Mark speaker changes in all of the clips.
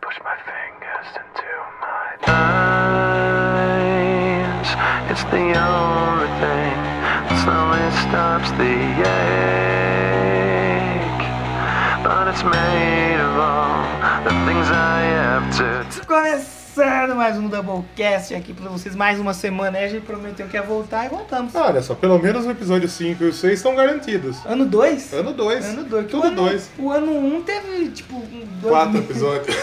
Speaker 1: push my fingers into my eyes. It's the only thing that slowly stops the ache. But it's made of all the things I have to.
Speaker 2: Começando mais um Doublecast aqui pra vocês, mais uma semana. né? A gente prometeu que ia voltar e voltamos.
Speaker 3: Ah, olha só, pelo menos o episódio 5 e o 6 estão garantidos.
Speaker 2: Ano 2?
Speaker 3: Ano 2.
Speaker 2: Ano 2.
Speaker 3: Tudo 2.
Speaker 2: O ano 1 um teve, tipo, um- dois
Speaker 3: Quatro
Speaker 2: mil-
Speaker 3: episódios.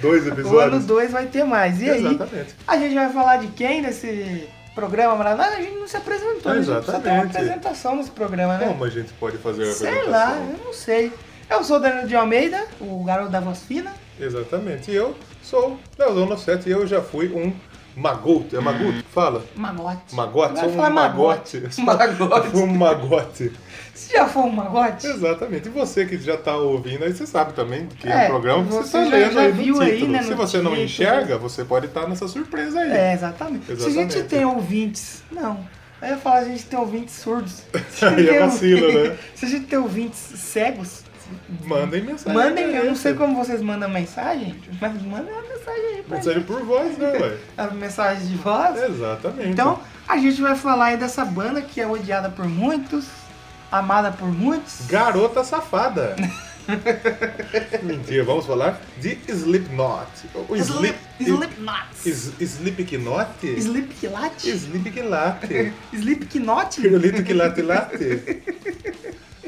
Speaker 3: dois
Speaker 2: O ano
Speaker 3: episódios.
Speaker 2: 2 vai ter mais. E aí,
Speaker 3: Exatamente.
Speaker 2: a gente vai falar de quem nesse programa maravilhoso? A gente não se apresentou, né? a gente precisa ter uma
Speaker 3: Exatamente.
Speaker 2: apresentação nesse programa, né?
Speaker 3: Como a gente pode fazer a
Speaker 2: Sei lá, né?
Speaker 3: apresentação?
Speaker 2: eu não sei. Eu sou o Daniel de Almeida, o garoto da voz fina.
Speaker 3: Exatamente. E eu sou Leozono 7 e eu já fui um magote. É magote? Fala.
Speaker 2: Magote.
Speaker 3: Magote?
Speaker 2: Vai
Speaker 3: Sou um
Speaker 2: falar
Speaker 3: magote.
Speaker 2: Magote.
Speaker 3: Eu fui um magote.
Speaker 2: Você já foi um magote?
Speaker 3: Exatamente. E você que já tá ouvindo aí, você sabe também que
Speaker 2: É,
Speaker 3: é um programa que
Speaker 2: você
Speaker 3: você tá
Speaker 2: já-
Speaker 3: lendo
Speaker 2: já
Speaker 3: aí no
Speaker 2: viu
Speaker 3: título.
Speaker 2: aí, né,
Speaker 3: Se
Speaker 2: no
Speaker 3: você não
Speaker 2: título.
Speaker 3: enxerga, você pode estar nessa surpresa aí.
Speaker 2: É, exatamente. Se a gente
Speaker 3: Exatamente.
Speaker 2: tem ouvintes. Não. Aí eu falo, a gente tem ouvintes surdos. Se
Speaker 3: Aí é
Speaker 2: tem
Speaker 3: vacilo,
Speaker 2: ouvintes-
Speaker 3: né?
Speaker 2: Se a gente tem ouvintes cegos,
Speaker 3: Mandem mensagem.
Speaker 2: mandem.
Speaker 3: pra
Speaker 2: Eu não
Speaker 3: gente.
Speaker 2: sei como vocês mandam mensagem, mas mandem uma mensagem aí pra gente.
Speaker 3: Mensagem É, por voz, né, ué?
Speaker 2: A mensagem de voz.
Speaker 3: Exatamente.
Speaker 2: Então, a gente vai falar aí dessa banda que é odiada por muitos, amada por muitos.
Speaker 3: Garota safada. Mentira, vamos falar de Slipknot. O Slip...
Speaker 2: Slipknot.
Speaker 3: Is- Slipknot?
Speaker 2: Slipknot?
Speaker 3: Slipknot.
Speaker 2: Slipknot?
Speaker 3: Pirulito que late late.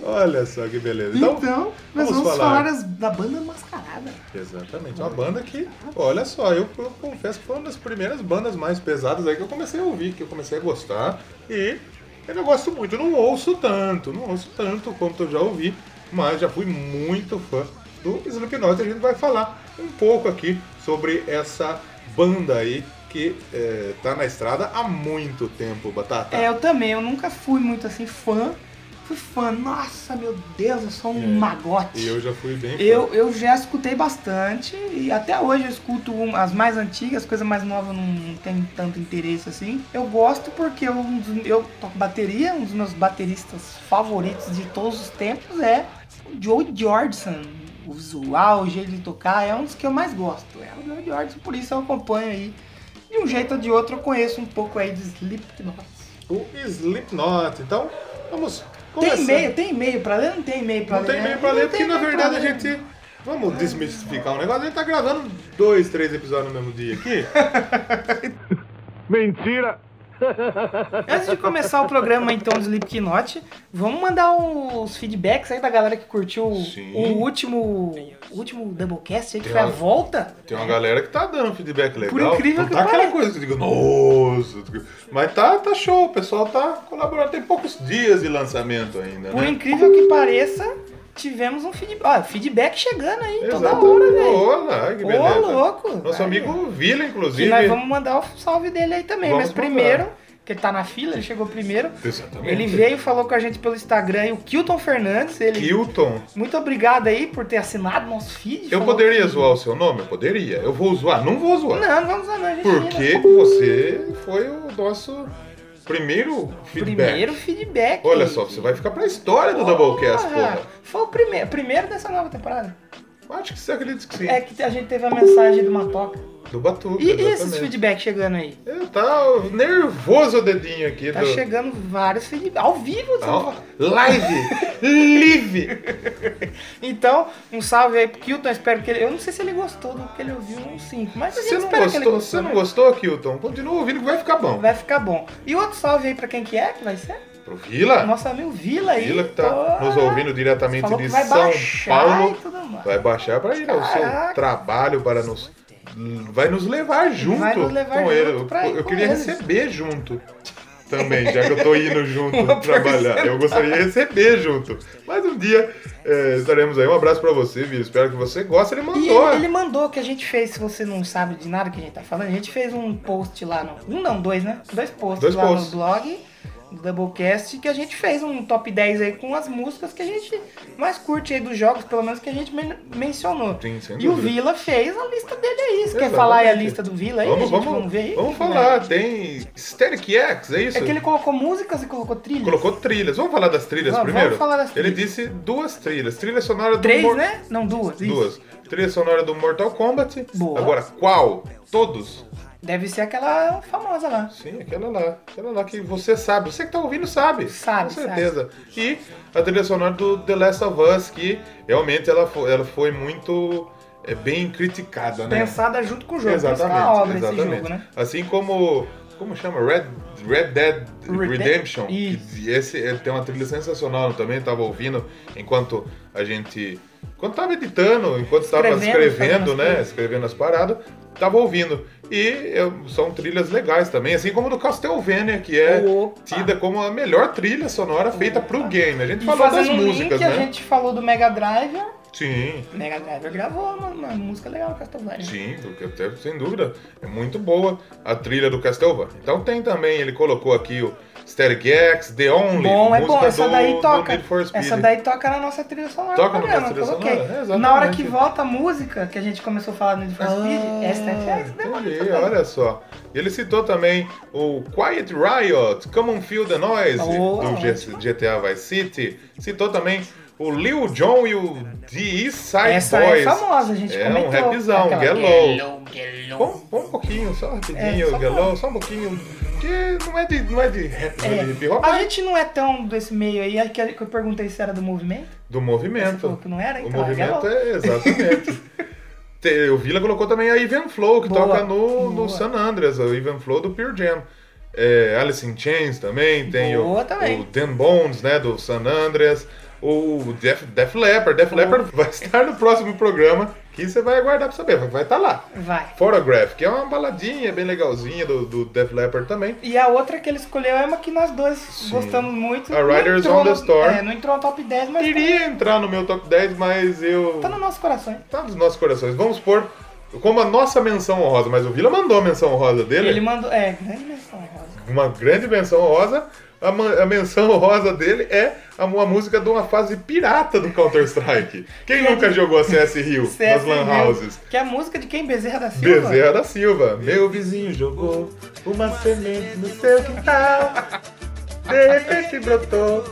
Speaker 3: Olha só que beleza. Então,
Speaker 2: Então, nós
Speaker 3: vamos
Speaker 2: vamos falar
Speaker 3: falar.
Speaker 2: das- da banda mascarada.
Speaker 3: exatamente. Uma banda que, olha só, eu, eu confesso que foi uma das primeiras bandas mais pesadas aí que eu comecei a ouvir, que eu comecei a gostar. E eu não gosto muito, eu não ouço tanto, não ouço tanto quanto eu já ouvi, mas já fui muito fã do Slipknot e a gente vai falar um pouco aqui sobre essa banda aí que eh, tá na estrada há muito tempo, Batata.
Speaker 2: É, eu também, eu nunca fui muito assim fã. Fui fã, nossa, meu Deus, eu sou um
Speaker 3: É.
Speaker 2: magote.
Speaker 3: E eu já fui bem fã.
Speaker 2: Eu, eu já escutei bastante e até hoje eu escuto um- as mais antigas, coisas mais novas eu não tenho tanto interesse assim. Eu gosto porque eu, um dos- eu toco bateria, um dos meus bateristas favoritos de todos os tempos é o Joe Jordison. O visual, o jeito de tocar é um dos que eu mais gosto. É o Joe Jordison, por isso eu acompanho aí. De um jeito ou de outro eu conheço um pouco aí de Slipknot.
Speaker 3: O Slipknot. Então, vamos
Speaker 2: Tem
Speaker 3: começar.
Speaker 2: e-mail, tem e-mail pra ler? Não tem e-mail pra
Speaker 3: "É, Não
Speaker 2: ler.
Speaker 3: tem e-mail
Speaker 2: né?
Speaker 3: pra
Speaker 2: Não
Speaker 3: ler,
Speaker 2: tem
Speaker 3: porque na
Speaker 2: e-mail pra
Speaker 3: verdade a
Speaker 2: ler.
Speaker 3: gente. Vamos desmistificar o negócio. A gente tá gravando dois, três episódios no mesmo dia aqui.
Speaker 4: Mentira!
Speaker 2: Antes de começar o programa, então, do Slipknot, vamos mandar os feedbacks aí da galera que curtiu
Speaker 3: Sim.
Speaker 2: o último, o último Doublecast aí, que
Speaker 3: Tem
Speaker 2: foi a
Speaker 3: uma-
Speaker 2: volta.
Speaker 3: Tem uma galera que tá dando feedback legal.
Speaker 2: Por incrível
Speaker 3: não
Speaker 2: que
Speaker 3: tá aquela
Speaker 2: pareça.
Speaker 3: coisa que eu digo, nossa. Mas tá, tá show, o pessoal tá colaborando. Tem poucos dias de lançamento ainda,
Speaker 2: Por
Speaker 3: né?
Speaker 2: incrível que pareça, tivemos um feedback. Ó, feedback chegando aí, toda
Speaker 3: Exato.
Speaker 2: hora, né? velho.
Speaker 3: Olha, que beleza.
Speaker 2: Ô, louco!
Speaker 3: Nosso
Speaker 2: velho.
Speaker 3: amigo Vila, inclusive.
Speaker 2: E nós vamos mandar o salve dele aí também,
Speaker 3: Vamos
Speaker 2: mas
Speaker 3: mandar.
Speaker 2: primeiro, que ele tá na fila, ele chegou primeiro.
Speaker 3: Exatamente.
Speaker 2: Ele veio e falou com a gente pelo Instagram, e o Kilton Fernandes, ele...
Speaker 3: Kilton.
Speaker 2: Muito obrigado aí por ter assinado nosso feed.
Speaker 3: Eu
Speaker 2: falou-
Speaker 3: poderia zoar o seu nome? Eu poderia. Eu vou zoar? Não vou zoar.
Speaker 2: Não, não vamos lá, não. a gente
Speaker 3: Porque você foi o nosso primeiro feedback.
Speaker 2: Primeiro feedback.
Speaker 3: Olha só, você vai ficar pra história do Doublecast, porra.
Speaker 2: Foi o primeiro, primeiro dessa nova temporada.
Speaker 3: Eu Acho que você acredita que sim.
Speaker 2: É que a gente teve a mensagem do Matoca.
Speaker 3: Do Batuta,
Speaker 2: E, e esses
Speaker 3: exatamente.
Speaker 2: feedbacks chegando aí?
Speaker 3: Eu tá nervoso o dedinho aqui
Speaker 2: Tá
Speaker 3: do...
Speaker 2: chegando vários feedbacks. Ao vivo, você
Speaker 3: Ó,
Speaker 2: fala.
Speaker 3: Live! Live!
Speaker 2: Então, um salve aí pro Kilton. Espero que ele. Eu não sei se ele gostou do que ele ouviu, não sim. Mas a gente
Speaker 3: Você não
Speaker 2: espera que ele
Speaker 3: gostou, você
Speaker 2: gostou. né?
Speaker 3: não gostou, Kilton? Continua ouvindo que vai ficar bom.
Speaker 2: Vai ficar bom. E outro salve aí pra quem que é que vai ser?
Speaker 3: Pro Vila,
Speaker 2: Nosso amigo Vila aí.
Speaker 3: Tá. Vila que
Speaker 2: Porra.
Speaker 3: tá nos ouvindo diretamente
Speaker 2: Falou
Speaker 3: de
Speaker 2: que vai
Speaker 3: São
Speaker 2: baixar
Speaker 3: Paulo.
Speaker 2: e tudo mais.
Speaker 3: Vai baixar pra ir ao
Speaker 2: Caraca.
Speaker 3: seu trabalho, para nos. Vai nos levar junto
Speaker 2: Vai nos levar
Speaker 3: com
Speaker 2: junto
Speaker 3: ele.
Speaker 2: pra ir
Speaker 3: Eu
Speaker 2: com
Speaker 3: queria
Speaker 2: eles.
Speaker 3: receber junto também, já que eu tô indo junto
Speaker 2: Uma
Speaker 3: trabalhar. Eu gostaria de receber junto. Mas um dia é, estaremos aí. Um abraço pra você, Vila. Espero que você goste. Ele
Speaker 2: E
Speaker 3: mandou.
Speaker 2: ele, ele mandou que a gente fez, se você não sabe de nada que a gente tá falando, a gente fez um post lá no. Um não, dois, né? Dois posts
Speaker 3: Dois
Speaker 2: lá
Speaker 3: posts.
Speaker 2: no blog do Doublecast, que a gente fez um top 10 aí com as músicas que a gente mais curte aí dos jogos, pelo menos que a gente men- mencionou.
Speaker 3: Sim, sem
Speaker 2: e o
Speaker 3: dúvida.
Speaker 2: Vila fez a lista dele aí. Você quer
Speaker 3: Exatamente.
Speaker 2: falar aí a lista do Vila aí?
Speaker 3: Vamos,
Speaker 2: a gente?
Speaker 3: vamos,
Speaker 2: é ver aí?
Speaker 3: vamos falar. Tem Static X, é isso?
Speaker 2: É que ele colocou músicas e colocou trilhas.
Speaker 3: Colocou trilhas. Vamos falar das trilhas
Speaker 2: Vamos,
Speaker 3: primeiro?
Speaker 2: vamos falar das
Speaker 3: Ele
Speaker 2: trilhas.
Speaker 3: disse duas trilhas. Trilha sonora do
Speaker 2: Três,
Speaker 3: Mor-
Speaker 2: né? Não, duas. isso.
Speaker 3: Duas. Trilha sonora do Mortal Kombat.
Speaker 2: Boa.
Speaker 3: Agora, qual? Todos?
Speaker 2: Deve ser aquela famosa lá.
Speaker 3: Sim, aquela lá. Aquela lá que você sabe. Você que tá ouvindo sabe.
Speaker 2: Sabe,
Speaker 3: Com certeza. E a trilha sonora do The Last of Us, que realmente ela foi, ela foi muito é, bem criticada, né?
Speaker 2: Pensada junto com o jogo.
Speaker 3: Exatamente.
Speaker 2: Isso é uma obra esse
Speaker 3: exatamente.
Speaker 2: jogo, né?
Speaker 3: Assim como. Como chama? Red, Red Dead
Speaker 2: Rede-
Speaker 3: Redemption. que
Speaker 2: Isso.
Speaker 3: Esse ele tem uma trilha sensacional. Eu também estava ouvindo enquanto a gente. Enquanto estava editando, enquanto estava
Speaker 2: Escrevendo, fazendo
Speaker 3: escrevendo,
Speaker 2: as
Speaker 3: né?
Speaker 2: coisas.
Speaker 3: Escrevendo as paradas, estava ouvindo. E eu- são trilhas legais também, assim como do Castlevania, que é
Speaker 2: Opa.
Speaker 3: tida como a melhor trilha sonora feita para o game. A gente
Speaker 2: E
Speaker 3: falou das
Speaker 2: fazendo um
Speaker 3: músicas,
Speaker 2: link, a
Speaker 3: né?
Speaker 2: gente falou do Mega Driver.
Speaker 3: Sim.
Speaker 2: Mega Driver gravou uma, uma música legal, Castlevania.
Speaker 3: Sim, porque até, sem dúvida, é muito boa a trilha do Castlevania. Então tem também, ele colocou aqui o Stergex, The Only,
Speaker 2: Bom, é
Speaker 3: um música
Speaker 2: bom, essa
Speaker 3: do,
Speaker 2: daí
Speaker 3: do
Speaker 2: toca.
Speaker 3: Need for Speed.
Speaker 2: Essa daí toca na nossa trilha sonora.
Speaker 3: Toca
Speaker 2: do
Speaker 3: na
Speaker 2: programa,
Speaker 3: nossa trilha
Speaker 2: coloquei.
Speaker 3: sonora, é, exatamente.
Speaker 2: Na hora que volta a música, que a gente começou a falar do Need for
Speaker 3: Ah,
Speaker 2: Speed, essa é a
Speaker 3: entendi, então olha só. E Ele citou também o Quiet Riot, Come and Feel the Noise,
Speaker 2: Oh,
Speaker 3: do G- GTA Vice City. Citou também o Lil Jon e o The East Side
Speaker 2: Essa
Speaker 3: Boys.
Speaker 2: é famosa, a gente
Speaker 3: É um
Speaker 2: comentou.
Speaker 3: rapzão,
Speaker 2: Aquela,
Speaker 3: get low.
Speaker 2: Get low, get low.
Speaker 3: Põe, põe um pouquinho, só
Speaker 2: É,
Speaker 3: rapidinho,
Speaker 2: só
Speaker 3: Gelão, só, um pouquinho. Porque não é de, não é de rap, não é de hip hop,
Speaker 2: A gente não é tão desse meio aí, é que eu perguntei se era do movimento.
Speaker 3: do
Speaker 2: Você falou
Speaker 3: movimento.
Speaker 2: que não era,
Speaker 3: O
Speaker 2: então
Speaker 3: movimento
Speaker 2: é
Speaker 3: é exatamente. Te- o Vila colocou também a Even Flow, que
Speaker 2: Boa,
Speaker 3: toca no, no
Speaker 2: boa.
Speaker 3: San Andreas, o Even Flow do Pure Jam. É, Alice in Chains também, tem o,
Speaker 2: Boa também.
Speaker 3: o Dan Bones, né, do San Andreas. O Def, Def Leppard, Def Leppard vai estar no próximo programa, que você vai aguardar pra saber, vai estar lá.
Speaker 2: Vai.
Speaker 3: Photograph, que é uma baladinha bem legalzinha do, do Def Leppard também.
Speaker 2: E a outra que ele escolheu é uma que nós dois gostamos muito.
Speaker 3: A
Speaker 2: Não
Speaker 3: Riders
Speaker 2: entrou
Speaker 3: on the
Speaker 2: no-
Speaker 3: Storm.
Speaker 2: É, não entrou no top 10, mas
Speaker 3: Iria entrar no meu top 10, mas eu...
Speaker 2: tá no nosso coração. hein?
Speaker 3: tá nos nossos corações. Vamos pôr como a nossa menção honrosa, mas o Vila mandou a menção honrosa dele,
Speaker 2: Ele mandou. É, grande menção, Rosa.
Speaker 3: uma grande menção honrosa. A, ma- a menção honrosa dele é a, mu- a música de uma fase pirata do Counter-Strike. Quem nunca jogou CS Rio nas
Speaker 2: CS
Speaker 3: Lan
Speaker 2: Rio,
Speaker 3: Houses?
Speaker 2: Que é a música de quem? Bezerra da Silva?
Speaker 3: Bezerra da Silva. Meu vizinho jogou uma semente no seu quintal. De repente brotou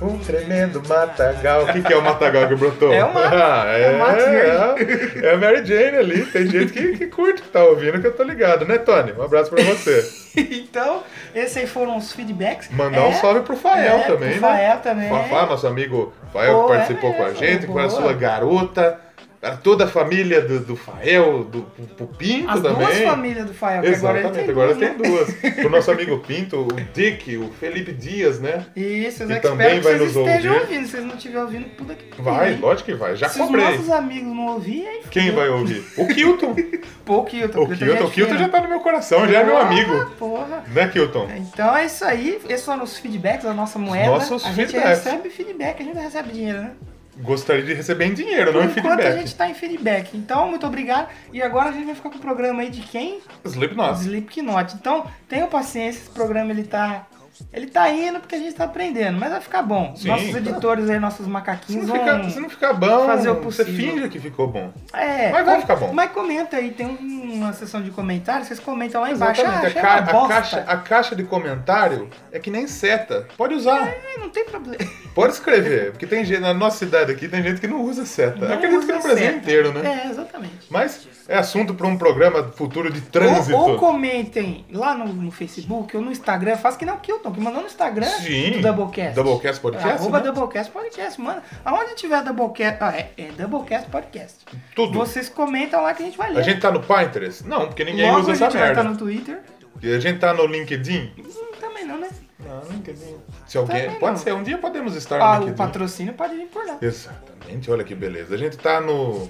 Speaker 3: um tremendo matagal. O que, que é o matagal que brotou?
Speaker 2: É o mato.
Speaker 3: Ah, é,
Speaker 2: É o mato
Speaker 3: é, é a Mary Jane ali. Tem gente que, que curte, que tá ouvindo, que eu tô ligado, né, Tony? Um abraço pra você.
Speaker 2: então, esses aí foram os feedbacks.
Speaker 3: Mandar um
Speaker 2: É,
Speaker 3: salve pro Fael
Speaker 2: é,
Speaker 3: também,
Speaker 2: pro
Speaker 3: né?
Speaker 2: Fael também.
Speaker 3: Fafá, nosso amigo Fael,
Speaker 2: Boa,
Speaker 3: que participou
Speaker 2: é,
Speaker 3: com a gente, com a
Speaker 2: boa.
Speaker 3: sua garota. a Toda a família do, do Fael, do, do Pinto
Speaker 2: As
Speaker 3: também.
Speaker 2: duas famílias do Fael, que
Speaker 3: Exatamente,
Speaker 2: É, agora
Speaker 3: agora
Speaker 2: ele tem
Speaker 3: tem
Speaker 2: duas, né?
Speaker 3: duas. O nosso amigo Pinto, o Dick, o Felipe Dias, né?
Speaker 2: né? Isso, eu
Speaker 3: Que
Speaker 2: espero
Speaker 3: também
Speaker 2: que
Speaker 3: vai
Speaker 2: vocês
Speaker 3: nos
Speaker 2: estejam
Speaker 3: ouvir.
Speaker 2: ouvindo. Se vocês não estiverem ouvindo, puta que pariu,
Speaker 3: Vai,
Speaker 2: hein?
Speaker 3: lógico que vai. Já
Speaker 2: Se
Speaker 3: comprei.
Speaker 2: os nossos amigos não ouvirem, aí
Speaker 3: Quem vai ouvir? O Kilton.
Speaker 2: Pô, Kilton.
Speaker 3: o Kilton, o Kilton já tá no meu coração, já é meu amigo.
Speaker 2: né? Porra.
Speaker 3: Né, Kilton?
Speaker 2: Então é isso aí. Esses foram os feedbacks da nossa moeda.
Speaker 3: nossos
Speaker 2: a gente
Speaker 3: feedbacks.
Speaker 2: recebe feedback, a gente recebe dinheiro, né?
Speaker 3: Gostaria de receber em dinheiro,
Speaker 2: Por
Speaker 3: não em
Speaker 2: enquanto
Speaker 3: feedback.
Speaker 2: a gente tá em feedback. Então, muito obrigado. E agora a gente vai ficar com o programa aí de quem?
Speaker 3: Slipknot.
Speaker 2: Slipknot. Então, tenham paciência, esse programa ele tá. Ele tá indo porque a gente tá aprendendo, mas vai ficar bom.
Speaker 3: Sim,
Speaker 2: nossos
Speaker 3: tá.
Speaker 2: editores aí, nossos
Speaker 3: Se
Speaker 2: macaquinhos
Speaker 3: não,
Speaker 2: vão.
Speaker 3: ficar, se não ficar bom,
Speaker 2: fazer o
Speaker 3: você
Speaker 2: possível.
Speaker 3: finge que ficou bom.
Speaker 2: É,
Speaker 3: Mas vai
Speaker 2: com-
Speaker 3: ficar bom.
Speaker 2: Mas comenta aí, tem uma seção de comentários, vocês comentam lá embaixo. Ah,
Speaker 3: Exatamente.
Speaker 2: achei
Speaker 3: A, ca-
Speaker 2: uma
Speaker 3: a
Speaker 2: bosta.
Speaker 3: caixa, a caixa de comentário é que nem seta. Pode usar.
Speaker 2: É, não tem problema.
Speaker 3: Pode escrever. Porque tem gente, na nossa cidade aqui tem gente que não usa seta.
Speaker 2: Não
Speaker 3: Acredito que
Speaker 2: usa
Speaker 3: no Brasil
Speaker 2: seta.
Speaker 3: inteiro, né?
Speaker 2: É, exatamente.
Speaker 3: Mas é assunto para um programa futuro de trânsito.
Speaker 2: Ou, ou comentem lá no, no Facebook ou no Instagram, faz que não o Kilton, que mandou no Instagram
Speaker 3: Sim.
Speaker 2: do Doublecast.
Speaker 3: Doublecast Podcast,
Speaker 2: Arroba
Speaker 3: né?
Speaker 2: Doublecast Podcast, mano. Aonde tiver Doublecast. Ah, é, é Doublecast Podcast.
Speaker 3: Tudo.
Speaker 2: Vocês comentam lá que a gente vai ler.
Speaker 3: A gente tá no Pinterest? Não, porque ninguém
Speaker 2: é Logo
Speaker 3: usa
Speaker 2: a
Speaker 3: essa
Speaker 2: gente vai
Speaker 3: merda.
Speaker 2: estar no Twitter.
Speaker 3: E A gente tá no LinkedIn?
Speaker 2: Hum, Também não, né?
Speaker 3: Não, LinkedIn. Se alguém.
Speaker 2: Também
Speaker 3: pode
Speaker 2: não.
Speaker 3: ser, um dia podemos estar no
Speaker 2: Ah, o
Speaker 3: LinkedIn.
Speaker 2: patrocínio pode vir por lá.
Speaker 3: Exatamente, olha que beleza. A gente tá no.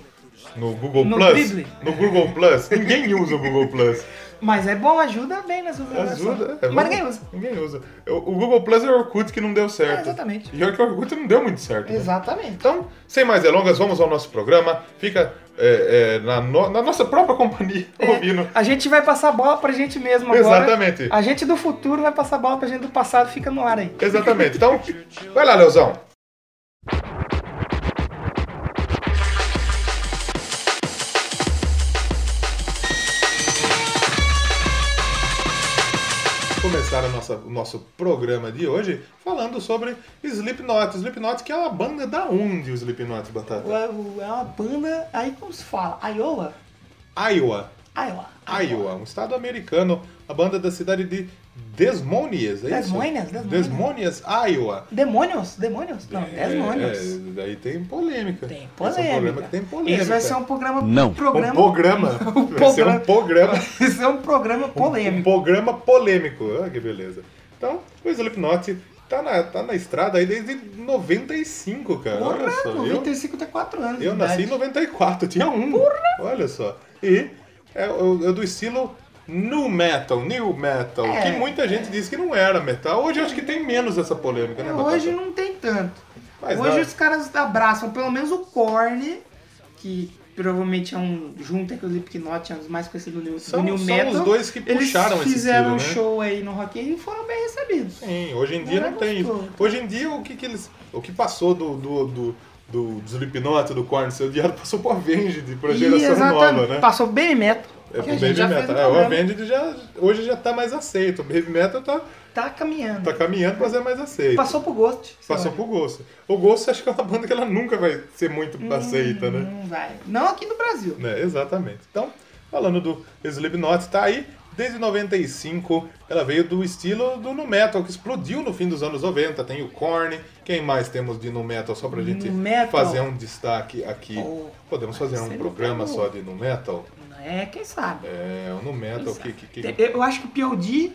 Speaker 3: No Google
Speaker 2: No
Speaker 3: Plus.
Speaker 2: Dribbly.
Speaker 3: No Google Plus. Ninguém usa o Google Plus.
Speaker 2: Mas é bom, ajuda bem nas organizações.
Speaker 3: Ajuda. é bom.
Speaker 2: Mas ninguém usa.
Speaker 3: Ninguém usa. O o Google Plus é o Orkut que não deu certo.
Speaker 2: É, exatamente.
Speaker 3: E olha que o Orkut não deu muito certo. né?
Speaker 2: Exatamente.
Speaker 3: Então, sem mais delongas, vamos ao nosso programa. Fica é, é, na, no- na nossa própria companhia
Speaker 2: É.
Speaker 3: ouvindo.
Speaker 2: A gente vai passar a bola pra gente mesmo agora.
Speaker 3: Exatamente.
Speaker 2: A gente do futuro vai passar a bola pra gente do passado, fica no ar aí.
Speaker 3: Exatamente. Então, vai lá, Leozão. O começar a nossa, o nosso programa de hoje falando sobre Slipknot. Slipknot que é uma banda da onde o Slipknot, Batata?
Speaker 2: É uma banda, aí como se fala? Iowa?
Speaker 3: Iowa.
Speaker 2: Iowa.
Speaker 3: Iowa, um estado americano, a banda da cidade de Desmonias, é isso?
Speaker 2: Desmonias,
Speaker 3: Desmonias, Iowa.
Speaker 2: Demônios? Demônios? Não, Desmônios.
Speaker 3: É, daí tem polêmica.
Speaker 2: Tem
Speaker 3: Esse é um programa
Speaker 2: polêmica.
Speaker 3: que tem polêmica.
Speaker 2: Esse vai ser um programa...
Speaker 4: Não.
Speaker 3: um
Speaker 2: Programa,
Speaker 3: programa. Vai ser um programa.
Speaker 2: Esse é um programa
Speaker 3: Um
Speaker 2: polêmico.
Speaker 3: programa polêmico. Olha que beleza. Então, o Slipknot tá na, tá na estrada aí desde 95, cara. Olha
Speaker 2: Porra,
Speaker 3: só. Eu,
Speaker 2: 95 até 4 anos. de
Speaker 3: eu nasci em
Speaker 2: idade.
Speaker 3: 94, tinha um. Olha só. E é, o- é do estilo new metal, new metal,
Speaker 2: É.
Speaker 3: que muita gente diz que não era metal. Hoje eu acho que tem menos essa polêmica, né, Batata?
Speaker 2: É, Hoje não tem tanto.
Speaker 3: Mas
Speaker 2: Hoje
Speaker 3: dá-
Speaker 2: os caras abraçam pelo menos o Korn, que provavelmente é um junto com o Slipknot, é um dos mais conhecidos do New,
Speaker 3: São-
Speaker 2: do new
Speaker 3: são
Speaker 2: Metal.
Speaker 3: os dois que puxaram esse
Speaker 2: Eles fizeram
Speaker 3: estilo,
Speaker 2: um
Speaker 3: né?
Speaker 2: show aí no Rock in Rio e foram bem recebidos.
Speaker 3: Sim, hoje em dia
Speaker 2: Não
Speaker 3: não,
Speaker 2: é
Speaker 3: tem isso.
Speaker 2: gostoso.
Speaker 3: Hoje em dia, o que, que eles. O que passou do. do, do do, do Slipknot, do Korn, seu diário passou pro Avenged, pra geração nova, né?
Speaker 2: Passou bem metal.
Speaker 3: É
Speaker 2: que
Speaker 3: pro
Speaker 2: a gente
Speaker 3: Baby
Speaker 2: já fez um
Speaker 3: Metal.
Speaker 2: no
Speaker 3: É, o
Speaker 2: programa.
Speaker 3: Avenged já, hoje já tá mais aceito. O Baby Metal tá,
Speaker 2: Tá caminhando.
Speaker 3: tá caminhando, mas é mais aceito.
Speaker 2: Passou pro Ghost. sei
Speaker 3: Passou
Speaker 2: lá.
Speaker 3: pro Ghost. O Ghost acho que é uma banda que ela nunca vai ser muito
Speaker 2: Uhum.
Speaker 3: aceita, né?
Speaker 2: Não vai. Não aqui no Brasil.
Speaker 3: né? Exatamente. Então, falando do Slipknot, tá aí desde 95. Ela veio do estilo do nu metal que explodiu no fim dos anos 90. Tem o Korn. Quem mais temos de nu metal só pra gente
Speaker 2: Nu metal.
Speaker 3: fazer um destaque aqui?
Speaker 2: Oh,
Speaker 3: Podemos fazer
Speaker 2: você
Speaker 3: um
Speaker 2: não
Speaker 3: programa
Speaker 2: falou.
Speaker 3: só de nu metal?
Speaker 2: É, quem sabe.
Speaker 3: É, o nu metal que, que, É, que-
Speaker 2: Eu acho que o P.O.D.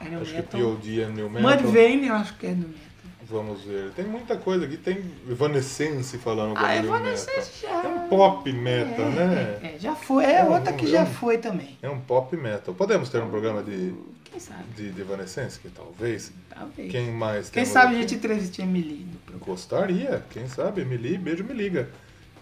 Speaker 2: é no
Speaker 3: acho que
Speaker 2: metal.
Speaker 3: POD é nu metal.
Speaker 2: Mudvayne eu acho que é no metal.
Speaker 3: Vamos ver. Tem muita coisa aqui. Tem Evanescence falando
Speaker 2: Ah,
Speaker 3: nu
Speaker 2: Evanescence
Speaker 3: é metal.
Speaker 2: já-
Speaker 3: É um pop metal, né?
Speaker 2: É, já foi. É
Speaker 3: Eu não-
Speaker 2: outra que
Speaker 3: eu
Speaker 2: já
Speaker 3: não-
Speaker 2: foi também.
Speaker 3: É um pop metal. Podemos ter um programa de
Speaker 2: Quem sabe?
Speaker 3: de, de Evanescence, que talvez.
Speaker 2: Talvez. Quem,
Speaker 3: Quem mais? temos
Speaker 2: sabe a
Speaker 3: aqui?
Speaker 2: gente entrevista a Emily. no programa.
Speaker 3: Gostaria, quem sabe? Me liga, beijo, me liga.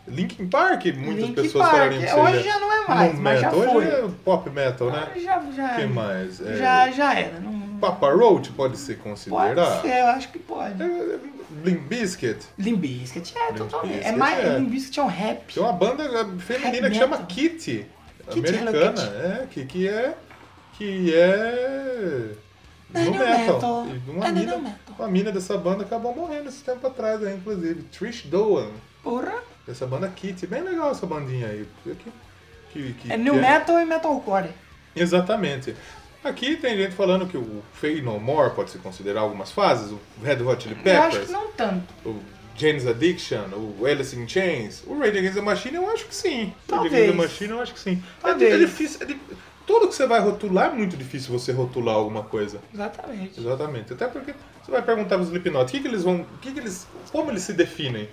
Speaker 3: Linkin Park, muitas
Speaker 2: Linkin
Speaker 3: pessoas
Speaker 2: Park.
Speaker 3: falariam que seja
Speaker 2: Hoje já não é mais,
Speaker 3: nu
Speaker 2: mas já
Speaker 3: metal. Hoje
Speaker 2: foi.
Speaker 3: é pop metal, né?
Speaker 2: Ah, Já, já,
Speaker 3: Quem mais? É,
Speaker 2: já, já era. Não, não-
Speaker 3: Papa Roach pode É. se
Speaker 2: pode
Speaker 3: considerar?
Speaker 2: ser, eu acho que pode.
Speaker 3: Limp Bizkit.
Speaker 2: Limbiscuit é totalmente. É
Speaker 3: Bizkit
Speaker 2: mais.
Speaker 3: é.
Speaker 2: Limbiscuit é um rap.
Speaker 3: Tem uma banda é, feminina que
Speaker 2: Heavy
Speaker 3: chama
Speaker 2: metal.
Speaker 3: Kitty,
Speaker 2: Kitty,
Speaker 3: americana,
Speaker 2: Hello
Speaker 3: é, que, que é. que é.
Speaker 2: É
Speaker 3: no
Speaker 2: no
Speaker 3: metal.
Speaker 2: metal.
Speaker 3: E Uma,
Speaker 2: É no
Speaker 3: mina,
Speaker 2: metal.
Speaker 3: uma mina dessa banda acabou morrendo esse tempo atrás, aí, inclusive. Trish Doan,
Speaker 2: Porra.
Speaker 3: dessa banda Kitty. Bem legal essa bandinha aí. Que, que, que,
Speaker 2: É new
Speaker 3: que
Speaker 2: metal e metalcore.
Speaker 3: Exatamente. Aqui tem gente falando que o Fey No More pode se considerar algumas fases, o Red Hot Chili
Speaker 2: Eu acho que
Speaker 3: Peppers,
Speaker 2: não tanto.
Speaker 3: o James Addiction, o Alice in Chains, o Rage Against the Machine, eu acho que sim.
Speaker 2: Talvez.
Speaker 3: Rage Against the Machine, eu acho que sim. É-
Speaker 2: Talvez.
Speaker 3: É, difícil. é di- Tudo que você vai rotular é muito difícil você rotular alguma coisa.
Speaker 2: Exatamente.
Speaker 3: Exatamente. Até porque você vai perguntar para os Slipknot, o que, que eles vão, o que, que eles, como eles se definem?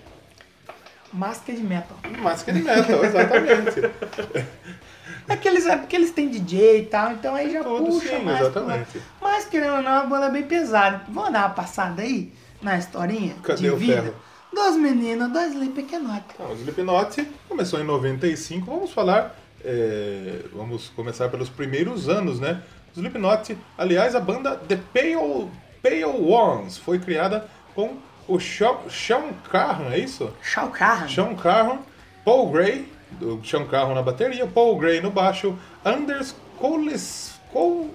Speaker 2: Máscara é de metal.
Speaker 3: Máscara de metal, exatamente.
Speaker 2: É que eles, é porque eles têm DJ e tal, então aí já
Speaker 3: Tudo,
Speaker 2: puxa
Speaker 3: sim,
Speaker 2: mais.
Speaker 3: exatamente.
Speaker 2: pro lado. Mas querendo ou não, é uma banda bem pesada. Vamos dar uma passada aí na historinha
Speaker 3: Cadê
Speaker 2: de
Speaker 3: o
Speaker 2: vida.
Speaker 3: ferro?
Speaker 2: Dos meninos, dois é Slipknot.
Speaker 3: Então, o Slipknot começou em 95, vamos falar, é, vamos começar pelos primeiros anos, né? O Slipknot, aliás, a banda The Pale, Pale Ones foi criada com o Sean, Sean Carran, é isso?
Speaker 2: Shao Kahn.
Speaker 3: Sean Carran, Paul Gray, o Sean Carran na bateria, Paul Gray no baixo, Anders Coles,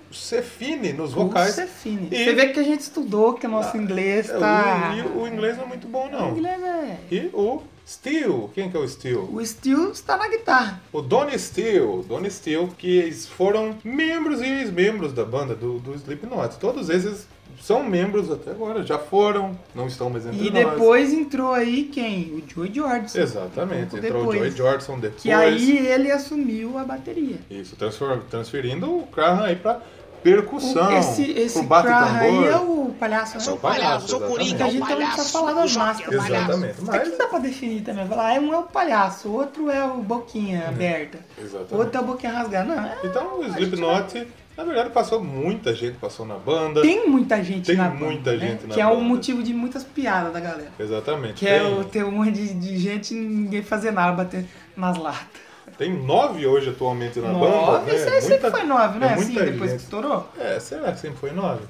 Speaker 3: Colsefini nos vocais.
Speaker 2: Você, fine.
Speaker 3: E-
Speaker 2: Você vê que a gente estudou, que o nosso inglês
Speaker 3: É, o-
Speaker 2: tá...
Speaker 3: e o inglês não é muito bom,
Speaker 2: O
Speaker 3: não.
Speaker 2: inglês é-
Speaker 3: E o Steel, quem que é o Steel?
Speaker 2: O Steel está na guitarra.
Speaker 3: O Don Steele, Don Steele, que eles foram membros e ex-membros da banda do, do Slipknot. Todos eles são membros até agora, já foram, não estão mais entre
Speaker 2: E
Speaker 3: nós.
Speaker 2: depois entrou aí quem? O Joey Jordan.
Speaker 3: Exatamente,
Speaker 2: Pouco
Speaker 3: entrou o Joey
Speaker 2: depois.
Speaker 3: Jordan depois.
Speaker 2: Que aí ele assumiu a bateria.
Speaker 3: Isso, transfer- transferindo o Carran aí pra percussão,
Speaker 2: O- esse esse
Speaker 3: pro bate-tambor.
Speaker 2: Graham aí é o palhaço, né?
Speaker 3: Sou palhaço,
Speaker 5: sou
Speaker 2: Porque
Speaker 5: coringa,
Speaker 2: É a
Speaker 3: exatamente.
Speaker 2: gente também precisa falar
Speaker 5: é O
Speaker 2: das
Speaker 5: Joker é
Speaker 2: máscaras.
Speaker 5: palhaço.
Speaker 3: Exatamente,
Speaker 2: Mas... Aqui
Speaker 3: mas...
Speaker 2: não dá pra definir também. Falar, ah, um é o palhaço, o outro é o boquinha aberta,
Speaker 3: Exatamente.
Speaker 2: o outro é o boquinha rasgada. Não, é-
Speaker 3: Então o Slipknot, na verdade, passou muita gente, passou na banda.
Speaker 2: tem muita gente
Speaker 3: Tem
Speaker 2: na banda,
Speaker 3: muita
Speaker 2: né?
Speaker 3: gente na
Speaker 2: Que é o
Speaker 3: banda.
Speaker 2: motivo de muitas piadas da galera.
Speaker 3: Exatamente.
Speaker 2: Que é
Speaker 3: tem-
Speaker 2: o ter um monte de, de gente e ninguém fazer nada, bater nas latas.
Speaker 3: Tem nove hoje atualmente na banda.
Speaker 2: Nove,
Speaker 3: né?
Speaker 2: isso aí sempre foi nove, né?
Speaker 3: é
Speaker 2: assim,
Speaker 3: muita
Speaker 2: depois que
Speaker 3: gente.
Speaker 2: estourou?
Speaker 3: É, será que sempre foi nove?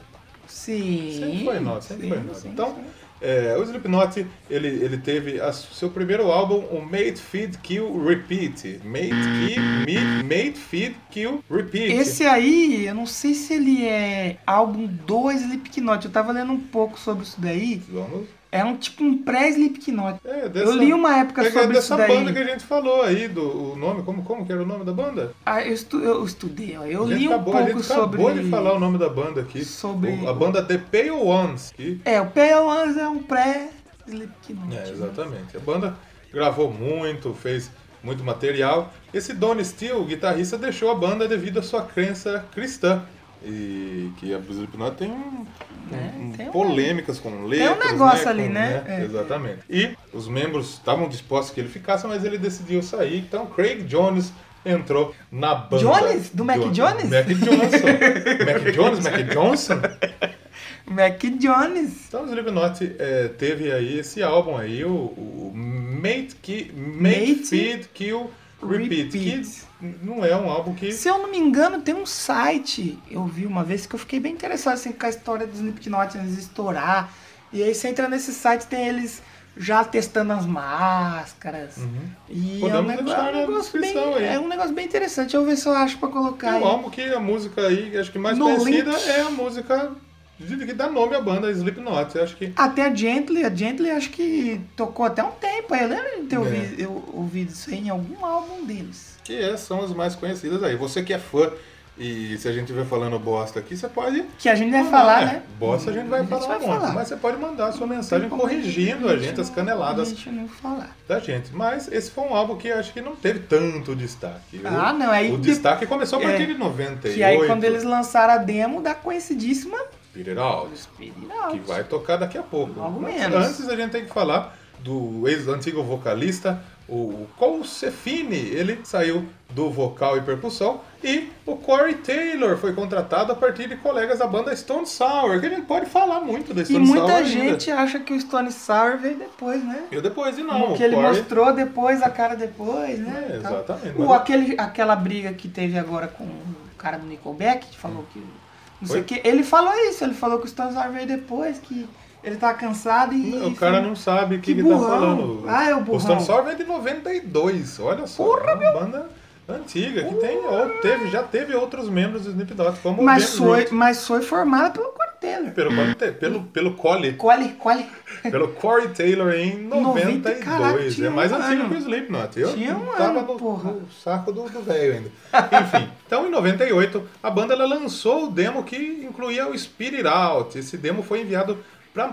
Speaker 2: Sim.
Speaker 3: Sempre foi nove, sempre
Speaker 2: sim,
Speaker 3: foi nove.
Speaker 2: sim,
Speaker 3: então,
Speaker 2: sim.
Speaker 3: é, o Slipknot, ele, ele teve a- seu primeiro álbum, o Mate, Feed, Kill, Repeat. Mate, Kill, Me, Made, Feed, Kill, Repeat.
Speaker 2: Esse aí, eu não sei se ele é álbum do Slipknot. Eu tava lendo um pouco sobre isso daí.
Speaker 3: Vamos.
Speaker 2: É um tipo um pré-Slipknot.
Speaker 3: É, dessa,
Speaker 2: Eu li uma época
Speaker 3: é que é
Speaker 2: sobre
Speaker 3: dessa
Speaker 2: isso daí.
Speaker 3: banda que a gente falou aí, do o nome, como, como que era o nome da banda?
Speaker 2: Ah, eu, estu- eu estudei, ó. Eu
Speaker 3: a gente
Speaker 2: li um
Speaker 3: acabou, a
Speaker 2: pouco
Speaker 3: gente
Speaker 2: sobre.
Speaker 3: acabou de falar o nome da banda aqui.
Speaker 2: sobre-
Speaker 3: O- a banda The Pale Ones, que
Speaker 2: É, o P1 é um pré-Slipknot.
Speaker 3: É, exatamente. A banda gravou muito, fez muito material. Esse Don Steele, o guitarrista, deixou a banda devido à sua crença cristã. E que a Slipknot tem, um,
Speaker 2: É,
Speaker 3: um-
Speaker 2: tem um-
Speaker 3: polêmicas com letras,
Speaker 2: negócio
Speaker 3: né,
Speaker 2: ali,
Speaker 3: com-
Speaker 2: né? É.
Speaker 3: Exatamente. E os membros estavam dispostos que ele ficasse, mas ele decidiu sair. Então Craig Jones entrou na banda.
Speaker 2: Jones? Do Mac
Speaker 3: Jo-
Speaker 2: Jones?
Speaker 3: Mac Johnson. Mac Jones, Mac Johnson.
Speaker 2: Mac Jones.
Speaker 3: Então, o Slipknot eh, teve aí esse álbum aí, o, o Mate, Ki, Mate,
Speaker 2: Mate,
Speaker 3: Feed, Kill, Repeat,
Speaker 2: Repeat.
Speaker 3: que não é um álbum que...
Speaker 2: Se eu não me engano, tem um site, eu vi uma vez, que eu fiquei bem interessado assim, com a história do Slipknot antes de estourar. E aí você entra nesse site, tem eles já testando as máscaras.
Speaker 3: Uhum.
Speaker 2: E é um,
Speaker 3: Hum. Podemos
Speaker 2: negócio,
Speaker 3: deixar
Speaker 2: é um
Speaker 3: na
Speaker 2: negócio bem,
Speaker 3: descrição aí.
Speaker 2: é um negócio bem interessante. Deixa eu ver se eu acho pra
Speaker 3: É
Speaker 2: colocar
Speaker 3: um
Speaker 2: aí.
Speaker 3: álbum que a música aí, acho que mais
Speaker 2: No
Speaker 3: conhecida
Speaker 2: link.
Speaker 3: é a música de- que dá nome à banda, Slipknot. Eu acho que
Speaker 2: Até a Gently, a Gently acho que tocou até um tempo. Eu lembro de ter
Speaker 3: É.
Speaker 2: ouvido, eu, ouvido isso aí em algum álbum deles.
Speaker 3: que é- são as mais conhecidas aí. Você que é fã e se a gente estiver falando bosta aqui, você pode...
Speaker 2: Que a gente vai
Speaker 3: mandar,
Speaker 2: falar,
Speaker 3: é,
Speaker 2: né?
Speaker 3: Bosta a gente vai falar um monte, mas você pode mandar a sua mensagem corrigindo a gente, as
Speaker 2: né?
Speaker 3: caneladas
Speaker 2: Deixa eu não falar.
Speaker 3: da gente. Mas esse foi um álbum que eu acho que não teve tanto destaque. O-
Speaker 2: Ah, não, aí
Speaker 3: O
Speaker 2: de-
Speaker 3: destaque começou a partir
Speaker 2: é,
Speaker 3: de 98.
Speaker 2: Que aí quando eles lançaram a demo da conhecidíssima
Speaker 3: Peter Aldis, que vai tocar daqui a pouco.
Speaker 2: Logo
Speaker 3: Mas
Speaker 2: menos.
Speaker 3: Antes a gente tem que falar do ex-antigo vocalista, o Cole Cefini. Ele saiu do vocal e percussão. E o Corey Taylor foi contratado a partir de colegas da banda Stone Sour, que a gente pode falar muito da
Speaker 2: E
Speaker 3: Stone Sour
Speaker 2: muita
Speaker 3: ainda.
Speaker 2: gente acha que o Stone Sour veio depois, né?
Speaker 3: E depois, e não,
Speaker 2: que
Speaker 3: o
Speaker 2: ele
Speaker 3: Corey...
Speaker 2: mostrou depois, a cara depois, né?
Speaker 3: É,
Speaker 2: e tal.
Speaker 3: exatamente.
Speaker 2: O,
Speaker 3: mas-
Speaker 2: aquele, aquela briga que teve agora com o cara do Nickelback, que falou que. Não sei
Speaker 3: Foi?
Speaker 2: o que. Ele falou isso, ele falou que o Stone Sour veio depois, que ele tava cansado e.
Speaker 3: O cara não sabe o que,
Speaker 2: Que
Speaker 3: ele tá
Speaker 2: burrão.
Speaker 3: falando.
Speaker 2: Ah, é o burrão.
Speaker 3: O Stone Sour vem de 92, olha só. é uma banda antiga, que tem, ou teve, já teve outros membros do Snoop Dogg, como o
Speaker 2: Mas
Speaker 3: James
Speaker 2: foi,
Speaker 3: Root,
Speaker 2: mas foi formado pelo Corey Taylor.
Speaker 3: Pelo, Corey Ta- pelo, pelo, Cole,
Speaker 2: Cole, Cole.
Speaker 3: pelo Corey Taylor em
Speaker 2: 90,
Speaker 3: 92.
Speaker 2: caraca,
Speaker 3: é
Speaker 2: tinha
Speaker 3: mais
Speaker 2: um
Speaker 3: antigo
Speaker 2: ano.
Speaker 3: que o Slipknot. Eu
Speaker 2: Tinha um
Speaker 3: tava
Speaker 2: ano,
Speaker 3: no,
Speaker 2: porra.
Speaker 3: no saco do do velho ainda. Enfim, então em 98, a banda ela lançou o demo que incluía o Spirit Out. Esse demo foi enviado para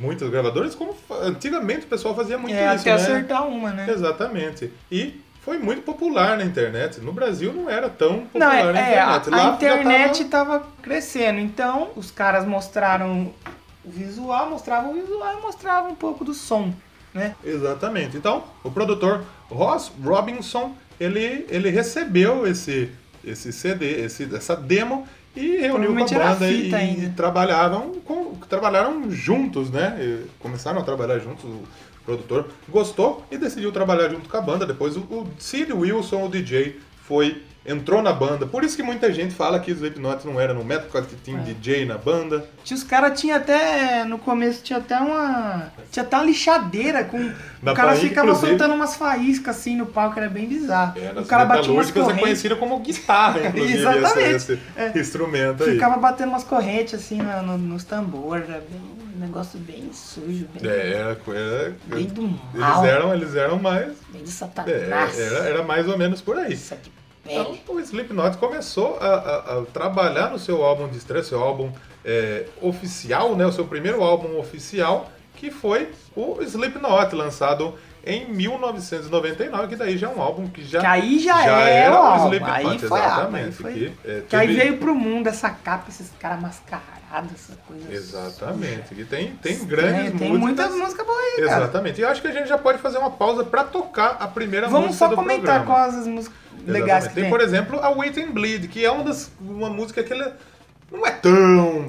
Speaker 3: muitos gravadores, como fa- antigamente o pessoal fazia muito
Speaker 2: É,
Speaker 3: isso,
Speaker 2: até
Speaker 3: né?
Speaker 2: acertar uma, né?
Speaker 3: Exatamente. E foi muito popular na internet. No Brasil não era tão
Speaker 2: Não,
Speaker 3: popular
Speaker 2: é,
Speaker 3: na
Speaker 2: é, a,
Speaker 3: internet. Lá
Speaker 2: a
Speaker 3: já tava-
Speaker 2: internet tava... crescendo, então os caras mostraram o visual, mostravam o visual e mostravam um pouco do som, né?
Speaker 3: Exatamente. Então, o produtor Ross Robinson, ele, ele recebeu esse, esse CD, esse, essa demo e reuniu com a
Speaker 2: Provavelmente era
Speaker 3: banda e,
Speaker 2: fita ainda.
Speaker 3: e trabalharam, com, trabalharam juntos, né? E começaram a trabalhar juntos, o produtor gostou e decidiu trabalhar junto com a banda. Depois o, o Sid Wilson, o DJ, foi entrou na banda. Por isso que muita gente fala que o Slipknot não era no método, porque tinha
Speaker 2: É.
Speaker 3: DJ na banda.
Speaker 2: Tinha os caras tinha até no começo tinha até uma tinha até uma lixadeira com
Speaker 3: Na
Speaker 2: o cara
Speaker 3: Bahia,
Speaker 2: ficava
Speaker 3: inclusive.
Speaker 2: soltando umas faíscas assim no palco, era bem bizarro.
Speaker 3: É,
Speaker 2: o
Speaker 3: nas
Speaker 2: cara batia umas
Speaker 3: metalúrgicas é
Speaker 2: correntes,
Speaker 3: conhecido como guitarra, inclusive, essa-
Speaker 2: Exatamente. É.
Speaker 3: esse instrumento aí.
Speaker 2: ficava batendo umas correntes assim na- no- nos tambores, era bem, um negócio bem sujo, bem,
Speaker 3: É, era, era-
Speaker 2: bem do mal,
Speaker 3: eles, eram, eles eram mais...
Speaker 2: bem de
Speaker 3: é,
Speaker 2: satanás.
Speaker 3: era, era mais ou menos por aí.
Speaker 2: Isso aqui,
Speaker 3: Então,
Speaker 2: pele.
Speaker 3: o Slipknot começou a, a- a trabalhar no seu álbum de estreia, seu álbum é, oficial, né? O seu primeiro álbum oficial, que foi o Slipknot, lançado em 1999, que daí já é um álbum que já...
Speaker 2: Que aí já,
Speaker 3: já
Speaker 2: é,
Speaker 3: era
Speaker 2: ó,
Speaker 3: o Slipknot,
Speaker 2: aí foi a alma,
Speaker 3: exatamente.
Speaker 2: aí foi-
Speaker 3: Que, é,
Speaker 2: Que aí
Speaker 3: teve-
Speaker 2: veio pro mundo essa capa, esses caras mascarados, essa coisa.
Speaker 3: Exatamente, que tem, tem
Speaker 2: estranha.
Speaker 3: grandes
Speaker 2: Tem
Speaker 3: músicas.
Speaker 2: muitas músicas boas aí, cara.
Speaker 3: Exatamente. E eu acho que a gente já pode fazer uma pausa pra tocar a primeira
Speaker 2: Vamos
Speaker 3: música
Speaker 2: só
Speaker 3: do
Speaker 2: comentar
Speaker 3: programa.
Speaker 2: quais as músicas
Speaker 3: Exatamente.
Speaker 2: legais que tem.
Speaker 3: tem, por exemplo, a Wait and Bleed, que é uma das uma música que ela não é tão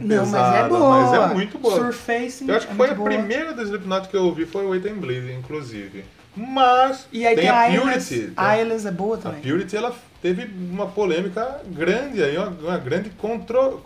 Speaker 2: Não, mas é
Speaker 3: pesada,
Speaker 2: boa.
Speaker 3: mas é muito boa.
Speaker 2: Surface
Speaker 3: eu acho que
Speaker 2: é
Speaker 3: foi a
Speaker 2: muito boa.
Speaker 3: primeira do Slipknot que eu ouvi, foi Wait and Bleed, inclusive. Mas
Speaker 2: E aí tem,
Speaker 3: a
Speaker 2: a
Speaker 3: Purity.
Speaker 2: Eyeless. A Eyeless é boa
Speaker 3: A
Speaker 2: também.
Speaker 3: Purity ela teve uma polêmica grande aí, uma, uma grande contro-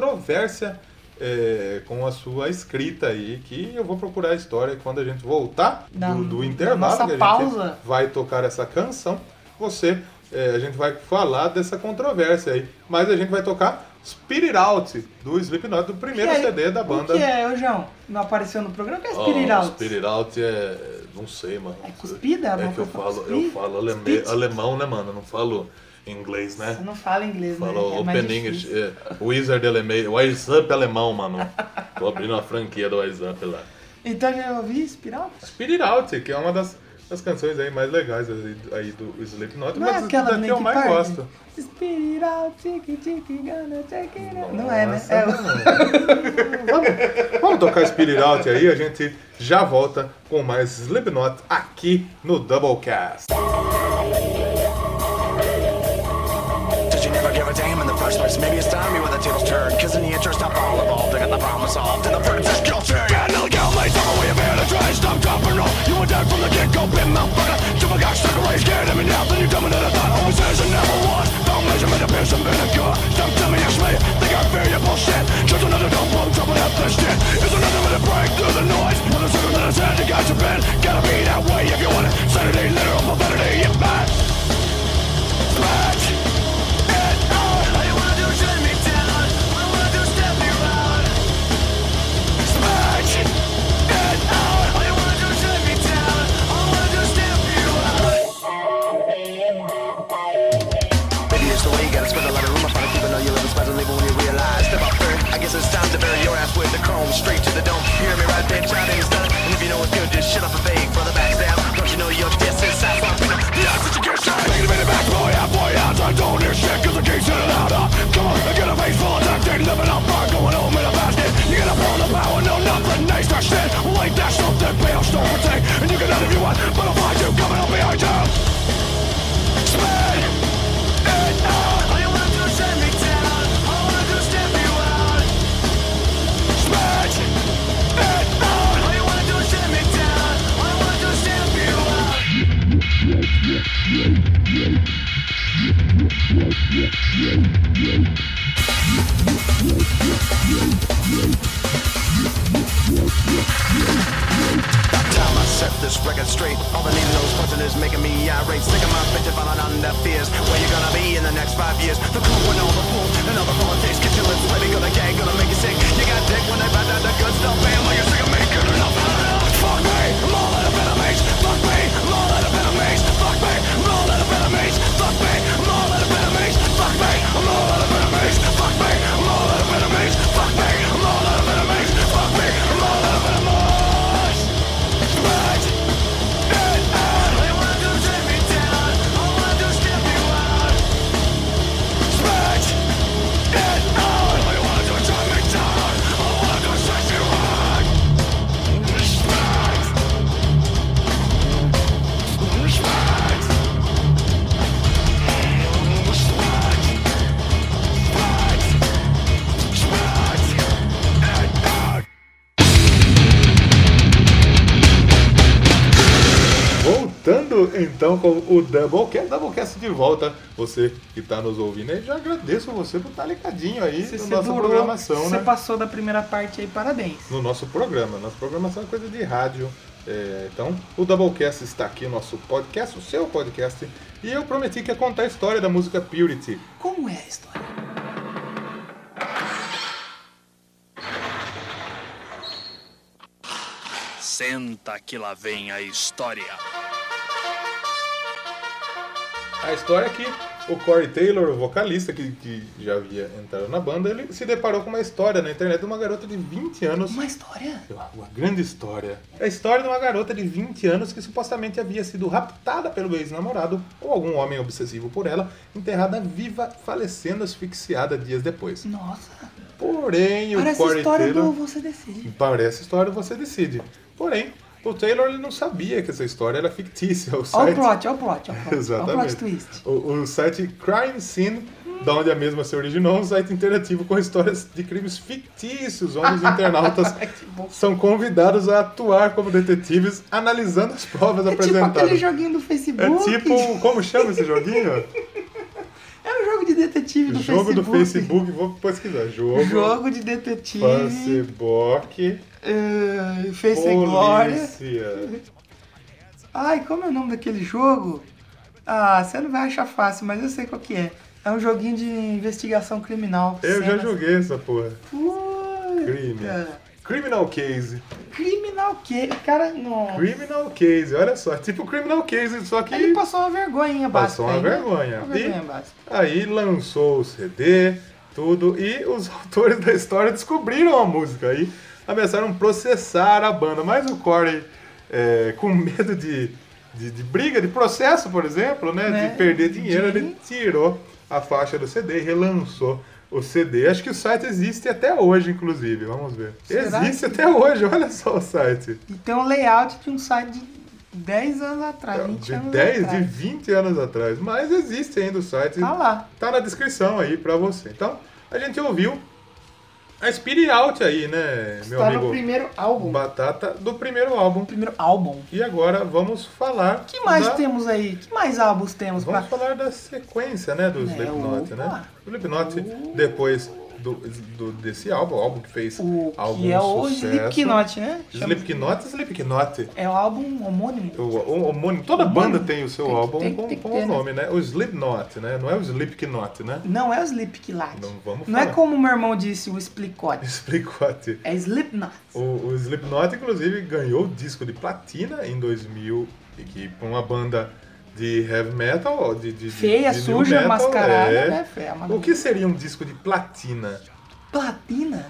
Speaker 3: controvérsia é, com a sua escrita aí, que eu vou procurar a história e quando a gente voltar
Speaker 2: Da-
Speaker 3: do, do
Speaker 2: da
Speaker 3: intervalo,
Speaker 2: nossa
Speaker 3: que a gente
Speaker 2: pausa.
Speaker 3: vai tocar essa canção, você é, a gente vai falar dessa controvérsia aí. Mas a gente vai tocar Spirit Out, do Slipknot, do primeiro
Speaker 2: Que é-
Speaker 3: CD da banda.
Speaker 2: O que é, ô João? Não apareceu no programa? O que é Spirit
Speaker 6: Ah,
Speaker 2: Out?
Speaker 6: Spirit Out é. Não sei, mano.
Speaker 2: É cuspida?
Speaker 6: É
Speaker 2: Alguma
Speaker 6: que eu
Speaker 2: coisa pra
Speaker 6: falo, eu
Speaker 2: cuspir?
Speaker 6: falo aleme-
Speaker 2: Spit?
Speaker 6: alemão, né, mano? Eu não falo inglês, né?
Speaker 2: Você não fala inglês, né?
Speaker 6: Falou
Speaker 2: É mais
Speaker 6: Open English,
Speaker 2: difícil.
Speaker 6: é, Wizard alemão, Wise Up alemão, mano. Tô abrindo uma franquia do Wise Up lá.
Speaker 2: Então já ouvi Spirit Out?
Speaker 3: Spirit Out, que é uma das, das canções aí mais legais aí, aí do Slipknot,
Speaker 2: Não
Speaker 3: mas
Speaker 2: é aquela do
Speaker 3: da que eu
Speaker 2: Linkin
Speaker 3: mais
Speaker 2: Park?
Speaker 3: gosto.
Speaker 2: Spirit out, tiki tiki, gonna take it out. Não é, né?
Speaker 3: Nossa,
Speaker 2: É,
Speaker 3: mano. vamos, vamos tocar Spirit Out aí, a gente já volta com mais Slipknot aqui no Doublecast.
Speaker 1: Did you never give a damn in the first place? Maybe it's time you were the tables turned. Cause in the interest of all involved, they got the problem solved. And the verdict's is guilty. And they'll get laid down the way of hand and try to stop cop and roll. You were dead from the get go, been motherfucker. Triple got stuck around, scared of me now. Then you dumb it in a thought, always is and never was. Don't measure me to pierce and vinegar. Stop telling me it's me. Think I fear your bullshit. Just another dumb bum jumping up this shit. It's another way to break through the noise. Another circle that is had, you got your bed. Gotta be that way if you want it. Sanity, literal profanity, you mad. Smash! Maybe it's the way you gotta spend a lot of room. I find keep know you live spies and leave when you realize. Step out first. I guess it's time to bury your ass with the chrome straight to the dome. You hear me right, bitch? Out in the stone. And if you know it's good, just shut up and fake for the backstab. Don't you know you're disincensed? Yeah, that's what you get, shit. Take it in the back, boy out, boy out. I don't hear shit 'cause the gates hit it out. Uh, Come on, I get a face full of duct tape, living out far, going home in a basket. You gotta pull the power, no nothing, nice that shit. Like that, something, pay off, don't protect. And you can none if you want, but I'll find you coming up behind you. Spin! time I set this record straight. All the needle nose punching is making me irate. Sticking my bitch and falling under fears. Where you gonna be in the next five years? The cool one, all the fools, and all the politics. Get your lips living, gonna gang, gonna make you sick. You got dick when they find out the good stuff. Bam, like you're sick of me, good enough. Fuck me, I'm all out of enemies. Fuck me, I'm all out of enemies. Fuck me, I'm all out of enemies. Fuck me, I'm all out of enemies. Fuck me, I'm all out of enemies. Fuck me, I'm all out of enemies. Fuck me, I'm all out of enemies. Fuck me, I'm all out of enemies.
Speaker 3: Voltando então com o Doublecast, Doublecast de volta. Você que tá nos ouvindo aí, já agradeço você por estar ligadinho aí
Speaker 2: se
Speaker 3: na
Speaker 2: você
Speaker 3: nossa
Speaker 2: durou,
Speaker 3: programação,
Speaker 2: você
Speaker 3: né?
Speaker 2: passou da primeira parte aí, parabéns.
Speaker 3: no nosso programa. Nossa programação é coisa de rádio. É, então, o Doublecast está aqui, nosso podcast, o seu podcast. E eu prometi que ia contar a história da música Purity.
Speaker 2: Como é a história?
Speaker 7: Senta que lá vem a história.
Speaker 3: A história é que o Corey Taylor, o vocalista que, que já havia entrado na banda, ele se deparou com uma história na internet de uma garota de 20 anos
Speaker 2: Uma história?
Speaker 3: Uma uma grande história. É a história de uma garota de 20 anos que supostamente havia sido raptada pelo ex-namorado ou algum homem obsessivo por ela, enterrada viva, falecendo asfixiada dias depois.
Speaker 2: Nossa,
Speaker 3: Porém, o
Speaker 2: parece a
Speaker 3: Corey
Speaker 2: história do
Speaker 3: Taylor...
Speaker 2: Você Decide.
Speaker 3: Parece a história, você decide. Porém, o Taylor ele não sabia que essa história era fictícia. O
Speaker 2: Olha o plot,
Speaker 3: site...
Speaker 2: olha o plot, olha o plot. Olha o
Speaker 3: é tipo- Exatamente. Tá
Speaker 2: plot twist.
Speaker 3: O, o site Crime Scene, da onde a mesma se originou, é um site interativo com histórias de crimes fictícios, onde os internautas
Speaker 2: bom.
Speaker 3: são convidados a atuar como detetives, analisando as provas
Speaker 2: É tipo
Speaker 3: apresentadas.
Speaker 2: aquele joguinho do
Speaker 3: é
Speaker 2: Facebook.
Speaker 3: tipo, como chama esse joguinho?
Speaker 2: É um jogo de detetive do
Speaker 3: jogo
Speaker 2: Facebook.
Speaker 3: do Facebook, vou pesquisar. Jogo,
Speaker 2: Jogo de detetive.
Speaker 3: Facebook,
Speaker 2: eh, Face and Glória.
Speaker 3: Polícia.
Speaker 2: Ai, como é o nome daquele jogo? Ah, você não vai achar fácil, mas eu sei qual que é. É um joguinho de investigação criminal.
Speaker 3: Eu já
Speaker 2: cenas-
Speaker 3: joguei essa porra.
Speaker 2: Puta.
Speaker 3: Crime. Criminal Case.
Speaker 2: Criminal que? O cara não.
Speaker 3: Criminal Case, olha só. Tipo Criminal Case, só que.
Speaker 2: Ele passou uma vergonha básica.
Speaker 3: Passou uma
Speaker 2: aí, né?
Speaker 3: vergonha.
Speaker 2: Uma
Speaker 3: E-
Speaker 2: vergonha básica.
Speaker 3: Aí lançou o CD, tudo, e os autores da história descobriram a música aí ameaçaram processar a banda, mas o Corey, é, com medo de, de, de briga, de processo, por exemplo, né,
Speaker 2: Né?
Speaker 3: de perder dinheiro,
Speaker 2: De-
Speaker 3: ele tirou a faixa do CD e relançou o CD. Acho que o site existe até hoje, inclusive, vamos ver.
Speaker 2: Será?
Speaker 3: Existe até hoje, olha só o site.
Speaker 2: E tem um layout de um site de 10 anos atrás, 20
Speaker 3: De
Speaker 2: anos
Speaker 3: 10, de
Speaker 2: atrás.
Speaker 3: 20 anos atrás, mas existe ainda o site.
Speaker 2: Tá lá.
Speaker 3: tá na descrição aí pra você. Então, a gente ouviu a Spirit Out aí, né, meu
Speaker 2: tá no
Speaker 3: amigo?
Speaker 2: primeiro álbum.
Speaker 3: Batata do primeiro álbum.
Speaker 2: Primeiro álbum.
Speaker 3: E agora vamos falar.
Speaker 2: que mais
Speaker 3: da...
Speaker 2: temos aí? que mais álbuns temos pra.
Speaker 3: Vamos falar da sequência, né, do
Speaker 2: Né,
Speaker 3: Slipknot, né?
Speaker 2: opa.
Speaker 3: O Slipknot, depois do, do- desse álbum, o álbum que fez
Speaker 2: O
Speaker 3: algum
Speaker 2: que é o
Speaker 3: sucesso.
Speaker 2: Slipknot, né? Chama-
Speaker 3: Slipknot, Slipknot.
Speaker 2: É o álbum homônimo.
Speaker 3: O, o, o Moni- toda banda tem o seu
Speaker 2: Tem que-
Speaker 3: álbum
Speaker 2: tem que-
Speaker 3: com,
Speaker 2: tem que
Speaker 3: com
Speaker 2: ter,
Speaker 3: o
Speaker 2: né?
Speaker 3: nome, né? O Slipknot, né? Não é o Slipknot, né?
Speaker 2: Não é o Slipknot.
Speaker 3: Não vamos
Speaker 2: Não é
Speaker 3: falar.
Speaker 2: como meu irmão disse, o Splicote.
Speaker 3: Splicote.
Speaker 2: É Slipknot.
Speaker 3: O, o Slipknot, inclusive, ganhou o disco de platina em 2000, e que pra uma banda de heavy metal, de, de- de-
Speaker 2: Feia,
Speaker 3: de new
Speaker 2: suja,
Speaker 3: metal,
Speaker 2: mascarada,
Speaker 3: é.
Speaker 2: né? Feia, mas-
Speaker 3: O que seria um disco de platina?
Speaker 2: Platina?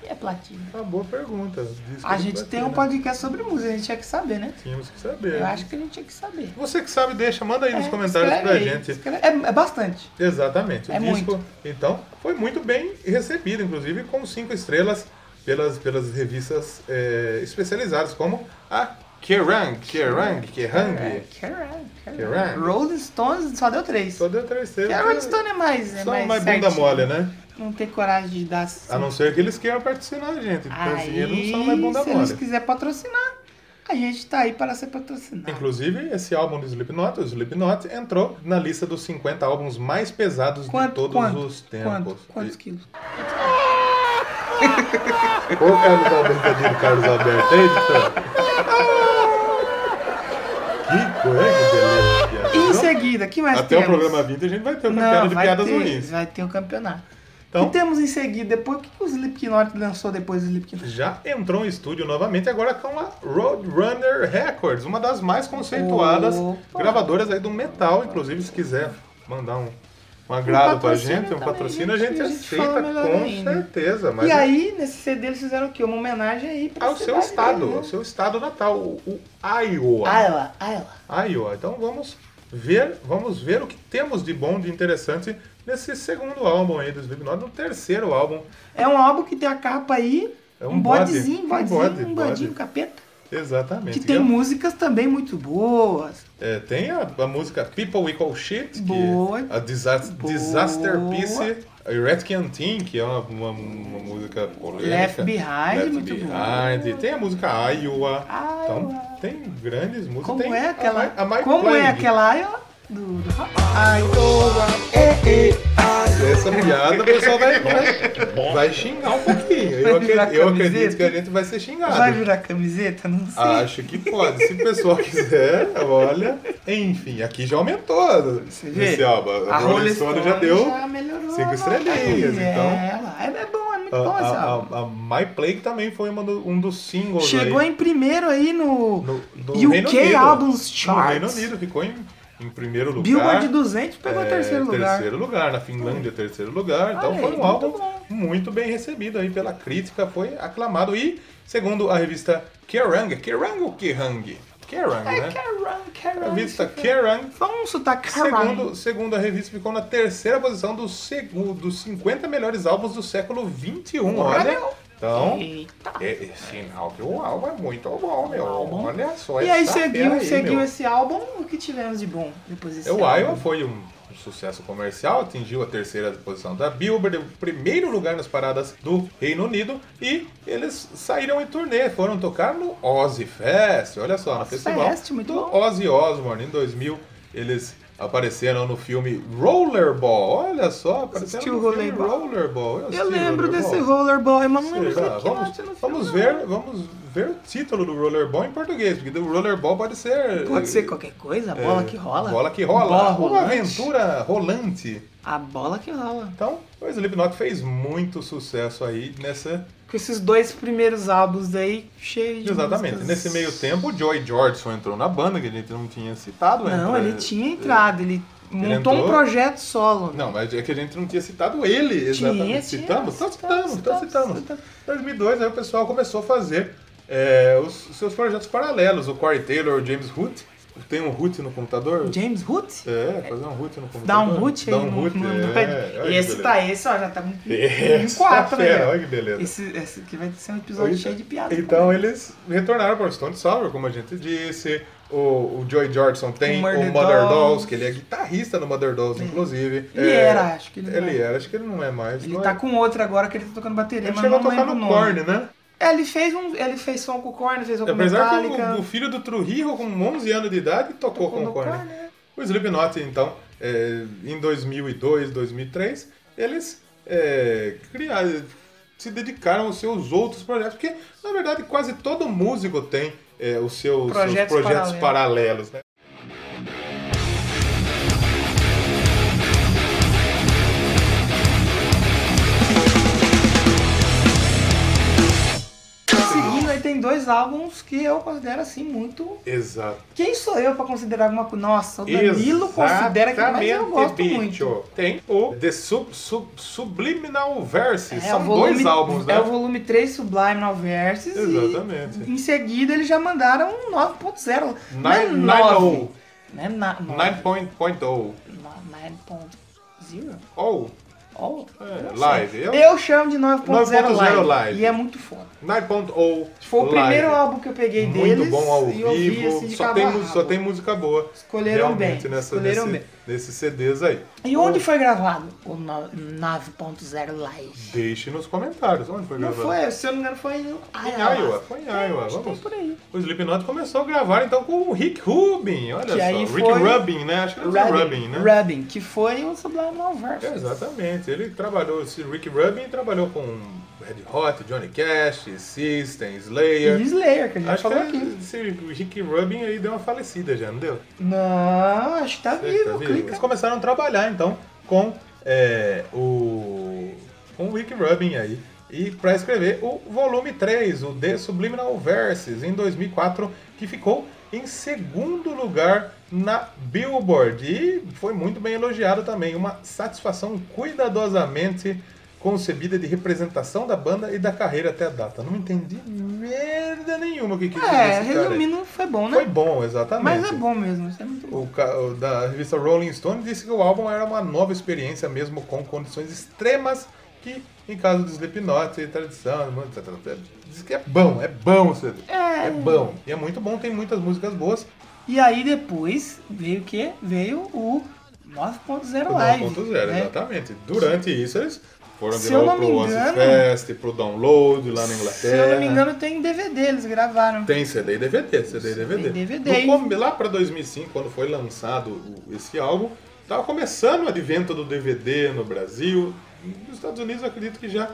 Speaker 2: O que é platina?
Speaker 3: Uma boa pergunta. disco
Speaker 2: A
Speaker 3: de
Speaker 2: gente tem
Speaker 3: platina.
Speaker 2: um podcast sobre música, a gente tinha que saber, né?
Speaker 3: Tínhamos que saber.
Speaker 2: Eu acho que a gente tinha que saber.
Speaker 3: Você que sabe, deixa, manda aí nos
Speaker 2: É,
Speaker 3: comentários
Speaker 2: escreve
Speaker 3: pra
Speaker 2: aí,
Speaker 3: gente.
Speaker 2: escreve- É, é bastante.
Speaker 3: Exatamente. O
Speaker 2: É
Speaker 3: disco,
Speaker 2: muito.
Speaker 3: então, foi muito bem recebido, inclusive com cinco estrelas pelas, pelas revistas eh, especializadas, como a Kerrang! Kerrang! Kerrang!
Speaker 2: Caralho, caralho.
Speaker 3: Kerrang!
Speaker 2: É, Rolling Stones só deu três.
Speaker 3: Só deu três
Speaker 2: Que
Speaker 3: estrelas.
Speaker 2: a
Speaker 3: porque
Speaker 2: Rolling Stone é mais. É
Speaker 3: São
Speaker 2: mais,
Speaker 3: mais bunda
Speaker 2: certinho.
Speaker 3: mole, né? Ah,
Speaker 2: Não ter coragem de dar.
Speaker 3: A não ser que eles queiram patrocinar a gente. Porque assim, eles não são mais bunda
Speaker 2: se eles
Speaker 3: mole.
Speaker 2: quiser patrocinar, a gente tá aí para ser patrocinado.
Speaker 3: Inclusive, esse álbum do Slipknot, o Slipknot, entrou na lista dos 50 álbuns mais pesados de
Speaker 2: Quanto,
Speaker 3: todos
Speaker 2: quanto,
Speaker 3: os tempos.
Speaker 2: Quanto, quantos quilos?
Speaker 3: E- Ô, Carlos Alberto, do Carlos Alberto. Eita! Que coisa, que beleza.
Speaker 2: Em
Speaker 3: Então,
Speaker 2: seguida, que mais
Speaker 3: Até o
Speaker 2: temos?
Speaker 3: programa 20 a gente vai ter um
Speaker 2: é Não,
Speaker 3: campeonato de
Speaker 2: vai
Speaker 3: piadas
Speaker 2: ter,
Speaker 3: ruins.
Speaker 2: Vai ter o campeonato.
Speaker 3: Então-
Speaker 2: E temos em seguida, depois, o que que o Slipknot lançou depois do Slipknot?
Speaker 3: já entrou em estúdio novamente, agora com a Roadrunner Records, uma das mais conceituadas
Speaker 2: Opa.
Speaker 3: gravadoras aí do metal. Inclusive, se quiser mandar um, um agrado pra
Speaker 2: patrocínio
Speaker 3: gente, um
Speaker 2: também,
Speaker 3: patrocínio, a
Speaker 2: gente,
Speaker 3: gente
Speaker 2: a gente
Speaker 3: aceita
Speaker 2: fala melhor
Speaker 3: com
Speaker 2: ainda.
Speaker 3: certeza. Mas é
Speaker 2: E aí, nesse CD, eles fizeram o quê? Uma homenagem aí pra
Speaker 3: ao seu
Speaker 2: cidade
Speaker 3: estado,
Speaker 2: dele,
Speaker 3: ao
Speaker 2: né?
Speaker 3: seu estado natal, o, o Iowa.
Speaker 2: Ayla, Ayla.
Speaker 3: Iowa. Então vamos ver, vamos ver o que temos de bom, de interessante nesse segundo álbum aí dos Slipknot, no terceiro álbum.
Speaker 2: É um álbum que tem a capa aí,
Speaker 3: É um
Speaker 2: um bodezinho, um
Speaker 3: bode, um
Speaker 2: bodezinho,
Speaker 3: bode,
Speaker 2: um
Speaker 3: bode.
Speaker 2: bandinho, capeta.
Speaker 3: Exatamente.
Speaker 2: Que
Speaker 3: E
Speaker 2: tem
Speaker 3: é-
Speaker 2: músicas também muito boas.
Speaker 3: É, tem a, a música People Equal Shit, que
Speaker 2: Boa.
Speaker 3: a Disa
Speaker 2: Boa.
Speaker 3: Disaster Piece, a Red Can Team, que é uma, uma, uma música polêmica.
Speaker 2: Left Behind, muito
Speaker 3: Behind. Tem a música Iowa.
Speaker 2: Iowa.
Speaker 3: Então, tem grandes músicas.
Speaker 2: Como
Speaker 3: Tem
Speaker 2: é aquela.
Speaker 3: A, Mi- a Mike
Speaker 2: como é
Speaker 3: Plank.
Speaker 2: aquela Ayla do, do rock?
Speaker 3: Essa piada o pessoal vai, vai, vai xingar um pouquinho. Eu,
Speaker 2: Vai virar
Speaker 3: acredito, eu acredito
Speaker 2: camiseta?
Speaker 3: que a gente vai ser xingado.
Speaker 2: Vai virar assim? camiseta? Não sei.
Speaker 3: Acho que pode, se o pessoal quiser, olha. Enfim, aqui já aumentou
Speaker 2: vê?
Speaker 3: esse álbum. A Rolling Stone já deu
Speaker 2: melhorou
Speaker 3: cinco
Speaker 2: a
Speaker 3: estrelinhas,
Speaker 2: nota.
Speaker 3: então- Ah,
Speaker 2: É, ela- é, é bom, é muito
Speaker 3: A,
Speaker 2: bom esse
Speaker 3: a,
Speaker 2: álbum.
Speaker 3: a, a My Plague também foi uma do- um dos singles.
Speaker 2: Chegou
Speaker 3: aí
Speaker 2: em primeiro aí no,
Speaker 3: no, do
Speaker 2: UK
Speaker 3: Reino Unido.
Speaker 2: Albums
Speaker 3: No Reino
Speaker 2: Charts.
Speaker 3: Unido ficou em, em primeiro lugar.
Speaker 2: Billboard 200 pegou
Speaker 3: É,
Speaker 2: terceiro lugar.
Speaker 3: Terceiro lugar, na Finlândia, terceiro lugar. Então
Speaker 2: Olha
Speaker 3: foi
Speaker 2: aí,
Speaker 3: um
Speaker 2: muito
Speaker 3: álbum
Speaker 2: bom.
Speaker 3: muito bem recebido aí pela crítica, foi aclamado. E, segundo a revista Kerrang, Kerrang ou Kerrang? Kerrang,
Speaker 2: É
Speaker 3: né?
Speaker 2: Kerrang,
Speaker 3: A
Speaker 2: Kerrang.
Speaker 3: revista Kerrang
Speaker 2: Vamos um sotaque Kerrang.
Speaker 3: Segundo, segundo a revista, ficou na terceira posição dos, segu- dos 50 melhores álbuns do século XXI. Olha,
Speaker 2: meu.
Speaker 3: então,
Speaker 2: Eita.
Speaker 3: é, é sinal que o álbum é muito bom, meu.
Speaker 2: Álbum.
Speaker 3: Olha só
Speaker 2: E aí
Speaker 3: essa
Speaker 2: seguiu,
Speaker 3: fera aí,
Speaker 2: seguiu
Speaker 3: meu.
Speaker 2: esse álbum, o que tivemos de bom depois desse
Speaker 3: O
Speaker 2: álbum?
Speaker 3: Iowa foi um sucesso comercial, atingiu a terceira posição da Billboard, o primeiro lugar nas paradas do Reino Unido e eles saíram em turnê, foram tocar no Ozzy Fest, olha só, no festival
Speaker 2: Fest, muito
Speaker 3: do
Speaker 2: bom.
Speaker 3: Ozzy Osbourne em 2000, eles apareceram no filme Rollerball, olha só, apareceram
Speaker 2: Assistiu
Speaker 3: no
Speaker 2: o
Speaker 3: filme
Speaker 2: Rollerball?
Speaker 3: Rollerball.
Speaker 2: Eu
Speaker 3: assisti
Speaker 2: lembro
Speaker 3: Rollerball.
Speaker 2: desse rollerball, mas não
Speaker 3: Ou
Speaker 2: lembro
Speaker 3: seja,
Speaker 2: do que
Speaker 3: ah, vamos,
Speaker 2: no filme,
Speaker 3: vamos
Speaker 2: não.
Speaker 3: ver, vamos ver o título do rollerball em português, porque o rollerball pode ser.
Speaker 2: Pode ser qualquer coisa, a bola
Speaker 3: É,
Speaker 2: que rola.
Speaker 3: Bola que rola.
Speaker 2: Bola
Speaker 3: Uma
Speaker 2: rolante.
Speaker 3: aventura rolante.
Speaker 2: A bola que rola.
Speaker 3: Então, o Slipknot fez muito sucesso aí nessa.
Speaker 2: Com esses dois primeiros álbuns aí, cheios de
Speaker 3: Exatamente.
Speaker 2: músicas.
Speaker 3: Nesse meio tempo, o Joy Jordison entrou na banda, que a gente não tinha citado. né?
Speaker 2: Não,
Speaker 3: entra-
Speaker 2: ele tinha entrado, ele montou
Speaker 3: É, entrou-
Speaker 2: um projeto solo.
Speaker 3: Não, mas é que a gente não tinha citado ele, exatamente.
Speaker 2: Tinha, tinha.
Speaker 3: citamos? Então
Speaker 2: Citamos,
Speaker 3: citamos, então
Speaker 2: citamos,
Speaker 3: citamos. Em 2002, aí o pessoal começou a fazer é, os seus projetos paralelos. O Corey Taylor, o James Root. Tem um root no computador?
Speaker 2: James Root?
Speaker 3: É, fazer um root no computador.
Speaker 2: Dá um root aí
Speaker 3: Dá um
Speaker 2: no-
Speaker 3: root,
Speaker 2: no-
Speaker 3: é,
Speaker 2: no-
Speaker 3: olha que
Speaker 2: Esse
Speaker 3: beleza.
Speaker 2: tá, esse ó, já tá com um
Speaker 3: Essa
Speaker 2: quatro,
Speaker 3: fera,
Speaker 2: velho.
Speaker 3: Olha que beleza.
Speaker 2: Esse, esse aqui vai ser um episódio cheio de piada.
Speaker 3: Então eles retornaram para o Stone Sour, como a gente disse. O, o Joey Jordison tem
Speaker 2: O
Speaker 3: o
Speaker 2: Mother
Speaker 3: Mother,
Speaker 2: Dolls.
Speaker 3: Dolls. que ele é guitarrista no Mother Dolls, inclusive.
Speaker 2: Ele
Speaker 3: É,
Speaker 2: era, acho que ele não
Speaker 3: Ele
Speaker 2: é.
Speaker 3: era, acho que ele não é mais.
Speaker 2: Ele
Speaker 3: não
Speaker 2: tá
Speaker 3: é.
Speaker 2: com outro agora que ele tá tocando bateria,
Speaker 3: Ele
Speaker 2: mas
Speaker 3: chegou
Speaker 2: não
Speaker 3: a tocar
Speaker 2: lembro o
Speaker 3: no
Speaker 2: um nome.
Speaker 3: Korn, né?
Speaker 2: É, ele fez, um, ele fez som com o Korn, fez som com o
Speaker 3: Apesar que
Speaker 2: Metallica.
Speaker 3: o, o filho do Trujillo, com 11 anos de idade, tocou,
Speaker 2: Tocou
Speaker 3: com
Speaker 2: no
Speaker 3: o Korn.
Speaker 2: Korn, né?
Speaker 3: O Slipknot, então, é, em 2002, 2003, eles é, criaram, se dedicaram aos seus outros projetos, porque, na verdade, quase todo músico tem é, os seus
Speaker 2: Projetos
Speaker 3: projetos, seus projetos
Speaker 2: paralelos.
Speaker 3: paralelos, né?
Speaker 2: Seguindo, aí tem dois álbuns que eu considero assim muito.
Speaker 3: Exato.
Speaker 2: Quem sou eu pra considerar alguma coisa? Nossa, o Danilo considera que mas eu gosto
Speaker 3: Exatamente,
Speaker 2: muito.
Speaker 3: bicho. Tem o The Sub- Sub- Subliminal Verse.
Speaker 2: É,
Speaker 3: São
Speaker 2: o volume-
Speaker 3: dois álbuns, né?
Speaker 2: É o volume 3 Sublime Now Verses.
Speaker 3: Exatamente.
Speaker 2: E em seguida eles já mandaram um 9.0. Não é
Speaker 3: Nine- oh.
Speaker 2: 9. Não é na- nove.
Speaker 3: 9.0.
Speaker 2: No- 9.0?
Speaker 3: Oh,
Speaker 2: Oh,
Speaker 3: é,
Speaker 2: eu não
Speaker 3: live.
Speaker 2: sei.
Speaker 3: Eu-
Speaker 2: Eu chamo de 9.0
Speaker 3: 9.0
Speaker 2: live,
Speaker 3: live.
Speaker 2: E é muito foda.
Speaker 3: 9.0
Speaker 2: Foi o
Speaker 3: Live.
Speaker 2: primeiro álbum que eu peguei
Speaker 3: Muito
Speaker 2: deles.
Speaker 3: bom ao
Speaker 2: e eu ouvi,
Speaker 3: vivo.
Speaker 2: assim, de
Speaker 3: só,
Speaker 2: cabo
Speaker 3: tem,
Speaker 2: a
Speaker 3: mu-
Speaker 2: rabo.
Speaker 3: só tem música boa.
Speaker 2: Escolheram
Speaker 3: realmente
Speaker 2: bem,
Speaker 3: Nessa,
Speaker 2: escolheram
Speaker 3: nesse,
Speaker 2: bem.
Speaker 3: Nesses CDs aí.
Speaker 2: E onde foi gravado o no- 9.0 live?
Speaker 3: Deixe nos comentários onde foi
Speaker 2: Não
Speaker 3: gravado.
Speaker 2: foi, se eu não me engano, foi em
Speaker 3: Em
Speaker 2: Iowa.
Speaker 3: Iowa, tá foi em Iowa,
Speaker 2: acho que
Speaker 3: vamos.
Speaker 2: Tem por aí.
Speaker 3: O Slipknot começou a gravar então com o Rick Rubin, olha
Speaker 2: Que
Speaker 3: só.
Speaker 2: aí
Speaker 3: Rick
Speaker 2: foi-
Speaker 3: Rubin, né? Acho que era o Rubin, né?
Speaker 2: Rubbing, que foi o Sublime Malverse.
Speaker 3: É, Exatamente, ele trabalhou, esse Rick Rubin trabalhou com Red Hot, Johnny Cash, System, Slayer.
Speaker 2: E Slayer, que a gente
Speaker 3: Acho que é
Speaker 2: falou aqui.
Speaker 3: esse Rick Rubin aí deu uma falecida já, não deu?
Speaker 2: Não, acho que tá
Speaker 3: Você tá
Speaker 2: vivo,
Speaker 3: vivo? Eles
Speaker 2: clica.
Speaker 3: começaram a trabalhar então com é, o com o Rick Rubin aí e para escrever o volume 3, o The Subliminal Verses em 2004, que ficou em segundo lugar na Billboard e foi muito bem elogiado também, uma satisfação cuidadosamente concebida de representação da banda e da carreira até a data. Não entendi merda nenhuma o que que
Speaker 2: É,
Speaker 3: quis esse cara aí.
Speaker 2: resumindo, foi bom, né?
Speaker 3: Foi bom, exatamente.
Speaker 2: Mas é bom mesmo, isso é muito bom.
Speaker 3: O, ca- o da revista Rolling Stone disse que o álbum era uma nova experiência mesmo com condições extremas que, em caso do Slipknot e tradição, etc, etc, diz que é bom, é bom, Cid.
Speaker 2: É.
Speaker 3: é bom. E é muito bom, tem muitas músicas boas.
Speaker 2: E aí depois veio o quê? Veio o 9.0 Live.
Speaker 3: 9.0,
Speaker 2: né?
Speaker 3: exatamente. Durante isso eles foram
Speaker 2: Se
Speaker 3: de
Speaker 2: eu
Speaker 3: novo
Speaker 2: não me
Speaker 3: pro Ozzy
Speaker 2: engano-
Speaker 3: Fest, pro Download lá na Inglaterra.
Speaker 2: Se eu não me engano, tem DVD, eles gravaram.
Speaker 3: Tem CD e DVD, CD e DVD.
Speaker 2: Tem DVD.
Speaker 3: No come- lá para 2005, quando foi lançado o- esse álbum, estava começando o advento do DVD no Brasil. Nos Estados Unidos, eu acredito que já,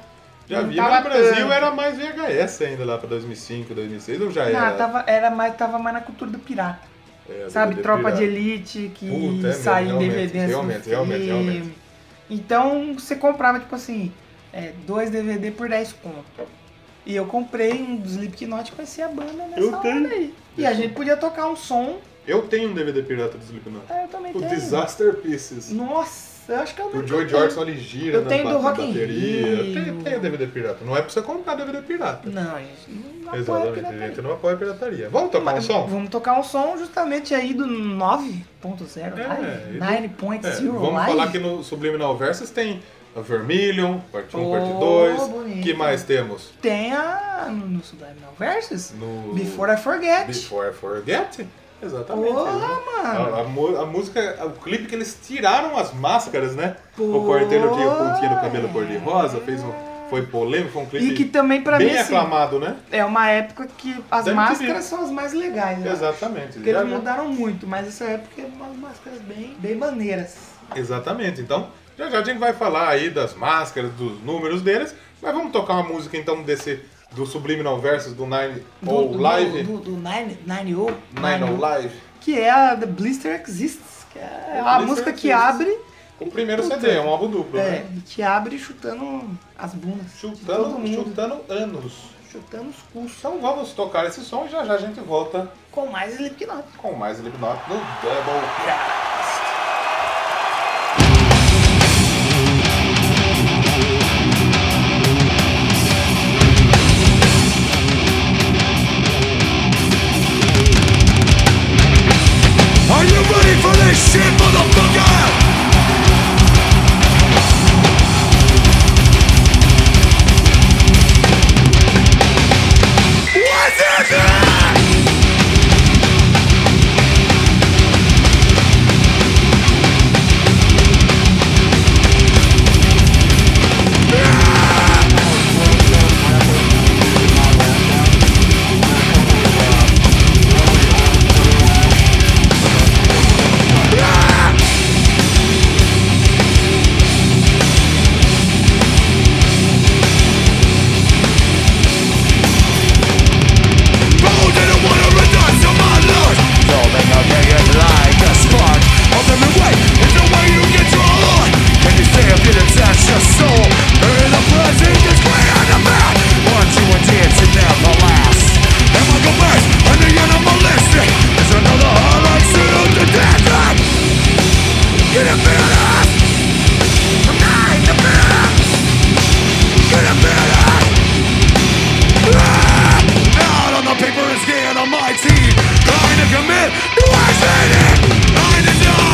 Speaker 3: já
Speaker 2: Não
Speaker 3: havia.
Speaker 2: tava
Speaker 3: Mas no Brasil
Speaker 2: tanto.
Speaker 3: era mais VHS ainda lá para 2005, 2006, ou já
Speaker 2: Ah,
Speaker 3: era?
Speaker 2: tava, era mais, tava mais na cultura do pirata.
Speaker 3: é,
Speaker 2: Sabe,
Speaker 3: DVD
Speaker 2: Tropa
Speaker 3: pirata.
Speaker 2: de Elite, que
Speaker 3: Puta, é mesmo,
Speaker 2: saiu em
Speaker 3: realmente,
Speaker 2: DVD. antes do
Speaker 3: realmente, realmente,
Speaker 2: filme.
Speaker 3: realmente.
Speaker 2: Então, você comprava, tipo assim, é, dois DVD por 10 conto. E eu comprei um do Slipknot e conheci a banda nessa
Speaker 3: Eu
Speaker 2: hora
Speaker 3: tenho.
Speaker 2: aí. E a gente podia tocar um som,
Speaker 3: Eu tenho um DVD pirata do Slipknot.
Speaker 2: ah, eu também
Speaker 3: O
Speaker 2: tenho.
Speaker 3: Disaster Pieces.
Speaker 2: Nossa, eu acho que é o
Speaker 3: O Joe Jordan ele gira
Speaker 2: Eu
Speaker 3: na
Speaker 2: tenho
Speaker 3: ba-
Speaker 2: do
Speaker 3: na
Speaker 2: Rock in
Speaker 3: bateria.
Speaker 2: Rio.
Speaker 3: Tem, tem o DVD pirata. Não é pra você comprar DVD pirata.
Speaker 2: Não, gente, não apoia
Speaker 3: Exatamente,
Speaker 2: pirataria.
Speaker 3: a gente não apoia a pirataria. Vamos tocar um
Speaker 2: Mas
Speaker 3: som?
Speaker 2: Vamos tocar um som justamente aí do 9.0 live.
Speaker 3: É, e do-
Speaker 2: 9.0
Speaker 3: É, vamos
Speaker 2: live.
Speaker 3: falar que no Subliminal Versus tem a Vermilion, parte 1,
Speaker 2: Oh,
Speaker 3: parte 2.
Speaker 2: bonito.
Speaker 3: que mais temos?
Speaker 2: Tem a. No, no Subliminal Versus?
Speaker 3: No
Speaker 2: Before I Forget.
Speaker 3: Before I Forget? Exatamente. né?
Speaker 2: Porra, mano.
Speaker 3: A, a mu- a música, o clipe que eles tiraram as máscaras, né?
Speaker 2: Pô,
Speaker 3: o Quarteiro tinha o pontinho do cabelo
Speaker 2: é.
Speaker 3: cor-de-rosa, fez um, foi polêmico, foi um clipe
Speaker 2: E que também, pra
Speaker 3: bem
Speaker 2: mim, assim,
Speaker 3: aclamado, né?
Speaker 2: é uma época que as
Speaker 3: Da MTV.
Speaker 2: máscaras são as mais legais, né?
Speaker 3: Exatamente.
Speaker 2: Porque eles
Speaker 3: Já-
Speaker 2: mudaram muito, mas essa época é umas máscaras bem, bem maneiras.
Speaker 3: Exatamente. Então, já já a gente vai falar aí das máscaras, dos números deles, mas vamos tocar uma música então desse do Subliminal Versus do Nine
Speaker 2: Do-
Speaker 3: ou
Speaker 2: do-
Speaker 3: Live.
Speaker 2: Do, do Nine, Nine O.
Speaker 3: Nine ou Live.
Speaker 2: Que é a The Blister Exists, que é a
Speaker 3: Blister
Speaker 2: música que
Speaker 3: Exists.
Speaker 2: abre.
Speaker 3: O primeiro CD, é um álbum duplo,
Speaker 2: É,
Speaker 3: né?
Speaker 2: que abre chutando as bundas. de todo
Speaker 3: Chutando,
Speaker 2: mundo,
Speaker 3: chutando anos.
Speaker 2: chutando os cu
Speaker 3: Então vamos tocar esse som e já já a gente volta
Speaker 2: com mais Slipknot.
Speaker 3: com mais Slipknot no Double.
Speaker 5: Are you ready for this shit, motherfucker? What is it?
Speaker 1: Ah.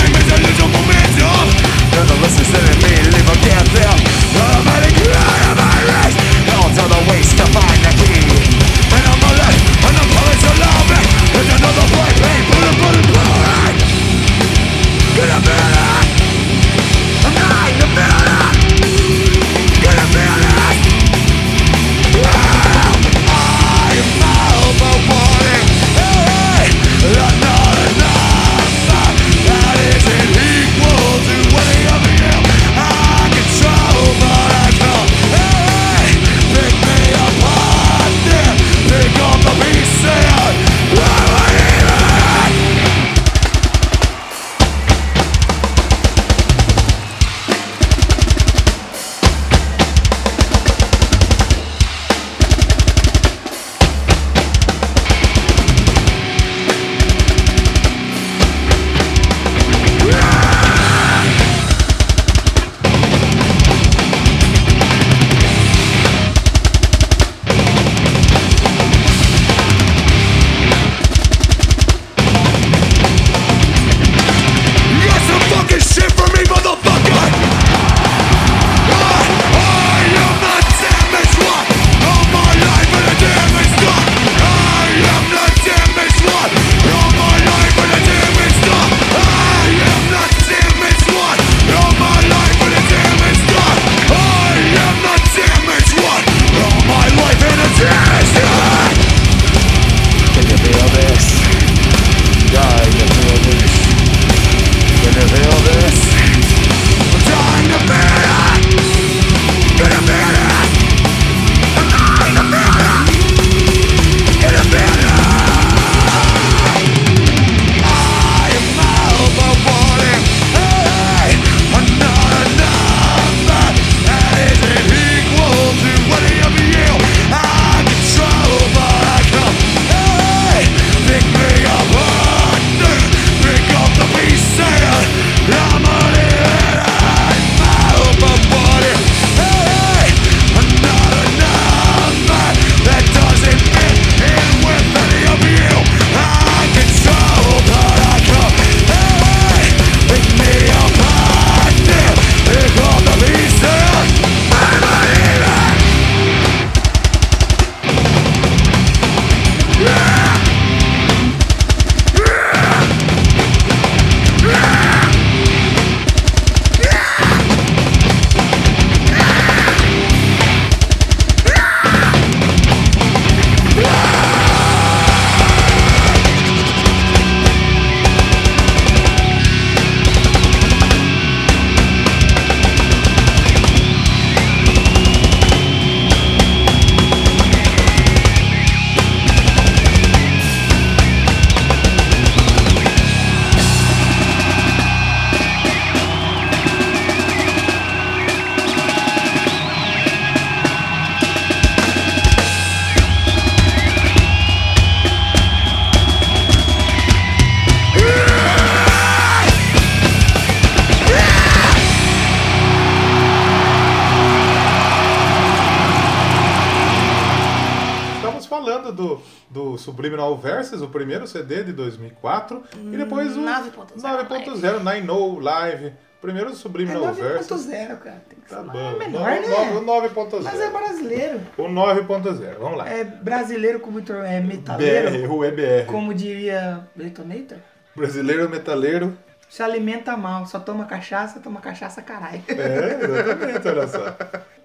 Speaker 3: o Subliminal Versus, o primeiro CD de 2004, e depois o
Speaker 2: 9.0
Speaker 3: 9.0 Nine No Live. Primeiro o
Speaker 2: É
Speaker 3: Subliminal Versus.
Speaker 2: 9.0, cara. Tem que
Speaker 3: Tá
Speaker 2: ser
Speaker 3: bom.
Speaker 2: é menor,
Speaker 3: Nove- nove-
Speaker 2: né?
Speaker 3: O 9.0.
Speaker 2: Mas é brasileiro.
Speaker 3: O 9.0, vamos lá.
Speaker 2: É brasileiro como tro- é
Speaker 3: BR,
Speaker 2: metaleiro.
Speaker 3: o EBR.
Speaker 2: Como diria Detonator.
Speaker 3: Brasileiro metaleiro.
Speaker 2: Se alimenta mal, só toma cachaça, toma cachaça caralho.
Speaker 3: É, exatamente, olha só.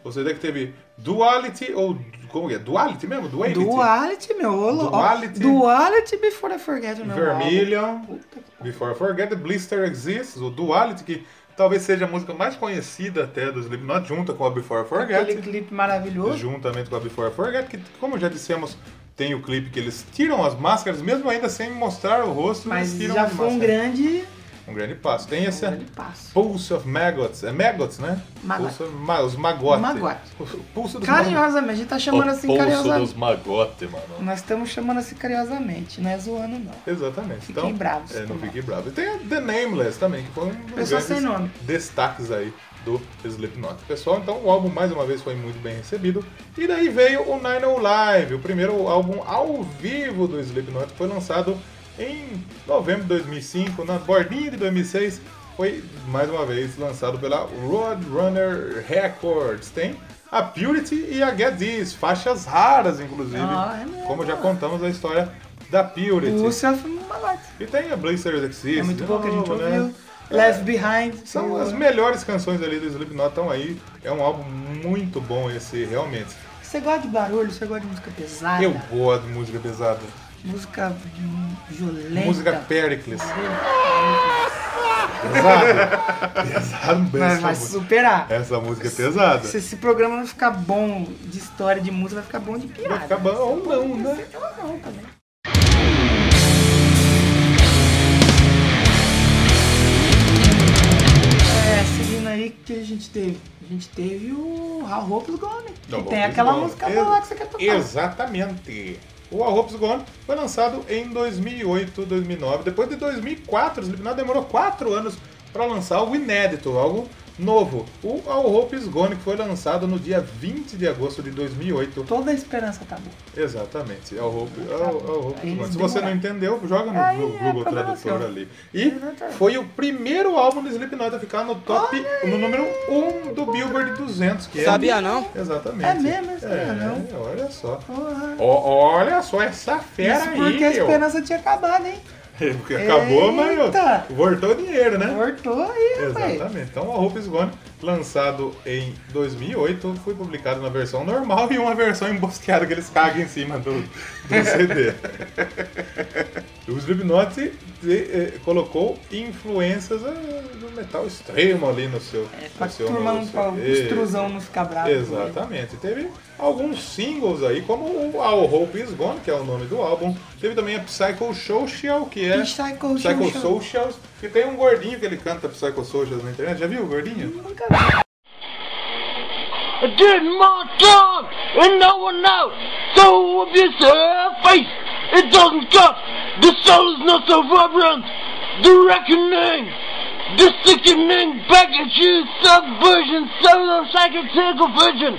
Speaker 3: O CD que teve Duality ou. Como que é? Duality mesmo? Duality.
Speaker 2: Duality, meu. Olo,
Speaker 3: Duality.
Speaker 2: Ó, Duality Before I Forget, meu.
Speaker 3: Vermilion.
Speaker 2: álbum. Puta que pariu.
Speaker 3: Before I Forget, Blister Exists, o Duality, que talvez seja a música mais conhecida até do Slipknot, junta com a Before I
Speaker 2: Aquele
Speaker 3: Forget.
Speaker 2: clipe maravilhoso.
Speaker 3: Juntamente com a Before I Forget, que, como já dissemos, tem o clipe que eles tiram as máscaras, mesmo ainda sem mostrar o rosto,
Speaker 2: Mas
Speaker 3: eles tiram
Speaker 2: já
Speaker 3: as
Speaker 2: foi um
Speaker 3: máscaras.
Speaker 2: grande,
Speaker 3: Um grande passo. Tem
Speaker 2: um
Speaker 3: esse
Speaker 2: grande passo.
Speaker 3: Pulse of Maggots. É Maggots, né?
Speaker 2: Maggot.
Speaker 3: Pulse of ma- os Magotes.
Speaker 2: Magote.
Speaker 3: O pulso dos Magotes.
Speaker 2: Carinhosamente, a gente tá
Speaker 4: O
Speaker 2: chamando assim
Speaker 4: pulso dos
Speaker 2: carinhosamente.
Speaker 4: magote, mano.
Speaker 2: Nós estamos chamando assim carinhosamente, não é zoando não.
Speaker 3: Exatamente.
Speaker 2: Fiquem
Speaker 3: então,
Speaker 2: bravos,
Speaker 3: É, não
Speaker 2: turma.
Speaker 3: fiquem bravos. E tem a The Nameless também, que foi um dos
Speaker 2: Pessoa sem
Speaker 3: grandes
Speaker 2: nome.
Speaker 3: destaques aí do Slipknot. Pessoal, então o álbum mais uma vez foi muito bem recebido. E daí veio o Nine O Live, o primeiro álbum ao vivo do Slipknot, que foi lançado em novembro de 2005, na bordinha de 2006. Foi mais uma vez lançado pela Roadrunner Records. Tem a Purity e a Get This, faixas raras, inclusive.
Speaker 2: Ah, é mesmo.
Speaker 3: como já contamos a história da Purity.
Speaker 2: O Self Magote.
Speaker 3: E tem a Blazers Exist.
Speaker 2: É muito
Speaker 3: de
Speaker 2: bom que a gente
Speaker 3: novo,
Speaker 2: ouviu. É. né?
Speaker 3: né?
Speaker 2: Left Behind.
Speaker 3: São
Speaker 2: o-
Speaker 3: as melhores canções ali do Slipknot estão aí. É um álbum muito bom esse, realmente.
Speaker 2: Você gosta de barulho, você gosta de música pesada.
Speaker 3: Eu gosto de música pesada.
Speaker 2: Música vi- violenta.
Speaker 3: Música Pericles. Pesado. Pesado mesmo.
Speaker 2: Ah, Mas
Speaker 3: essa
Speaker 2: vai
Speaker 3: música.
Speaker 2: superar.
Speaker 3: Essa música é pesada.
Speaker 2: Se esse programa não ficar bom de história, de música, vai ficar bom de piada.
Speaker 3: Vai ficar bom ou não, né?
Speaker 2: Ou não também. É, seguindo aí, o que a gente teve? A gente teve o Raul Roupas Gomes.
Speaker 3: Não,
Speaker 2: Que tem
Speaker 3: Roupas
Speaker 2: aquela
Speaker 3: Gone.
Speaker 2: música
Speaker 3: Ex-
Speaker 2: boa lá que você quer tocar.
Speaker 3: Exatamente. O All Hope's Gone foi lançado em 2008, 2009. Depois de 2004, o Slipknot demorou 4 anos para lançar o inédito, algo novo. O All Hope's Gone, que foi lançado no dia 20 de agosto de 2008.
Speaker 2: Toda a esperança tá boa.
Speaker 3: Exatamente. É All Hope, All- All Hope's
Speaker 2: Eles
Speaker 3: Gone. Se você não
Speaker 2: demoraram.
Speaker 3: entendeu, joga no
Speaker 2: é. Aí
Speaker 3: Google,
Speaker 2: é
Speaker 3: Google
Speaker 2: problema
Speaker 3: Tradutor
Speaker 2: seu.
Speaker 3: ali. E foi o primeiro álbum do Slipknot a ficar no top, no número 1 do Billboard 200, que é...
Speaker 8: não?
Speaker 3: Exatamente.
Speaker 2: É mesmo, isso
Speaker 3: é,
Speaker 2: aí, não?
Speaker 3: olha só.
Speaker 2: Porra.
Speaker 3: Ó, olha só essa fera
Speaker 2: Isso
Speaker 3: aí,
Speaker 2: porque a
Speaker 3: meu.
Speaker 2: esperança tinha acabado, hein?
Speaker 3: Porque acabou,
Speaker 2: Eita.
Speaker 3: mas ó, voltou o dinheiro, né?
Speaker 2: Cortou aí, rapaz.
Speaker 3: Exatamente. Então, a Hope is Gone, lançado em 2008, foi publicado na versão normal e uma versão embosqueada que eles cagam em cima do, do CD. o Slipknot eh, eh, colocou influências eh, do metal extremo ali no seu,
Speaker 2: Pra
Speaker 3: no seu
Speaker 2: turma
Speaker 3: novo
Speaker 2: não, pra
Speaker 3: CD.
Speaker 2: extrusão não ficar brava.
Speaker 3: Exatamente. Teve alguns singles aí, como o All Hope Is Gone, que é o nome do álbum. Teve também a Psycho Social, que é
Speaker 2: Psycho
Speaker 3: Psycho
Speaker 2: Social.
Speaker 3: Socials, que tem um gordinho que ele canta Psycho Socials na internet. Já viu o gordinho?
Speaker 2: Nunca vi.
Speaker 9: did my job and no one knows. So if you face, it doesn't cut. The soul is not so vibrant. The reckoning, the sickening back at you, subversion, solo psychotechnical vision.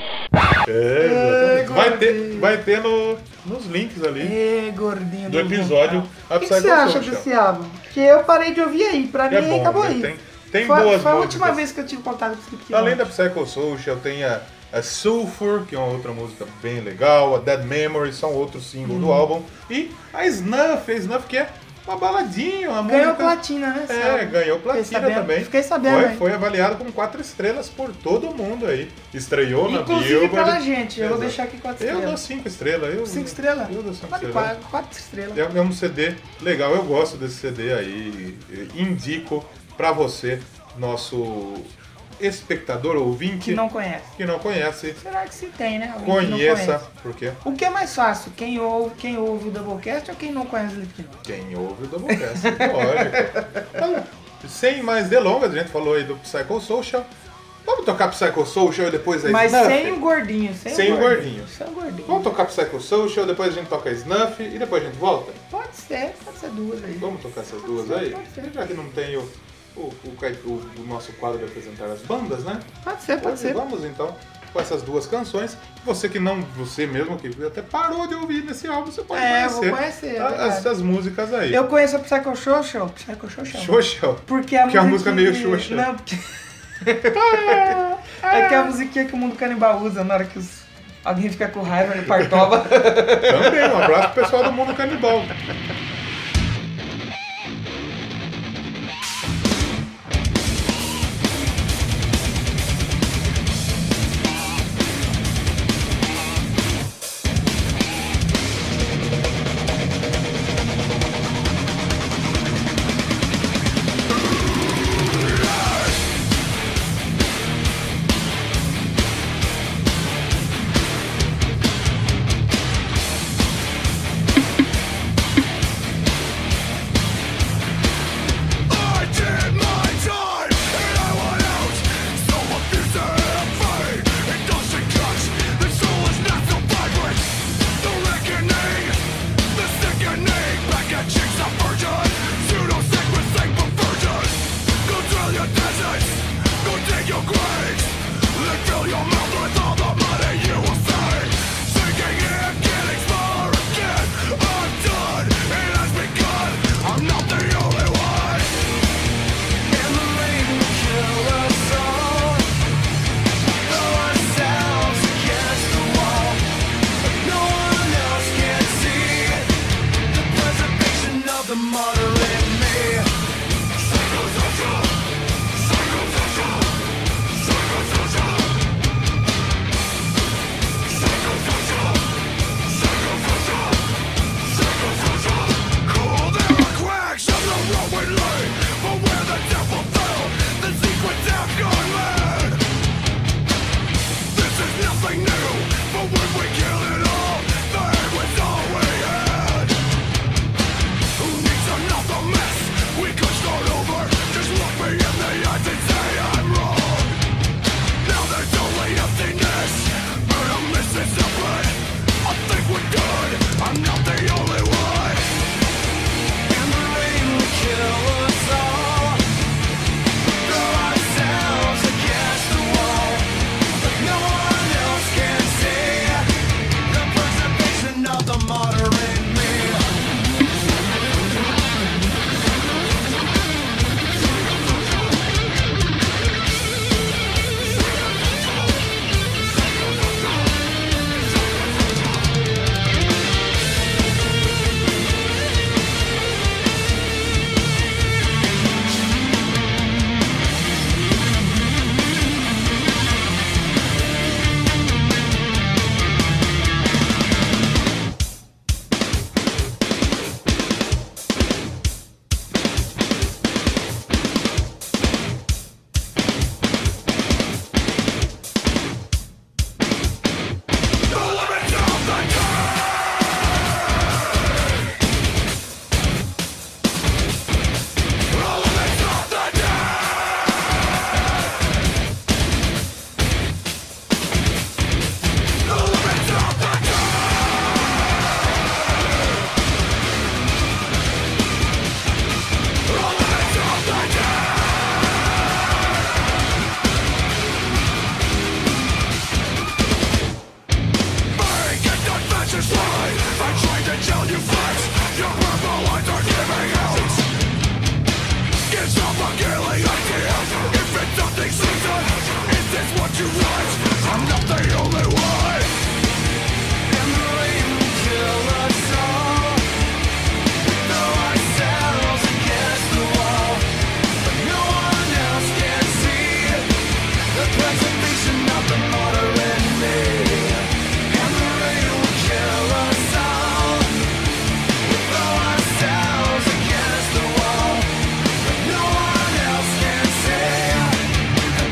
Speaker 3: É,
Speaker 2: exatamente. É,
Speaker 3: Vai ter, vai ter no, nos links ali
Speaker 2: Ê, gordinho
Speaker 3: do episódio a
Speaker 2: O que, que
Speaker 3: Psycho
Speaker 2: você acha
Speaker 3: Social.
Speaker 2: desse álbum? Porque eu parei de ouvir aí, pra mim
Speaker 3: É bom,
Speaker 2: acabou
Speaker 3: né?
Speaker 2: aí.
Speaker 3: Tem- tem
Speaker 2: foi,
Speaker 3: boas
Speaker 2: Foi a
Speaker 3: músicas.
Speaker 2: última vez que eu tive contato com o Slipknot.
Speaker 3: Além da Psycho Social, tem a, a Sulfur, que é uma outra música bem legal, a Dead Memories, são outros singles
Speaker 2: Uhum.
Speaker 3: do álbum, e a Snuff, a Snuff que é uma baladinha, uma
Speaker 2: Ganhou
Speaker 3: música...
Speaker 2: platina, né? esse
Speaker 3: É,
Speaker 2: álbum?
Speaker 3: ganhou
Speaker 2: Fiquei
Speaker 3: platina
Speaker 2: sabendo-
Speaker 3: também.
Speaker 2: Fiquei sabendo,
Speaker 3: Foi,
Speaker 2: hein?
Speaker 3: foi avaliado com quatro estrelas por todo mundo aí. Estreou na
Speaker 2: Inclusive
Speaker 3: Billboard.
Speaker 2: pela gente, eu vou
Speaker 3: Exato.
Speaker 2: deixar aqui quatro
Speaker 3: Eu dou
Speaker 2: estrelas.
Speaker 3: cinco estrelas. Eu,
Speaker 2: Cinco estrelas?
Speaker 3: Eu dou cinco
Speaker 2: Vale
Speaker 3: estrelas.
Speaker 2: quatro, quatro estrelas.
Speaker 3: É, é um CD legal, eu gosto desse CD aí. e Indico pra você, nosso espectador ouvinte
Speaker 2: Que não conhece.
Speaker 3: que não conhece,
Speaker 2: Será que se tem, né? Alguém que não
Speaker 3: conheça,
Speaker 2: conhece?
Speaker 3: porque
Speaker 2: O que é mais fácil? Quem ouve, quem ouve o Doublecast ou quem não conhece o Slipknot?
Speaker 3: Quem ouve o Doublecast, é lógico. Então, sem mais delongas, a gente falou aí do Psychosocial. Vamos tocar Psychosocial e depois a
Speaker 2: Mas
Speaker 3: Snuff?
Speaker 2: sem o gordinho, sem,
Speaker 3: Sem
Speaker 2: o
Speaker 3: o
Speaker 2: gordinho.
Speaker 3: gordinho.
Speaker 2: Sem o gordinho.
Speaker 3: Vamos tocar Psychosocial, depois a gente toca Snuff e depois a gente volta?
Speaker 2: Pode ser, pode ser duas aí.
Speaker 3: Vamos tocar essas duas aí? Já que não tem o, o, o, Kai- o- o nosso quadro de apresentar as bandas, né?
Speaker 2: Pode ser, pode
Speaker 3: Hoje
Speaker 2: ser.
Speaker 3: Vamos então com essas duas canções. Você que não, você mesmo que até parou de ouvir nesse álbum, você pode
Speaker 2: É, eu vou
Speaker 3: conhecer,
Speaker 2: conhecer, é
Speaker 3: a-
Speaker 2: verdade.
Speaker 3: essas músicas aí.
Speaker 2: Eu conheço a Psycho Social. Psycho Social.
Speaker 3: Xoxa.
Speaker 2: Porque a
Speaker 3: Porque a música
Speaker 2: musiquinha
Speaker 3: é
Speaker 2: que-
Speaker 3: meio Xuxa.
Speaker 2: Não, porque... é que é a musiquinha que o mundo canibal usa na hora que os- alguém fica com raiva ele partoba.
Speaker 3: Também, um abraço pro pessoal do mundo canibal.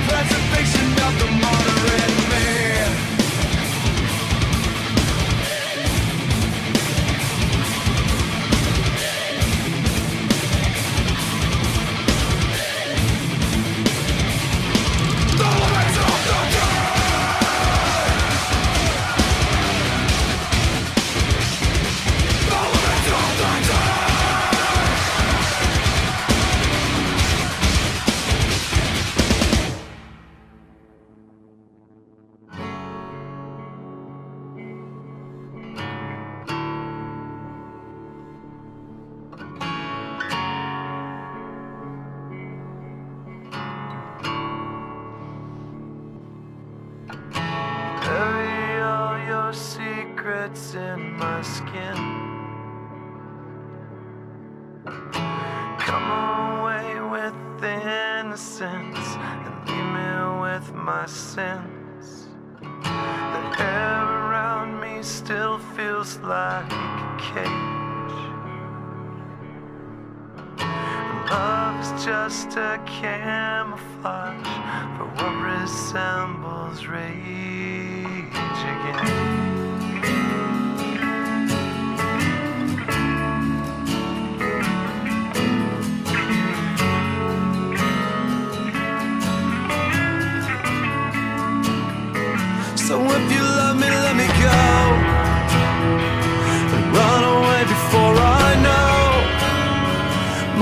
Speaker 1: Preservation of the moderate secrets in my skin. Come away with innocence and leave me with my sins. The air around me still feels like a cage. Love is just a camouflage for what resembles rage again. So if you love me, let me go. And run away before I know.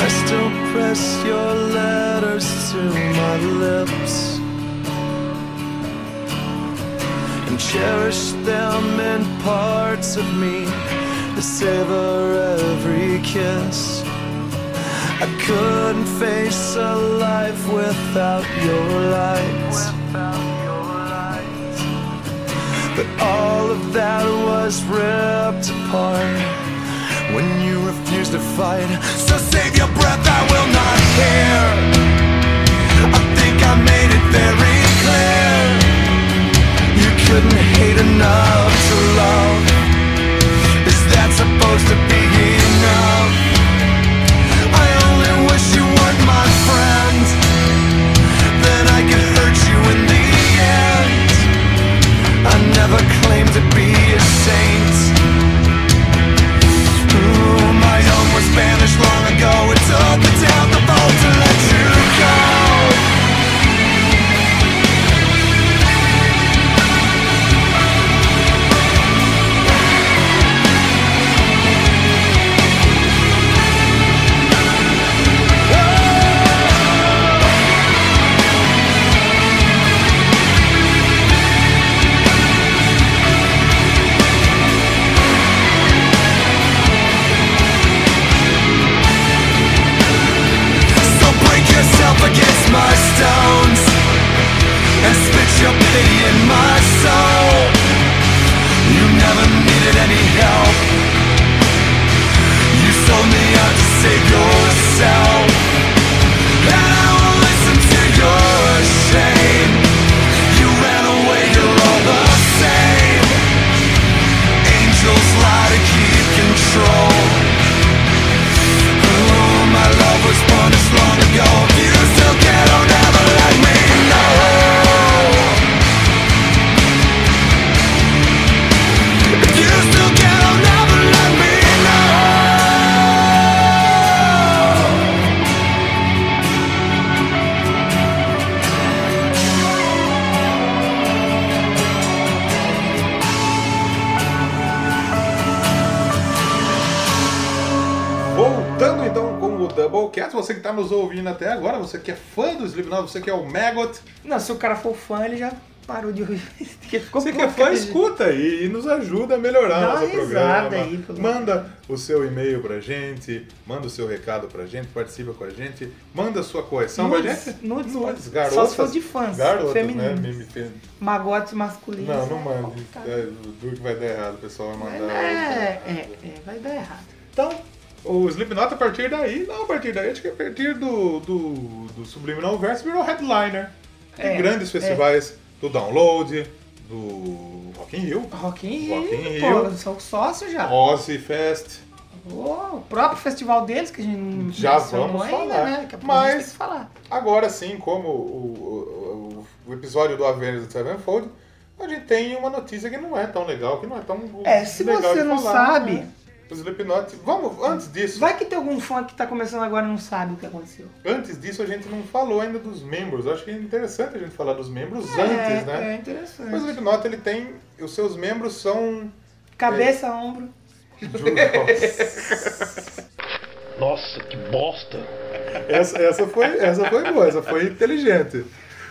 Speaker 1: I still press your letters to my lips. and cherish them in parts of me to savor every kiss. I couldn't face a life without your light. But all of that was ripped apart when you refused to fight. So save your breath, I will not hear. I think I made it very clear. You couldn't hate enough to love. Is that supposed to be enough? I only wish you weren't my friend. Then I could hurt you in the end. I never claimed to be a saint. Ooh, my home was banished long ago. It took the town the vote to let you go. So break yourself against my stones And spit your pity in my soul You never needed any help You sold me out to save yourself And I will listen to your shame You ran away, you're all the same Angels lie to keep control my love was punished long ago. If you still care, don't ever let me know. If you still care, don't ever let me know.
Speaker 3: Voltando então com o Doublecast, você que tá nos ouvindo até agora, você que é fã do Slipknot, você que é o Maggot,
Speaker 2: Não, se o cara for fã, ele já parou de ouvir. Porque ficou
Speaker 3: você que
Speaker 2: puto
Speaker 3: é fã,
Speaker 2: aquele dia.
Speaker 3: escuta aí e nos ajuda a melhorar
Speaker 2: Dá
Speaker 3: o nosso
Speaker 2: uma risada
Speaker 3: programa.
Speaker 2: aí, pelo-
Speaker 3: manda o seu e-mail pra gente, manda o seu recado pra gente, participa com a gente, manda sua correção pra
Speaker 2: Nudes,
Speaker 3: gente.
Speaker 2: nudes,
Speaker 3: Nudes,
Speaker 2: só se
Speaker 3: garotas,
Speaker 2: for de fãs,
Speaker 3: Garotas,
Speaker 2: femininos.
Speaker 3: né? Me- me fe-
Speaker 2: Magotes masculinos.
Speaker 3: Não, não
Speaker 2: é
Speaker 3: manda.
Speaker 2: complicado.
Speaker 3: É, duro que vai dar errado, o pessoal vai mandar.
Speaker 2: É, é, é, vai dar errado.
Speaker 3: Então, o Slipknot a partir daí, não a partir daí, acho que a partir do, do, do Subliminal Verse virou headliner. Tem
Speaker 2: É,
Speaker 3: grandes
Speaker 2: é.
Speaker 3: festivais do Download, do Rock in Rio,
Speaker 2: Rock in Rio,
Speaker 3: Rock in
Speaker 2: pô,
Speaker 3: Rio.
Speaker 2: são sócios já.
Speaker 3: Ozzy Fest,
Speaker 2: Ô, o próprio festival deles, que a gente não
Speaker 3: Já
Speaker 2: mencionou
Speaker 3: vamos
Speaker 2: ainda,
Speaker 3: falar.
Speaker 2: né? Daqui a pouco
Speaker 3: Mas-
Speaker 2: a gente tem que falar.
Speaker 3: Agora sim, como o, o- o- o episódio do Avengers Sevenfold, a gente tem uma notícia que não é tão legal, que não é tão
Speaker 2: É, se
Speaker 3: legal
Speaker 2: você
Speaker 3: de
Speaker 2: não
Speaker 3: falar,
Speaker 2: sabe,
Speaker 3: né? O Slipknot. Vamos, antes disso.
Speaker 2: Vai que tem algum fã que tá começando agora e não sabe o que aconteceu.
Speaker 3: Antes disso, a gente não falou ainda dos membros. Eu acho que é interessante a gente falar dos membros
Speaker 2: é,
Speaker 3: antes,
Speaker 2: é
Speaker 3: né?
Speaker 2: interessante.
Speaker 3: O Slipknot, ele tem. Os seus membros são.
Speaker 2: Cabeça,
Speaker 3: é.
Speaker 2: ombro. É,
Speaker 10: Nossa, que bosta!
Speaker 3: essa, essa, foi, essa foi boa, essa foi inteligente.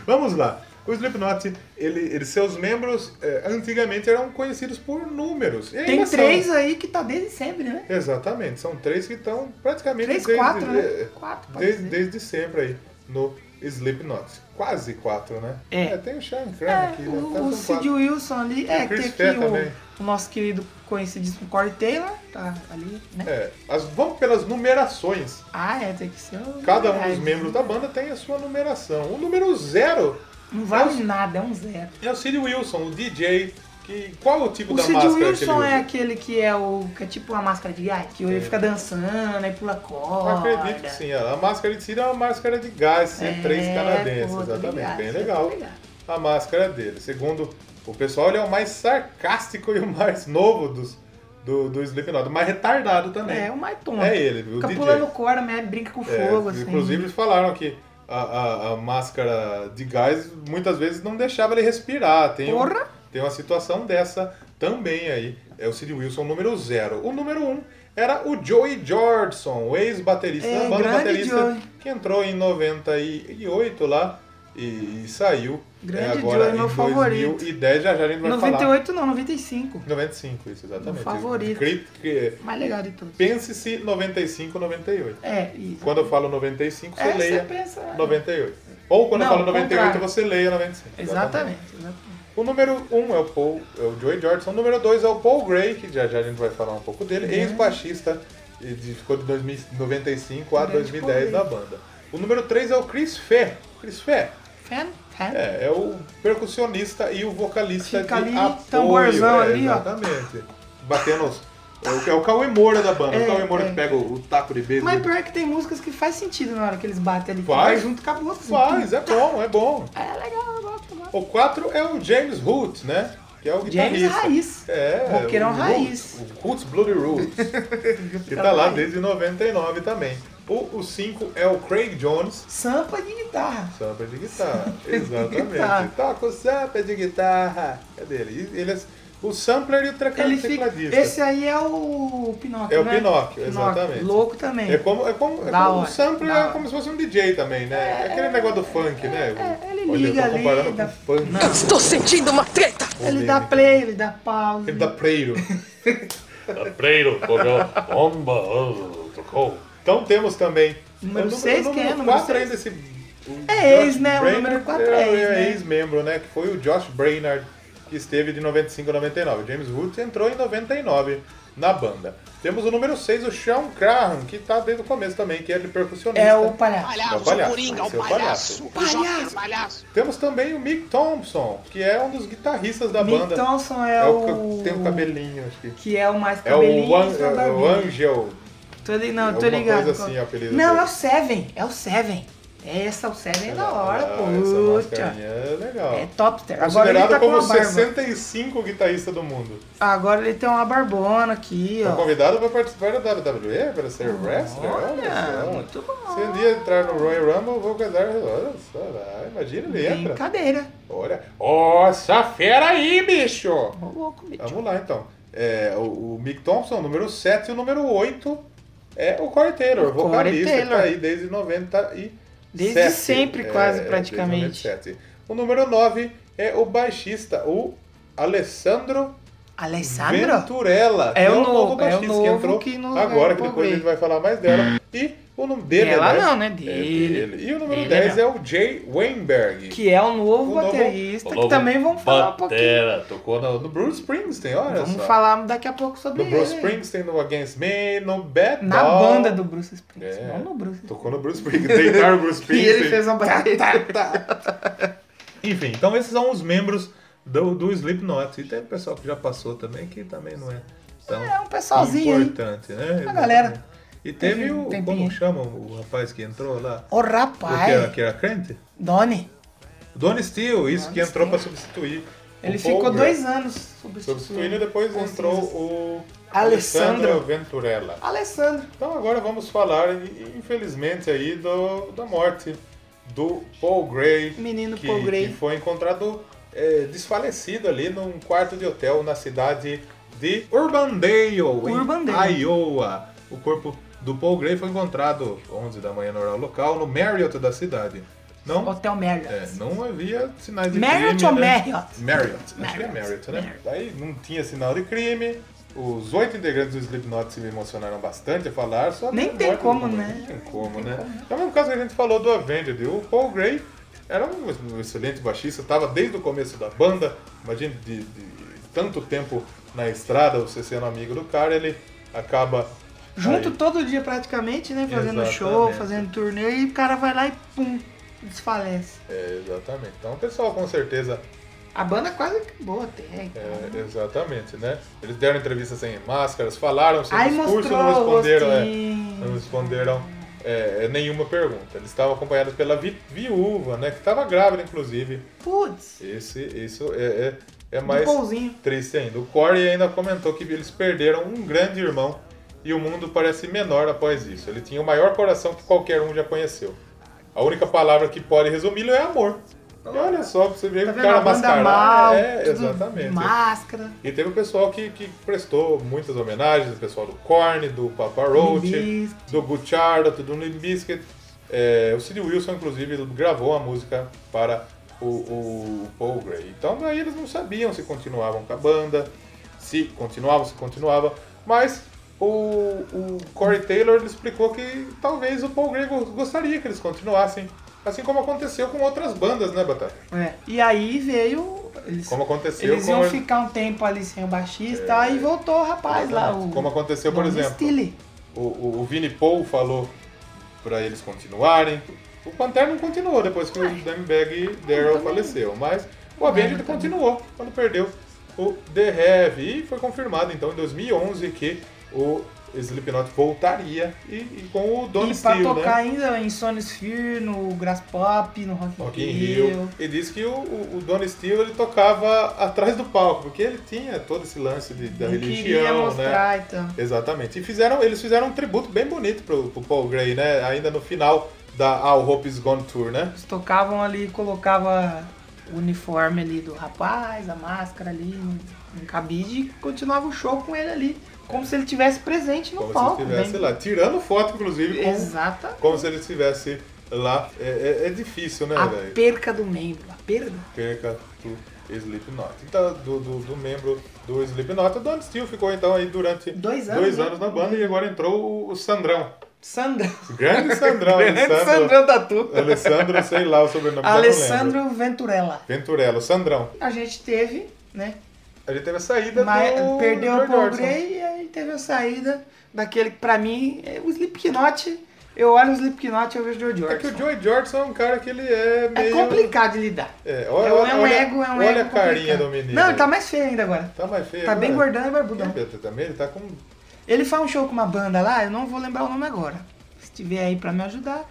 Speaker 3: Vamos lá. O Slipknot, ele, ele- seus membros eh, antigamente eram conhecidos por números. E
Speaker 2: Tem
Speaker 3: ainda são.
Speaker 2: três aí que tá desde sempre, né?
Speaker 3: Exatamente, são três que estão praticamente
Speaker 2: Três,
Speaker 3: desde,
Speaker 2: quatro, né?
Speaker 3: eh,
Speaker 2: Quatro, pode
Speaker 3: desde,
Speaker 2: ser.
Speaker 3: desde sempre aí no Slipknot. Quase quatro, né?
Speaker 2: É.
Speaker 3: tem o Sean Cram aqui,
Speaker 2: É,
Speaker 3: né? Tá,
Speaker 2: o,
Speaker 3: são
Speaker 2: o Sid
Speaker 3: quatro.
Speaker 2: Wilson ali, é, que
Speaker 3: Chris
Speaker 2: tem
Speaker 3: Fair
Speaker 2: aqui
Speaker 3: também.
Speaker 2: o, o nosso querido conhecidíssimo Corey Taylor, tá ali, né?
Speaker 3: É, as, vamos pelas numerações.
Speaker 2: Ah, é, tem que ser o...
Speaker 3: Cada um
Speaker 2: é,
Speaker 3: dos membros da banda tem a sua numeração. O número zero
Speaker 2: Não vale nada, é um zero.
Speaker 3: é o Sid Wilson, o DJ. Que, qual o tipo
Speaker 2: O
Speaker 3: da
Speaker 2: Sid
Speaker 3: máscara que ele
Speaker 2: Wilson
Speaker 3: usa?
Speaker 2: é aquele que é o. que é tipo uma máscara de gás, que ele fica dançando e pula
Speaker 3: É. Eu
Speaker 2: corda.
Speaker 3: acredito que sim. A máscara de Cid é uma máscara de gás C3
Speaker 2: É,
Speaker 3: canadense,
Speaker 2: pô, tô
Speaker 3: exatamente.
Speaker 2: ligado,
Speaker 3: Bem
Speaker 2: tô
Speaker 3: legal
Speaker 2: ligado.
Speaker 3: a máscara dele. Segundo o pessoal, ele é o mais sarcástico e o mais novo dos, do, do Slipknot. O mais retardado também.
Speaker 2: É, o Maiton.
Speaker 3: É ele, o
Speaker 2: Fica
Speaker 3: DJ.
Speaker 2: pulando corda, né? brinca com
Speaker 3: É,
Speaker 2: fogo, assim.
Speaker 3: Inclusive, eles falaram que a, a- a máscara de gás muitas vezes não deixava ele respirar. Tem, um-
Speaker 2: Porra!
Speaker 3: tem uma situação dessa também aí. É o Sid Wilson, número zero. O número um era o Joey Jordson, o ex-baterista
Speaker 2: É,
Speaker 3: da banda,
Speaker 2: grande
Speaker 3: baterista
Speaker 2: Joey.
Speaker 3: que entrou em 98 lá e, e saiu.
Speaker 2: Grande
Speaker 3: é, agora
Speaker 2: Joey,
Speaker 3: em
Speaker 2: meu favorito.
Speaker 3: 2010, já já a gente vai falar.
Speaker 2: 98 não, 95.
Speaker 3: 95, isso, exatamente.
Speaker 2: Meu favorito.
Speaker 3: Cri- cri-
Speaker 2: Mais legal de todos.
Speaker 3: Pense-se 95, 98.
Speaker 2: É, isso.
Speaker 3: Quando eu falo 95, você
Speaker 2: É, você
Speaker 3: leia
Speaker 2: pensa-
Speaker 3: 98. Ou quando eu
Speaker 2: Não,
Speaker 3: falo 98,
Speaker 2: contrário.
Speaker 3: você leia 95.
Speaker 2: Exatamente, exatamente.
Speaker 3: O número 1 é o Paul, é o Joey Jordan. O número 2 é o Paul Gray, que já já a gente vai falar um pouco
Speaker 2: Uhum.
Speaker 3: dele, ex-baixista, e de- ficou de 2095 a
Speaker 2: Grande
Speaker 3: 2010 da
Speaker 2: Paul
Speaker 3: banda. O número 3 é o Chris Fé. Chris Fé
Speaker 2: Fan, fan.
Speaker 3: é, é o percussionista e o vocalista
Speaker 2: Fica
Speaker 3: de
Speaker 2: ali,
Speaker 3: apoio.
Speaker 2: tamborzão
Speaker 3: é,
Speaker 2: ali, ó.
Speaker 3: Exatamente. Batendo os... É o, é o Cauê Moura da banda.
Speaker 2: É,
Speaker 3: o Cauê Moura
Speaker 2: é.
Speaker 3: que pega o, o taco de beijo.
Speaker 2: Mas pior é que tem músicas que faz sentido na hora que eles batem ali. que
Speaker 3: Faz.
Speaker 2: Vai junto com a música. assim,
Speaker 3: Faz, é bom, é bom.
Speaker 2: É legal, eu gosto, eu gosto.
Speaker 3: O 4 é o James Root, né? Que é o guitarrista.
Speaker 2: James Raiz.
Speaker 3: É.
Speaker 2: Roqueirão
Speaker 3: o
Speaker 2: um raiz.
Speaker 3: Roots, o Roots Bloody Roots. que tá lá desde 99 também. O 5 é o Craig Jones.
Speaker 2: Sampa de guitarra.
Speaker 3: Sampa de guitarra.
Speaker 2: guitarra.
Speaker 3: Exatamente. Toca o sampa de guitarra. É dele. E Ele é o sampler e o tecla-
Speaker 2: Ele fica.
Speaker 3: tecladista.
Speaker 2: Esse aí é o Pinóquio.
Speaker 3: É o
Speaker 2: né?
Speaker 3: Pinóquio, exatamente.
Speaker 2: Louco também.
Speaker 3: É como, é como, é
Speaker 2: Da
Speaker 3: como o
Speaker 2: hora,
Speaker 3: sampler
Speaker 2: da
Speaker 3: é
Speaker 2: hora.
Speaker 3: como se fosse um DJ também, né? É aquele negócio do funk, né?
Speaker 2: é, ele
Speaker 3: Olha,
Speaker 2: liga
Speaker 3: eu tô
Speaker 2: ali,
Speaker 3: comparando
Speaker 2: dá-
Speaker 3: com funk.
Speaker 8: Estou sentindo uma treta!
Speaker 2: Ele dá play, ele dá pausa.
Speaker 3: Ele dá preiro.
Speaker 4: Preiro, fogão, bomba, oh, tocou.
Speaker 3: Então temos também.
Speaker 2: Número
Speaker 3: O
Speaker 2: seis,
Speaker 3: o
Speaker 2: quem é?
Speaker 3: número
Speaker 2: Número
Speaker 3: 4
Speaker 2: seis?
Speaker 3: ainda esse. o
Speaker 2: É
Speaker 3: Josh
Speaker 2: ex, né? O
Speaker 3: Brainard
Speaker 2: número quatro é ex, né?
Speaker 3: ex-membro, né? Que foi o Josh Brainard, que esteve de 95 a 99. James Woods entrou em 99 na banda. Temos o número 6, o Sean Crahan, que tá desde o começo também, que é de percussionista.
Speaker 2: É o palhaço.
Speaker 3: É o palhaço. Esse é o palhaço.
Speaker 2: Palhaço!
Speaker 3: Temos também o Mick Thompson, que é um dos guitarristas da
Speaker 2: Mick
Speaker 3: banda.
Speaker 2: Thompson
Speaker 3: é
Speaker 2: é,
Speaker 3: o
Speaker 2: o.
Speaker 3: que tem o cabelinho, acho que.
Speaker 2: Que é o mais
Speaker 3: É o,
Speaker 2: cabelinho.
Speaker 3: An-
Speaker 2: e só
Speaker 3: é o
Speaker 2: barbinha.
Speaker 3: Angel.
Speaker 2: Tô li- Não, tô
Speaker 3: alguma
Speaker 2: ligado.
Speaker 3: coisa assim, o apelido
Speaker 2: não,
Speaker 3: dele.
Speaker 2: é o Seven. É o Seven. Essa, o Seven é da hora,
Speaker 3: Ah,
Speaker 2: pô.
Speaker 3: Essa mascarinha é legal.
Speaker 2: É topster. Agora ele
Speaker 3: Considerado
Speaker 2: tá com
Speaker 3: como
Speaker 2: uma
Speaker 3: o
Speaker 2: barba.
Speaker 3: 65 guitarrista do mundo.
Speaker 2: Agora ele tem uma barbona aqui,
Speaker 3: Foi
Speaker 2: ó.
Speaker 3: convidado para participar da WWE para ser wrestler. Olha
Speaker 2: Olha,
Speaker 3: só.
Speaker 2: muito bom.
Speaker 3: Se um dia entrar no Royal Rumble, vou casar. Olha só, vai, imagina ele entra.
Speaker 2: Brincadeira.
Speaker 3: Olha. Ó, essa fera aí, bicho!
Speaker 2: Ô, louco, bicho.
Speaker 3: Vamos lá então. É, o, o Mick Thompson, número 7, e o número 8 é o Corey Taylor,
Speaker 2: O Corey
Speaker 3: vocalista que tá
Speaker 2: Taylor.
Speaker 3: aí desde 97.
Speaker 2: Desde sempre, quase,
Speaker 3: É, desde
Speaker 2: praticamente.
Speaker 3: 97. O número 9 é o baixista, o Alessandro
Speaker 2: Alessandro?
Speaker 3: Venturella.
Speaker 2: É
Speaker 3: que
Speaker 2: o novo, é o
Speaker 3: que
Speaker 2: novo
Speaker 3: entrou
Speaker 2: que no-
Speaker 3: agora, que
Speaker 2: no
Speaker 3: depois a gente
Speaker 2: Corey.
Speaker 3: vai falar mais dela. E o nome dele
Speaker 2: Ela
Speaker 3: é
Speaker 2: não, né?
Speaker 3: É
Speaker 2: Dele.
Speaker 3: E o número
Speaker 2: Dele
Speaker 3: 10
Speaker 2: não.
Speaker 3: é o Jay Weinberg.
Speaker 2: Que é o novo
Speaker 3: O novo-
Speaker 2: baterista,
Speaker 4: O
Speaker 2: que
Speaker 4: novo
Speaker 2: também vamos falar um pouquinho.
Speaker 4: Batera, tocou na...
Speaker 3: No no Bruce Springsteen, olha
Speaker 2: Vamos
Speaker 3: só.
Speaker 2: falar daqui a pouco sobre
Speaker 3: No Bruce
Speaker 2: ele.
Speaker 3: Springsteen, no Against Me, no Bad
Speaker 2: É. Na
Speaker 3: Dog.
Speaker 2: banda do Bruce Springsteen, não
Speaker 3: É.
Speaker 2: no Bruce Springsteen.
Speaker 3: Tocou no Bruce Springsteen, deitaram o Bruce
Speaker 2: E
Speaker 3: Springsteen.
Speaker 2: ele fez uma
Speaker 3: Tá,
Speaker 2: bateria.
Speaker 3: Enfim, então esses são os membros do, do Slipknot. E tem o pessoal que já passou também, que também não é tão
Speaker 2: É um pessoalzinho aí.
Speaker 3: importante, né?
Speaker 2: Uma galera.
Speaker 3: E teve
Speaker 2: Teve um
Speaker 3: o,
Speaker 2: tempinho
Speaker 3: como
Speaker 2: aí.
Speaker 3: chama o rapaz que entrou lá?
Speaker 2: Ô
Speaker 3: O que era,
Speaker 2: rapaz,
Speaker 3: que era crente?
Speaker 2: Donnie,
Speaker 3: O Don Steele, isso que entrou
Speaker 2: Steele.
Speaker 3: pra substituir. o
Speaker 2: ele
Speaker 3: Paul
Speaker 2: ficou
Speaker 3: Gray.
Speaker 2: dois anos substituindo.
Speaker 3: Substituindo, depois
Speaker 2: Com
Speaker 3: entrou
Speaker 2: cinzas.
Speaker 3: o
Speaker 2: Alessandro.
Speaker 3: Venturella.
Speaker 2: Alessandro.
Speaker 3: Então agora vamos falar, i- infelizmente, aí do, da morte do Paul Gray.
Speaker 2: Menino
Speaker 3: que,
Speaker 2: Paul Gray.
Speaker 3: Que foi encontrado é, desfalecido ali num quarto de hotel na cidade de Urbandale,
Speaker 2: Urbandale.
Speaker 3: em Iowa. O corpo do Paul Gray foi encontrado 11 da manhã no horário local, no Marriott da cidade. Não,
Speaker 2: Hotel Marriott.
Speaker 3: é, não havia sinais de
Speaker 2: Marriott ou
Speaker 3: crime. né?
Speaker 2: Marriott?
Speaker 3: Marriott. Acho que é Marriott, né? Daí não tinha sinal de crime. Os oito integrantes do Slipknot se emocionaram bastante a falar, só
Speaker 2: Nem
Speaker 3: a
Speaker 2: tem
Speaker 3: morte do
Speaker 2: como,
Speaker 3: Paul Gray.
Speaker 2: né?
Speaker 3: Nem tem como, né? É o mesmo caso que a gente falou do Avenged. O Paul Gray era um excelente baixista, estava desde o começo da banda, imagina, de, de tanto tempo na estrada, você sendo amigo do cara, ele acaba...
Speaker 2: Junto
Speaker 3: aí-
Speaker 2: todo dia praticamente, né? Fazendo
Speaker 3: Exatamente.
Speaker 2: show, fazendo turnê, e o cara vai lá e pum, desfalece.
Speaker 3: É, exatamente. Então o pessoal com certeza
Speaker 2: A banda quase acabou até. então. cara.
Speaker 3: É, exatamente, né? Eles deram entrevista sem máscaras, falaram sem
Speaker 2: Aí
Speaker 3: discurso,
Speaker 2: mostrou
Speaker 3: não responderam,
Speaker 2: o
Speaker 3: é,
Speaker 2: rostinho.
Speaker 3: não responderam é, é, nenhuma pergunta. Eles estavam acompanhados pela vi- viúva, né? Que estava grávida, inclusive.
Speaker 2: Putz, Tá
Speaker 3: Esse, isso é, é, é
Speaker 2: do
Speaker 3: mais
Speaker 2: pouzinho.
Speaker 3: triste ainda. O Corey ainda comentou que eles perderam um grande irmão e o mundo parece menor após isso. Ele tinha o maior coração que qualquer um já conheceu. A única palavra que pode resumi-lo é amor. E olha só, pra você
Speaker 2: Tá
Speaker 3: ver que o
Speaker 2: vendo?
Speaker 3: cara
Speaker 2: a banda
Speaker 3: mascarado.
Speaker 2: mal,
Speaker 3: é,
Speaker 2: tudo de
Speaker 3: exatamente.
Speaker 2: máscara.
Speaker 3: E teve o pessoal que, que prestou muitas homenagens, o pessoal do Korn, do Papa Roach,
Speaker 2: Limp
Speaker 3: do Gucciardo, do Limp Bizkit. É, o Sid Wilson, inclusive, gravou a música para o, o Paul Gray. Então daí eles não sabiam se continuavam com a banda, se continuavam, se continuava. Mas o, o Corey Taylor ele explicou que talvez o Paul Gray go- gostaria que eles continuassem. Assim como aconteceu com outras bandas, né, Batata?
Speaker 2: É, E aí veio. Eles,
Speaker 3: Como aconteceu
Speaker 2: eles
Speaker 3: com
Speaker 2: iam
Speaker 3: a- É.
Speaker 2: ficar um tempo ali sem o baixista, aí voltou o rapaz lá. O,
Speaker 3: Como aconteceu, por
Speaker 2: Don
Speaker 3: exemplo,
Speaker 2: Stilly.
Speaker 3: O, o, o Vini Paul falou pra eles continuarem. O Pantera não continuou depois que o Dimebag Darrell faleceu, mas o Avenged continuou quando perdeu o The Heavy. E foi confirmado então em 2011 que o Slipknot voltaria e, e com o Don
Speaker 2: e pra
Speaker 3: Steele,
Speaker 2: tocar
Speaker 3: né?
Speaker 2: ainda em Sony Sphere, no Grass Pop, no Rock,
Speaker 3: Rock
Speaker 2: in
Speaker 3: in
Speaker 2: Rio.
Speaker 3: Rio. E disse que o, o, o Don Steele ele tocava atrás do palco, porque ele tinha todo esse lance de, da
Speaker 2: Não queria
Speaker 3: religião, né?
Speaker 2: mostrar, então.
Speaker 3: Exatamente. E fizeram, eles fizeram um tributo bem bonito pro, pro Paul Gray, né? Ainda no final da All Hope Is Gone Tour, né?
Speaker 2: Eles tocavam ali, colocava o uniforme ali do rapaz, a máscara ali, um cabide e continuava o show com ele ali. Como se ele tivesse presente no
Speaker 3: Como
Speaker 2: palco. né?
Speaker 3: se estivesse
Speaker 2: bem-
Speaker 3: lá. Tirando foto, inclusive, com-
Speaker 2: Exata.
Speaker 3: como se ele estivesse lá. É, é- é difícil, né,
Speaker 2: A
Speaker 3: velho?
Speaker 2: perca do membro, a perda.
Speaker 3: Perca do Slipknot. Então, do, do, do membro do Slipknot, o Don Steele ficou então aí durante
Speaker 2: Dois anos, né?
Speaker 3: na banda e agora entrou o, o Sandrão.
Speaker 2: Sandra.
Speaker 3: O grande Sandrão.
Speaker 2: Grande
Speaker 3: Alessandro,
Speaker 2: Sandrão Tatu.
Speaker 3: Alessandro, sei lá o sobrenome já não lembro.
Speaker 2: Alessandro Venturella.
Speaker 3: Venturello, Sandrão.
Speaker 2: A gente teve, né?
Speaker 3: Ele teve a saída
Speaker 2: Mas
Speaker 3: do
Speaker 2: perdeu o
Speaker 3: George
Speaker 2: Paul
Speaker 3: Orson.
Speaker 2: Gray e aí teve a saída daquele que pra mim é o Slipknot. Eu olho o Slipknot e eu vejo o George
Speaker 3: É que o
Speaker 2: Orson.
Speaker 3: Joey Jordan é um cara que ele é
Speaker 2: É
Speaker 3: meio.
Speaker 2: complicado de lidar.
Speaker 3: É,
Speaker 2: É
Speaker 3: olha,
Speaker 2: um-
Speaker 3: olha,
Speaker 2: é um
Speaker 3: olha-
Speaker 2: ego, é um
Speaker 3: olha
Speaker 2: ego
Speaker 3: a carinha
Speaker 2: complicado.
Speaker 3: do menino.
Speaker 2: Não, ele tá mais feio ainda agora.
Speaker 3: Tá mais feio.
Speaker 2: Tá
Speaker 3: agora.
Speaker 2: bem gordão e barbudão.
Speaker 3: Ele Também ele tá com.
Speaker 2: Ele faz um show com uma banda lá, eu não vou lembrar o nome agora. Se tiver aí pra me ajudar,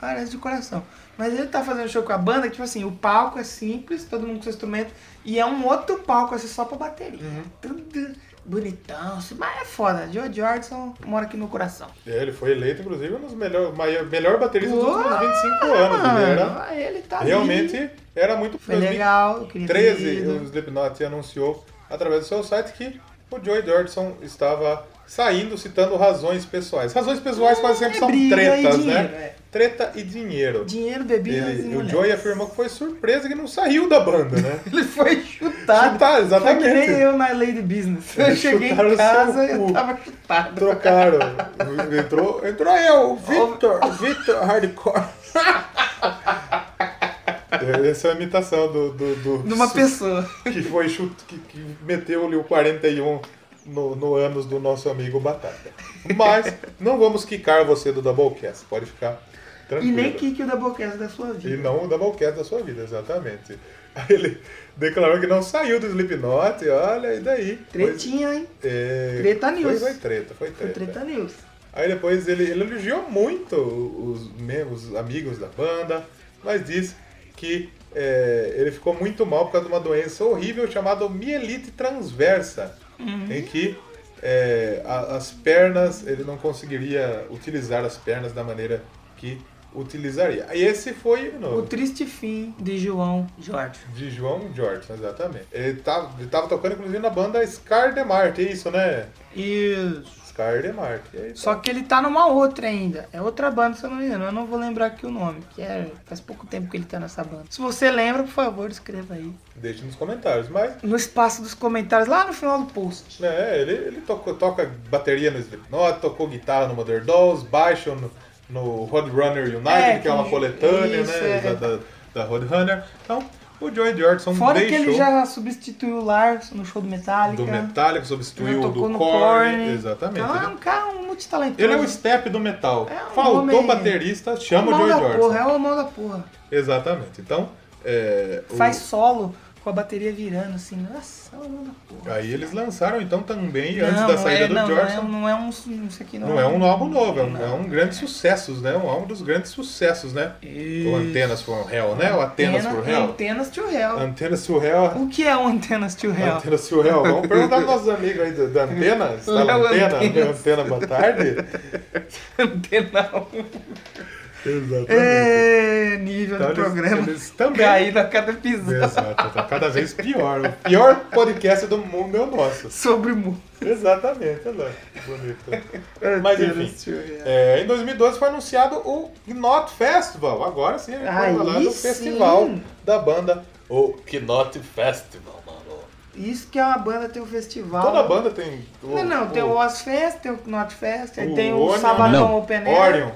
Speaker 2: parece de coração. Mas ele tá fazendo show com a banda, que, tipo assim, o palco é simples, todo mundo com seu instrumento, e é um outro palco, assim, só pra bateria.
Speaker 3: Uhum.
Speaker 2: Tudo bonitão, assim, mas é foda. Joe Jordan mora aqui no coração.
Speaker 3: É, ele foi eleito, inclusive, um dos melhor, maior, melhor bateristas dos últimos
Speaker 2: Porra,
Speaker 3: 25 anos. né? Ele era.
Speaker 2: mano, ele tá ali.
Speaker 3: É, Realmente era muito
Speaker 2: Foi legal, eu queria ter
Speaker 3: 2013,
Speaker 2: ido.
Speaker 3: o Slipknot anunciou através do seu site que o Joey Jordison estava saindo citando razões pessoais. Razões pessoais quase sempre
Speaker 2: É
Speaker 3: são
Speaker 2: briga e
Speaker 3: tretas,
Speaker 2: dinheiro,
Speaker 3: né?
Speaker 2: é.
Speaker 3: Treta e dinheiro.
Speaker 2: Dinheiro, bebidas
Speaker 3: Ele-
Speaker 2: e
Speaker 3: o
Speaker 2: mulher.
Speaker 3: Joey afirmou que foi surpresa que não saiu da banda, né?
Speaker 2: Ele foi chutado.
Speaker 3: Chutado, exatamente.
Speaker 2: Foi Tá, que nem eu na Lady Business. Eu
Speaker 3: Eles
Speaker 2: cheguei
Speaker 3: chutaram
Speaker 2: em
Speaker 3: o
Speaker 2: casa e
Speaker 3: seu
Speaker 2: eu
Speaker 3: cu.
Speaker 2: tava chutado.
Speaker 3: Trocaram. Entrou, entrou eu, o Victor, o Victor Hardcore. É, Essa é a imitação do. do, do
Speaker 2: Numa pessoa.
Speaker 3: Que foi chute, que, que meteu ali o 41 no, no ânus do nosso amigo Batata. Mas não vamos quicar você do Doublecast, pode ficar
Speaker 2: E
Speaker 3: tranquilo.
Speaker 2: nem kick o Doublecast da sua
Speaker 3: E
Speaker 2: vida.
Speaker 3: não o Doublecast da sua vida, exatamente. Aí ele declarou que não saiu do Slipknot, olha, e daí?
Speaker 2: Tretinha, hein?
Speaker 3: Pois- é,
Speaker 2: Treta
Speaker 3: foi-
Speaker 2: news.
Speaker 3: Foi treta, foi
Speaker 2: Foi
Speaker 3: treta.
Speaker 2: treta news.
Speaker 3: Aí depois ele, ele elogiou muito os, membros, os amigos da banda, mas diz que é, ele ficou
Speaker 2: Uhum.
Speaker 3: muito mal por causa de uma doença horrível chamada mielite transversa, em que é, a- as pernas, ele não conseguiria utilizar as pernas da maneira que utilizaria. E esse foi o
Speaker 2: O
Speaker 3: nome.
Speaker 2: triste fim de João Jorge.
Speaker 3: De João George, exatamente. Ele tava, ele tava tocando, inclusive, na banda Scar de Marte, é isso, né?
Speaker 2: Isso.
Speaker 3: Scar de Marte. É isso.
Speaker 2: Só que ele tá numa outra ainda. É outra banda, se eu não me engano. Eu não vou lembrar aqui o nome, que é faz pouco tempo que ele tá nessa banda. Se você lembra, por favor, escreva aí.
Speaker 3: Deixe nos comentários. Mas,
Speaker 2: No espaço dos comentários, lá no final do post.
Speaker 3: né, ele, ele tocou, toca bateria no Slipknot, tocou guitarra no Mother Dolls, baixo no, no Roadrunner United,
Speaker 2: É,
Speaker 3: que é uma
Speaker 2: que-
Speaker 3: coletânea,
Speaker 2: isso,
Speaker 3: né,
Speaker 2: é.
Speaker 3: da, da, da Roadrunner. Então, o Joey Jordan
Speaker 2: Fora
Speaker 3: deixou...
Speaker 2: que ele já substituiu o Lars no show do Metallica.
Speaker 3: Do Metallica,
Speaker 2: já
Speaker 3: substituiu o
Speaker 2: tocou
Speaker 3: do
Speaker 2: no
Speaker 3: Korn.
Speaker 2: Korn.
Speaker 3: Exatamente.
Speaker 2: Então é
Speaker 3: ele-
Speaker 2: um cara um multitalentoso.
Speaker 3: Ele é o step do metal.
Speaker 2: É um
Speaker 3: Faltou
Speaker 2: homem-
Speaker 3: baterista,
Speaker 2: É o
Speaker 3: chama o
Speaker 2: mão
Speaker 3: Joey
Speaker 2: da
Speaker 3: Jordan.
Speaker 2: porra, é o mão da porra.
Speaker 3: Exatamente. Então, é, o-
Speaker 2: Faz solo com a bateria virando assim. Nossa, é o mão da porra.
Speaker 3: aí eles lançaram então também,
Speaker 2: Não,
Speaker 3: antes da
Speaker 2: não
Speaker 3: saída
Speaker 2: é,
Speaker 3: do
Speaker 2: não,
Speaker 3: Jordan,
Speaker 2: Não é, um- não é um. Isso aqui não,
Speaker 3: não é um álbum novo, é um, é um grande sucesso, né? Um álbum dos grandes sucessos, né?
Speaker 2: Isso.
Speaker 3: O Antenas for Hell, né? O Atenas
Speaker 2: Antena-
Speaker 3: for Hell.
Speaker 2: Antenas to Hell.
Speaker 3: Antenas for Hell.
Speaker 2: O que é um Antenas to Hell?
Speaker 3: Antenas for Hell. Vamos perguntar aos nossos amigos aí da, da Antena. Está na
Speaker 2: Léo
Speaker 3: Antena? Antena,
Speaker 2: Antenas.
Speaker 3: antena boa tarde.
Speaker 2: Antenão.
Speaker 3: Exatamente.
Speaker 2: É nível
Speaker 3: Então,
Speaker 2: do
Speaker 3: eles-
Speaker 2: programa.
Speaker 3: eles também-
Speaker 2: Caído a cada episódio.
Speaker 3: Exato, tá cada vez pior. O pior podcast do mundo é o nosso.
Speaker 2: Sobre o mundo.
Speaker 3: Exatamente, olha lá, que bonito. Mas
Speaker 2: Antenas to
Speaker 3: enfim,
Speaker 2: Hell.
Speaker 3: é, em 2012 foi anunciado o Knot Festival. Agora sim, a gente vai
Speaker 2: Aí
Speaker 3: falar do
Speaker 2: sim.
Speaker 3: festival da banda.
Speaker 4: O Knot Festival, mano.
Speaker 2: Isso que é uma banda tem um festival.
Speaker 3: Toda banda tem. o-
Speaker 2: Não, não, tem o
Speaker 3: o
Speaker 2: Ozfest, tem o Not Fest, aí
Speaker 3: o
Speaker 2: tem o
Speaker 3: Orion,
Speaker 2: Sabadão
Speaker 3: não.
Speaker 2: Open Air.
Speaker 3: Orion.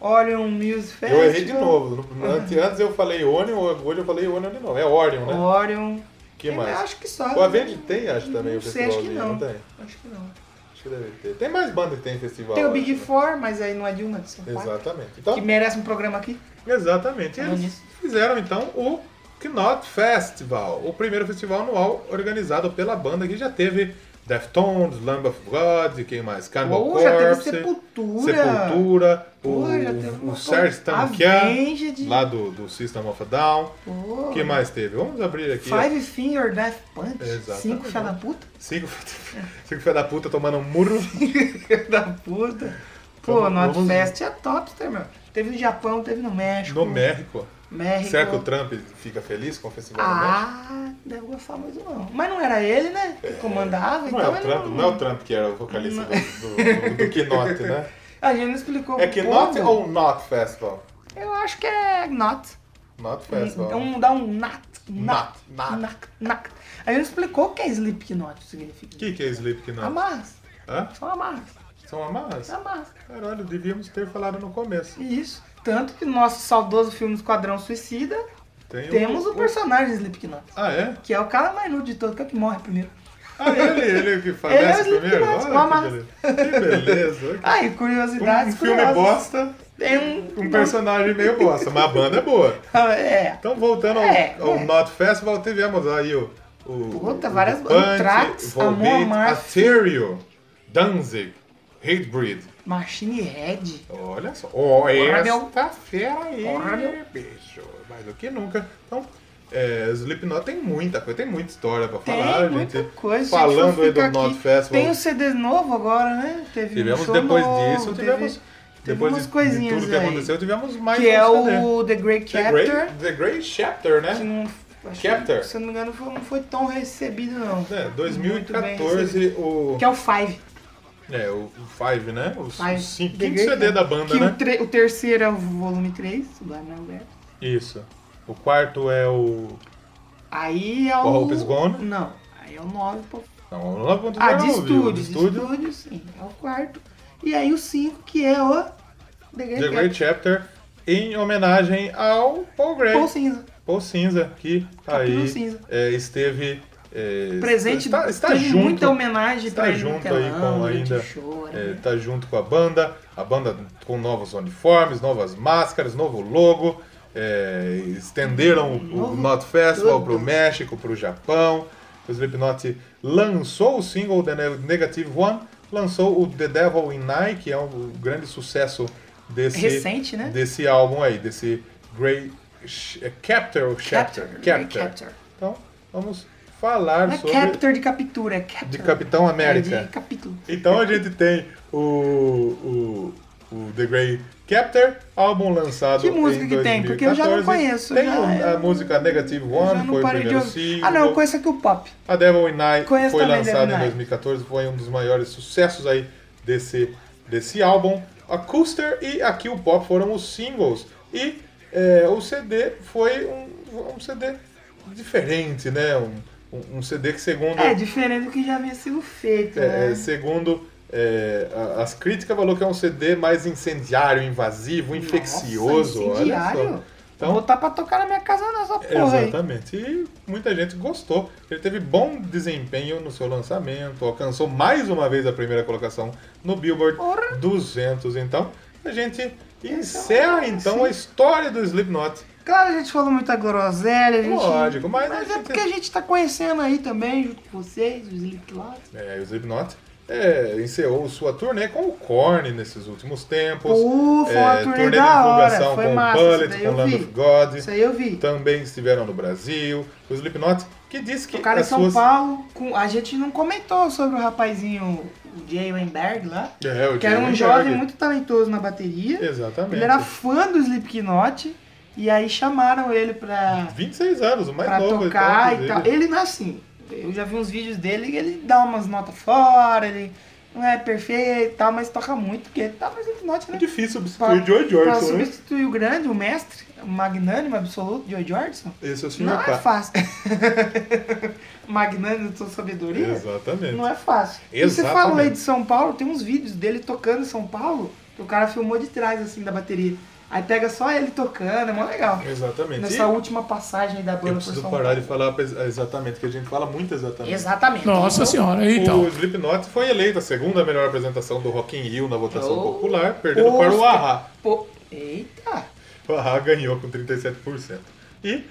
Speaker 2: Orion Music Fest.
Speaker 3: Eu errei de novo. No- Antes, antes eu falei Orion, hoje eu falei Orion de novo. É Orion, né?
Speaker 2: Orion.
Speaker 3: que
Speaker 2: Eu
Speaker 3: mais?
Speaker 2: Acho que só. né?
Speaker 3: O Avenged tem, acho também,
Speaker 2: Não
Speaker 3: o
Speaker 2: sei,
Speaker 3: festival.
Speaker 2: acho que não.
Speaker 3: tem?
Speaker 2: Acho que não.
Speaker 3: Acho que deve ter. Tem mais banda que tem festival.
Speaker 2: Tem o
Speaker 3: acho,
Speaker 2: Big
Speaker 3: né?
Speaker 2: Four, mas aí não é de uma, são quatro.
Speaker 3: Exatamente. Então,
Speaker 2: Que merece um programa aqui.
Speaker 3: Exatamente.
Speaker 2: Falando
Speaker 3: Eles
Speaker 2: nisso.
Speaker 3: fizeram então o Knot Festival, o primeiro festival anual organizado pela banda que já teve Deftones, Lamb of God, e quem mais? Cannibal
Speaker 2: Ou já teve
Speaker 3: Corpse,
Speaker 2: Sepultura.
Speaker 3: É Sepultura, o,
Speaker 2: Porra, já teve
Speaker 3: o
Speaker 2: uma
Speaker 3: Serge
Speaker 2: porra. Avenged.
Speaker 3: Tankian, lá do, do System of a Down.
Speaker 2: Pô,
Speaker 3: O que mais teve? Vamos abrir aqui. ó.
Speaker 2: Five Finger Death Punch.
Speaker 3: Exatamente.
Speaker 2: Cinco filha da puta.
Speaker 3: Cinco, cinco filha da puta tomando um murro.
Speaker 2: Filha da puta. Pô,
Speaker 3: Vamos-
Speaker 2: Not
Speaker 3: vamos-
Speaker 2: Fest é top, meu. Teve no Japão, teve no México.
Speaker 3: No México.
Speaker 2: México.
Speaker 3: Será que o Trump fica feliz com o festival do México?
Speaker 2: Ah, não deve gostar muito não. Mas não era ele, né? Que comandava,
Speaker 3: Não é,
Speaker 2: então
Speaker 3: o
Speaker 2: ele
Speaker 3: Trump,
Speaker 2: não...
Speaker 3: não é o Trump que era o vocalista do, do, do, do Knot, né?
Speaker 2: A gente não explicou.
Speaker 3: É que
Speaker 2: o
Speaker 3: Not
Speaker 2: povo.
Speaker 3: ou Not Festival?
Speaker 2: Eu acho que é not.
Speaker 3: Not Festival.
Speaker 2: É um, dá um nat.
Speaker 3: Nat,
Speaker 2: Nat.
Speaker 3: nat.
Speaker 2: Nat. Nat. A gente não explicou o que é Slipknot significa.
Speaker 3: O que, que é Slipknot?
Speaker 2: Amarras.
Speaker 3: Hã?
Speaker 2: São amarras.
Speaker 3: São amarras?
Speaker 2: Amarras.
Speaker 3: Caralho, devíamos ter falado no começo.
Speaker 2: Isso. Tanto que no nosso saudoso filme Esquadrão Suicida,
Speaker 3: Tem um
Speaker 2: temos o personagem Slipknot.
Speaker 3: Ah, é?
Speaker 2: Que é o cara mais nude de todo, que é o que morre primeiro.
Speaker 3: Ah, ele, ele
Speaker 2: Ele
Speaker 3: que
Speaker 2: é o
Speaker 3: falece primeiro?
Speaker 2: Slipknot, com
Speaker 3: Olha, que
Speaker 2: amarras.
Speaker 3: beleza. Que beleza.
Speaker 2: Ah, e
Speaker 3: Um,
Speaker 2: curiosidades
Speaker 3: um filme é
Speaker 2: curiosas.
Speaker 3: bosta,
Speaker 2: Tem um...
Speaker 3: um personagem meio bosta, mas a banda é boa.
Speaker 2: É.
Speaker 3: Então, voltando ao,
Speaker 2: É,
Speaker 3: ao
Speaker 2: é.
Speaker 3: Not Festival, tivemos aí o. o
Speaker 2: Puta,
Speaker 3: o
Speaker 2: várias-
Speaker 3: The
Speaker 2: o
Speaker 3: Punch,
Speaker 2: Trax,
Speaker 3: Volbeat,
Speaker 2: Amor, Amar-
Speaker 3: Atherio, Danzig, Hatebreed.
Speaker 2: Machine Head.
Speaker 3: Olha só. Ó,
Speaker 2: meu.
Speaker 3: esta fera aí,
Speaker 2: Porra, meu.
Speaker 3: bicho. Mais do que nunca. Então, é, Slipknot tem muita coisa, tem muita história pra
Speaker 2: Tem
Speaker 3: falar, gente.
Speaker 2: muita coisa.
Speaker 3: Falando aí do Not
Speaker 2: Not
Speaker 3: Festival.
Speaker 2: Tem o CD novo agora, né? Teve um
Speaker 3: Tivemos
Speaker 2: show
Speaker 3: depois
Speaker 2: novo,
Speaker 3: disso,
Speaker 2: teve-
Speaker 3: tivemos.
Speaker 2: teve
Speaker 3: Depois
Speaker 2: umas
Speaker 3: de, de
Speaker 2: coisinhas
Speaker 3: tudo que
Speaker 2: aí.
Speaker 3: aconteceu, tivemos mais
Speaker 2: Que
Speaker 3: um
Speaker 2: é
Speaker 3: CD.
Speaker 2: o The Great
Speaker 3: The Great,
Speaker 2: Captor.
Speaker 3: The Great Chapter, né?
Speaker 2: que não- acho que,
Speaker 3: Captor.
Speaker 2: Se eu não me engano, foi- não foi tão recebido, não.
Speaker 3: É,
Speaker 2: Muito bem recebido.
Speaker 3: 2014, o.
Speaker 2: Que é o Five.
Speaker 3: É, o o Five, né? O
Speaker 2: Five.
Speaker 3: cinco,
Speaker 2: The
Speaker 3: quinto
Speaker 2: Great
Speaker 3: CD da
Speaker 2: Captor.
Speaker 3: banda,
Speaker 2: Que
Speaker 3: né?
Speaker 2: o, tre- o terceiro é o volume 3, do Gabriel Alberto.
Speaker 3: Isso. O quarto é o.
Speaker 2: Aí é o...
Speaker 3: All Hope Is Gone.
Speaker 2: Não. Aí é o 9, pô.
Speaker 3: Não, é não vou
Speaker 2: Ah, de
Speaker 3: estúdio.
Speaker 2: estúdio. De estúdio, sim. É o quarto. E aí o 5, que é o... The Great
Speaker 3: The
Speaker 2: Captor.
Speaker 3: Great Chapter, em homenagem ao Paul Gray.
Speaker 2: Paul Cinza.
Speaker 3: Paul Cinza, que
Speaker 2: Capítulo
Speaker 3: aí
Speaker 2: cinza.
Speaker 3: é, esteve. é,
Speaker 2: Presente,
Speaker 3: está, está
Speaker 2: teve
Speaker 3: junto,
Speaker 2: muita homenagem
Speaker 3: está
Speaker 2: pra ele no
Speaker 3: junto aí
Speaker 2: telão,
Speaker 3: com
Speaker 2: durante
Speaker 3: ainda.
Speaker 2: o show, né?
Speaker 3: é, tá junto com a banda, a banda com novos uniformes, novas máscaras, novo logo. é, estenderam o- o
Speaker 2: Novo
Speaker 3: Not Festival
Speaker 2: tudo.
Speaker 3: pro México, pro Japão. O Slipknot lançou o single The Ne- Negative One, lançou o The Devil in Night, que é um grande sucesso desse
Speaker 2: Recente, né?
Speaker 3: desse álbum aí, desse Grey Sh- é Captor ou Chapter?
Speaker 2: né? Captor, Grey Captor.
Speaker 3: Então, vamos falar
Speaker 2: Não é
Speaker 3: sobre.
Speaker 2: Captor de captura, é Captor.
Speaker 3: De Capitão América.
Speaker 2: É de capítulo.
Speaker 3: Então a gente tem o, o, o The Grey Captor, álbum lançado
Speaker 2: Que música
Speaker 3: em
Speaker 2: que tem? Porque eu já não
Speaker 3: 2014.
Speaker 2: conheço,
Speaker 3: Tem
Speaker 2: já
Speaker 3: o- a
Speaker 2: eu-
Speaker 3: música Negative
Speaker 2: Eu
Speaker 3: One,
Speaker 2: já
Speaker 3: foi
Speaker 2: não
Speaker 3: o
Speaker 2: parei de
Speaker 3: primeiro
Speaker 2: ouvir.
Speaker 3: single.
Speaker 2: Ah, não, eu conheço aqui o pop.
Speaker 3: A Devil in Night
Speaker 2: Conheço
Speaker 3: foi
Speaker 2: também Devil in
Speaker 3: lançada em
Speaker 2: Night.
Speaker 3: 2014, foi um dos maiores sucessos aí desse, desse álbum. A Custer e a Kill Pop foram os singles. E é, o CD foi um, um CD diferente, né? Um, um- um CD que segundo...
Speaker 2: É, diferente do que já havia sido feito,
Speaker 3: É,
Speaker 2: né?
Speaker 3: é, segundo é, a- as críticas, falou que é um CD mais incendiário, invasivo,
Speaker 2: Nossa,
Speaker 3: infeccioso. Olha
Speaker 2: incendiário.
Speaker 3: só.
Speaker 2: Vou
Speaker 3: Então,
Speaker 2: botar pra tocar na minha casa nessa porra aí.
Speaker 3: exatamente. E muita gente gostou. Ele teve bom desempenho no seu lançamento, alcançou mais uma vez a primeira colocação no Billboard
Speaker 2: Ora.
Speaker 3: 200. Então, a gente
Speaker 2: é
Speaker 3: encerra então a história do Slipknot.
Speaker 2: Claro, a gente falou muita groselha, a gente...
Speaker 3: Lógico, mas a
Speaker 2: Mas é
Speaker 3: gente-
Speaker 2: porque a gente tá conhecendo aí também, junto com vocês, os Slipknot.
Speaker 3: É, o Slipknot é, encerrou sua turnê com o Korn nesses últimos tempos.
Speaker 2: Uh, foi uma
Speaker 3: É,
Speaker 2: turnê da hora, foi
Speaker 3: com
Speaker 2: massa, isso
Speaker 3: Bullet,
Speaker 2: daí
Speaker 3: com Então,
Speaker 2: eu
Speaker 3: Land
Speaker 2: vi.
Speaker 3: of God.
Speaker 2: Isso aí eu vi.
Speaker 3: Também estiveram no Brasil. O Slipknot, que diz que
Speaker 2: Tocaram em
Speaker 3: as
Speaker 2: São
Speaker 3: suas...
Speaker 2: Paulo, com... a gente não comentou sobre o rapazinho, o Jay Weinberg lá,
Speaker 3: É, o
Speaker 2: que era
Speaker 3: Jimi
Speaker 2: um
Speaker 3: Hendrix.
Speaker 2: jovem muito talentoso na bateria.
Speaker 3: Exatamente.
Speaker 2: Ele era fã do Slipknot e aí chamaram ele pra,
Speaker 3: 26 anos, o mais
Speaker 2: pra
Speaker 3: novo.
Speaker 2: tocar
Speaker 3: então,
Speaker 2: e tal.
Speaker 3: inclusive.
Speaker 2: Ele não é assim. Eu já vi uns vídeos dele, ele dá umas notas fora, ele não é perfeito e tal, mas toca muito, porque ele tava no Slipknot,
Speaker 3: É
Speaker 2: né?
Speaker 3: difícil
Speaker 2: Pra,
Speaker 3: substituir o Joy
Speaker 2: pra
Speaker 3: Jordan, né?
Speaker 2: substituir Então, o grande, o mestre, o magnânimo absoluto, Joe Jordan.
Speaker 3: Esse é o senhor
Speaker 2: Não é
Speaker 3: K.
Speaker 2: fácil. Magnânimo de sua sabedoria.
Speaker 3: Exatamente.
Speaker 2: Não é fácil. E você
Speaker 3: Exatamente.
Speaker 2: falou aí de São Paulo, tem uns vídeos dele tocando em São Paulo, que o cara filmou de trás, assim, da bateria. Aí pega só ele tocando, é mó legal.
Speaker 3: Exatamente.
Speaker 2: Nessa
Speaker 3: E
Speaker 2: última passagem aí da
Speaker 3: eu
Speaker 2: banda por
Speaker 3: preciso
Speaker 2: São
Speaker 3: parar
Speaker 2: Paulo.
Speaker 3: de falar pe- exatamente, que a gente fala muito exatamente.
Speaker 2: Exatamente.
Speaker 11: Nossa senhora, então.
Speaker 3: O Slipknot foi eleito a segunda melhor apresentação do Rock in Rio na votação
Speaker 2: Oh.
Speaker 3: popular, perdendo para o
Speaker 2: Poxa.
Speaker 3: Ahá.
Speaker 2: Pô, eita.
Speaker 3: O Ahá ganhou com 37%. E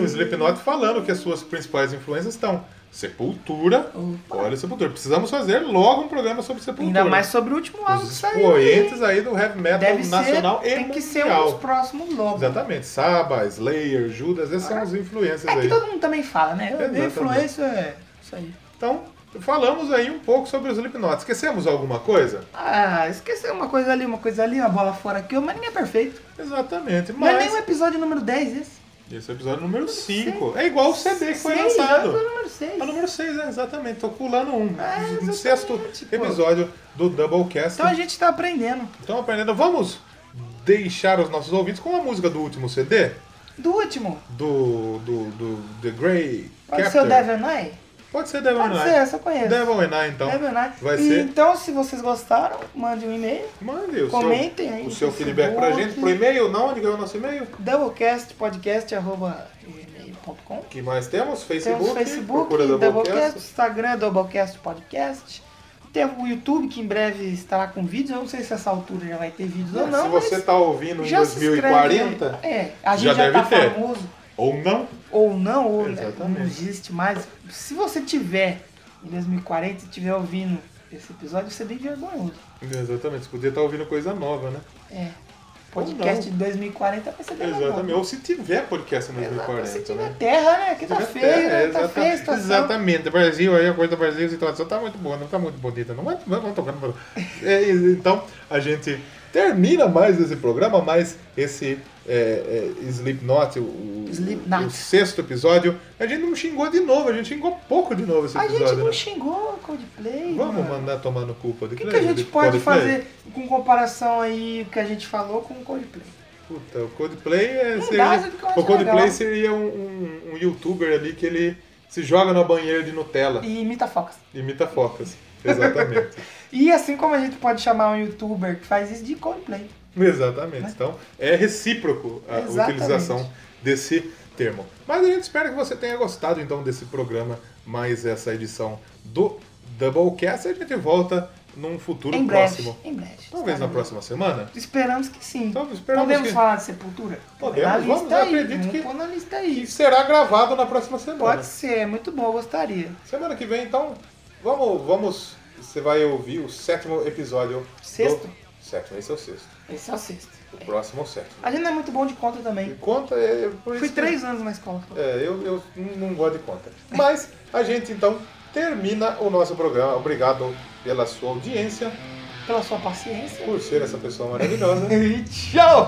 Speaker 3: o Slipknot falando que as suas principais influências estão Sepultura. Olha, Sepultura. Precisamos fazer logo um programa sobre Sepultura.
Speaker 2: Ainda mais sobre o último álbum
Speaker 3: os
Speaker 2: que saiu. hein?
Speaker 3: expoentes aí do heavy metal
Speaker 2: Deve ser,
Speaker 3: nacional e
Speaker 2: tem
Speaker 3: mundial.
Speaker 2: que ser um dos próximos logo.
Speaker 3: Exatamente. Saba, Slayer, Judas, esses são os influências
Speaker 2: É
Speaker 3: aí.
Speaker 2: que todo mundo também fala, né?
Speaker 3: Exatamente.
Speaker 2: Influência é isso aí.
Speaker 3: Então, falamos aí um pouco sobre os Slipknot. Esquecemos alguma coisa?
Speaker 2: Ah, esqueceu uma coisa ali, uma coisa ali, uma bola fora aqui, mas ninguém é perfeito.
Speaker 3: Exatamente.
Speaker 2: Não
Speaker 3: Mas
Speaker 2: é nem o episódio número 10 esse.
Speaker 3: esse é o episódio número 5. É igual o CD que foi
Speaker 2: Seis,
Speaker 3: lançado.
Speaker 2: é o número 6.
Speaker 3: É o número 6, é, exatamente. Tô pulando um.
Speaker 2: É,
Speaker 3: Um sexto
Speaker 2: exatamente, pô.
Speaker 3: episódio do Doublecast.
Speaker 2: Então a gente tá aprendendo.
Speaker 3: Então, aprendendo, vamos deixar os nossos ouvintes com a música do último CD
Speaker 2: Do último,
Speaker 3: do, do, do The Grey
Speaker 2: pode
Speaker 3: Captor.
Speaker 2: ser o Devil Knight?
Speaker 3: Pode ser Devil
Speaker 2: Pode
Speaker 3: Knight.
Speaker 2: ser, essa eu conheço.
Speaker 3: Devil Knight, então.
Speaker 2: Devil Knight.
Speaker 3: Vai
Speaker 2: E
Speaker 3: ser.
Speaker 2: Então, se vocês gostaram, mande um e-mail,
Speaker 3: Mande o
Speaker 2: Comentem
Speaker 3: seu,
Speaker 2: aí
Speaker 3: o
Speaker 2: no
Speaker 3: seu feedback pra
Speaker 2: Facebook.
Speaker 3: gente. Pro e-mail, não? Onde ganhou o nosso e-mail?
Speaker 2: doublecastpodcast.com.
Speaker 3: que mais temos? Facebook.
Speaker 2: Temos o um Facebook,
Speaker 3: procura
Speaker 2: Doublecast,
Speaker 3: Doublecast.
Speaker 2: Instagram, Doublecast Podcast. Tem o YouTube, que em breve estará com vídeos. Eu não sei se essa altura já vai ter vídeos ou não.
Speaker 3: Se você
Speaker 2: mas
Speaker 3: tá ouvindo em
Speaker 2: já se inscreve. né?
Speaker 3: 2040
Speaker 2: É, a gente
Speaker 3: já
Speaker 2: já,
Speaker 3: deve
Speaker 2: tá
Speaker 3: ter.
Speaker 2: famoso.
Speaker 3: ou não,
Speaker 2: ou não, ou
Speaker 3: Exatamente.
Speaker 2: não existe mais. Se você tiver em 2040 e tiver ouvindo esse episódio, você é bem vergonhoso.
Speaker 3: Exatamente, você podia estar ouvindo coisa nova, né?
Speaker 2: É. Podcast de 2040 vai ser bem
Speaker 3: Exatamente.
Speaker 2: vergonhoso. É,
Speaker 3: Ou se tiver podcast em 2040,
Speaker 2: Se tiver
Speaker 3: né?
Speaker 2: terra, né? Aqui tá
Speaker 3: Se tiver
Speaker 2: feio, né?
Speaker 3: terra,
Speaker 2: Tá
Speaker 3: exata-
Speaker 2: feio a situação.
Speaker 3: é, Exatamente. Brasil, aí a coisa do Brasil, a situação tá muito boa, não tá muito bonita. Não vai, não vai tocando. pra- É, e- então, a gente termina mais esse programa, mais esse é, é, Slipknot, o, o-
Speaker 2: Slipknot.
Speaker 3: o sexto episódio. A gente não xingou de novo, a gente xingou pouco de novo esse
Speaker 2: A gente
Speaker 3: episódio,
Speaker 2: não
Speaker 3: né?
Speaker 2: xingou Coldplay. né?
Speaker 3: Vamos
Speaker 2: mano.
Speaker 3: mandar tomar no cu
Speaker 2: O que, que a gente pode fazer com comparação aí o que a gente falou com o Coldplay?
Speaker 3: Puta, o Coldplay é,
Speaker 2: Não
Speaker 3: seria,
Speaker 2: dá, sabe o que eu acho
Speaker 3: o Coldplay
Speaker 2: legal?
Speaker 3: seria um, um- um youtuber ali que ele se joga na banheira de Nutella,
Speaker 2: E imita Fox.
Speaker 3: imita focas. Exatamente.
Speaker 2: E assim como a gente pode chamar um youtuber que faz isso de Coldplay.
Speaker 3: Exatamente. Então, é recíproco a
Speaker 2: Exatamente.
Speaker 3: utilização desse termo. Mas a gente espera que você tenha gostado então desse programa, mais essa edição do Doublecast. A gente volta num futuro
Speaker 2: Em breve.
Speaker 3: próximo.
Speaker 2: Em breve.
Speaker 3: Talvez na
Speaker 2: Sabe?
Speaker 3: próxima semana.
Speaker 2: Esperamos que sim.
Speaker 3: Então, esperamos
Speaker 2: Podemos
Speaker 3: que-
Speaker 2: falar de Sepultura?
Speaker 3: Podemos,
Speaker 2: Na
Speaker 3: vamos,
Speaker 2: lista
Speaker 3: eu
Speaker 2: aí,
Speaker 3: acredito
Speaker 2: vamos
Speaker 3: que-
Speaker 2: pôr na lista
Speaker 3: E
Speaker 2: aí.
Speaker 3: será gravado na próxima semana.
Speaker 2: Pode ser, é muito bom, eu gostaria.
Speaker 3: Semana que vem, então, vamos, vamos. Você vai ouvir o sétimo episódio.
Speaker 2: Sexto?
Speaker 3: do- Sétimo, esse é o sexto.
Speaker 2: Esse é o sexto.
Speaker 3: O próximo é o sétimo.
Speaker 2: A gente não é muito bom de conta
Speaker 3: E
Speaker 2: também.
Speaker 3: conta é. Por
Speaker 2: Fui
Speaker 3: isso que-
Speaker 2: três anos na escola.
Speaker 3: É, eu, eu não gosto de conta. Mas a gente então termina o nosso programa. Obrigado pela sua audiência,
Speaker 2: Pela sua paciência.
Speaker 3: por ser essa pessoa maravilhosa.
Speaker 2: E tchau!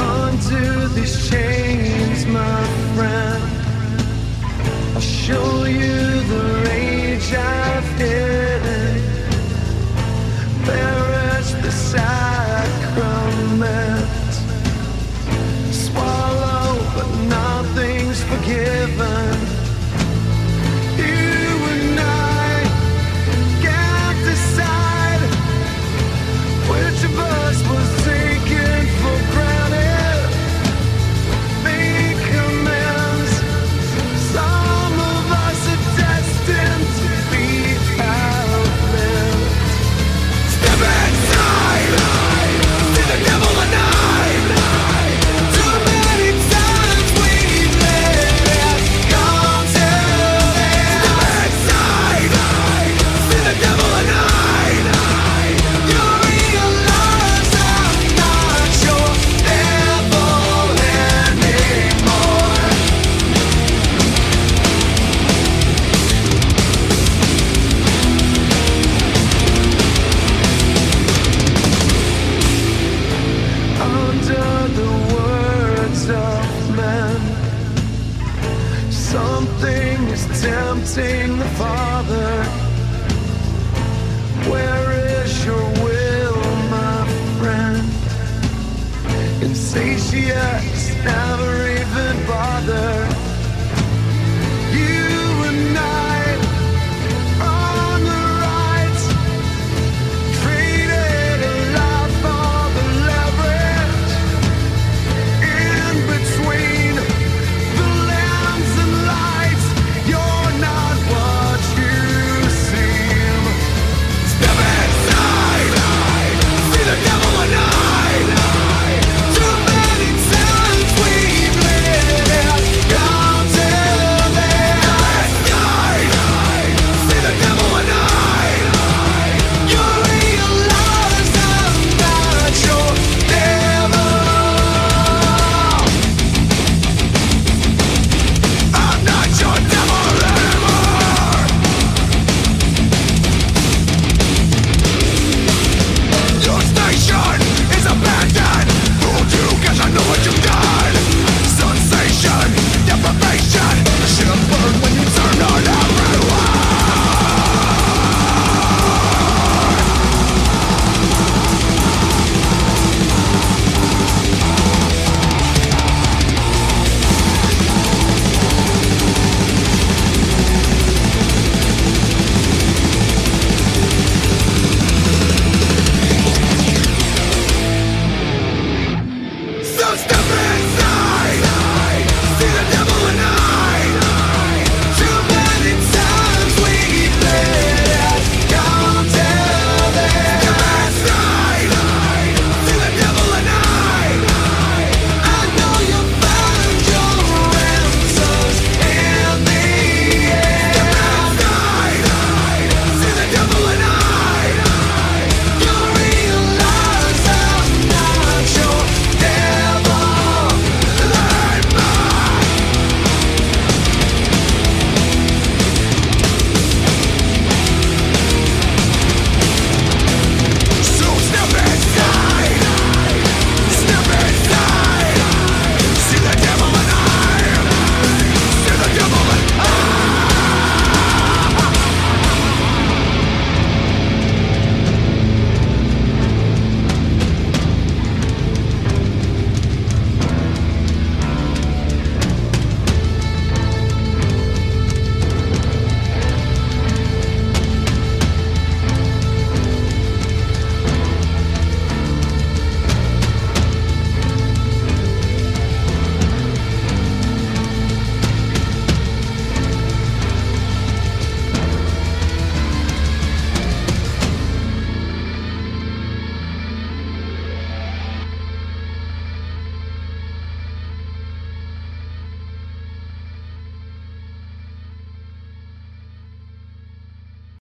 Speaker 1: Under these chains, my friend, I'll show you the rage I've hidden. Perish the sacrament. Swallow, but nothing's forgiven. You and I can't decide which of us was taken for granted? Make amends. Some of us are destined to be outlived. Step inside. See the devil tonight. Too many times we've let it come to this. Step inside. See the devil tonight. You realize I'm not your devil anymore. Under the words of men, something is tempting the Father. Where is your will, my friend? Insatiate, never even bother. eh?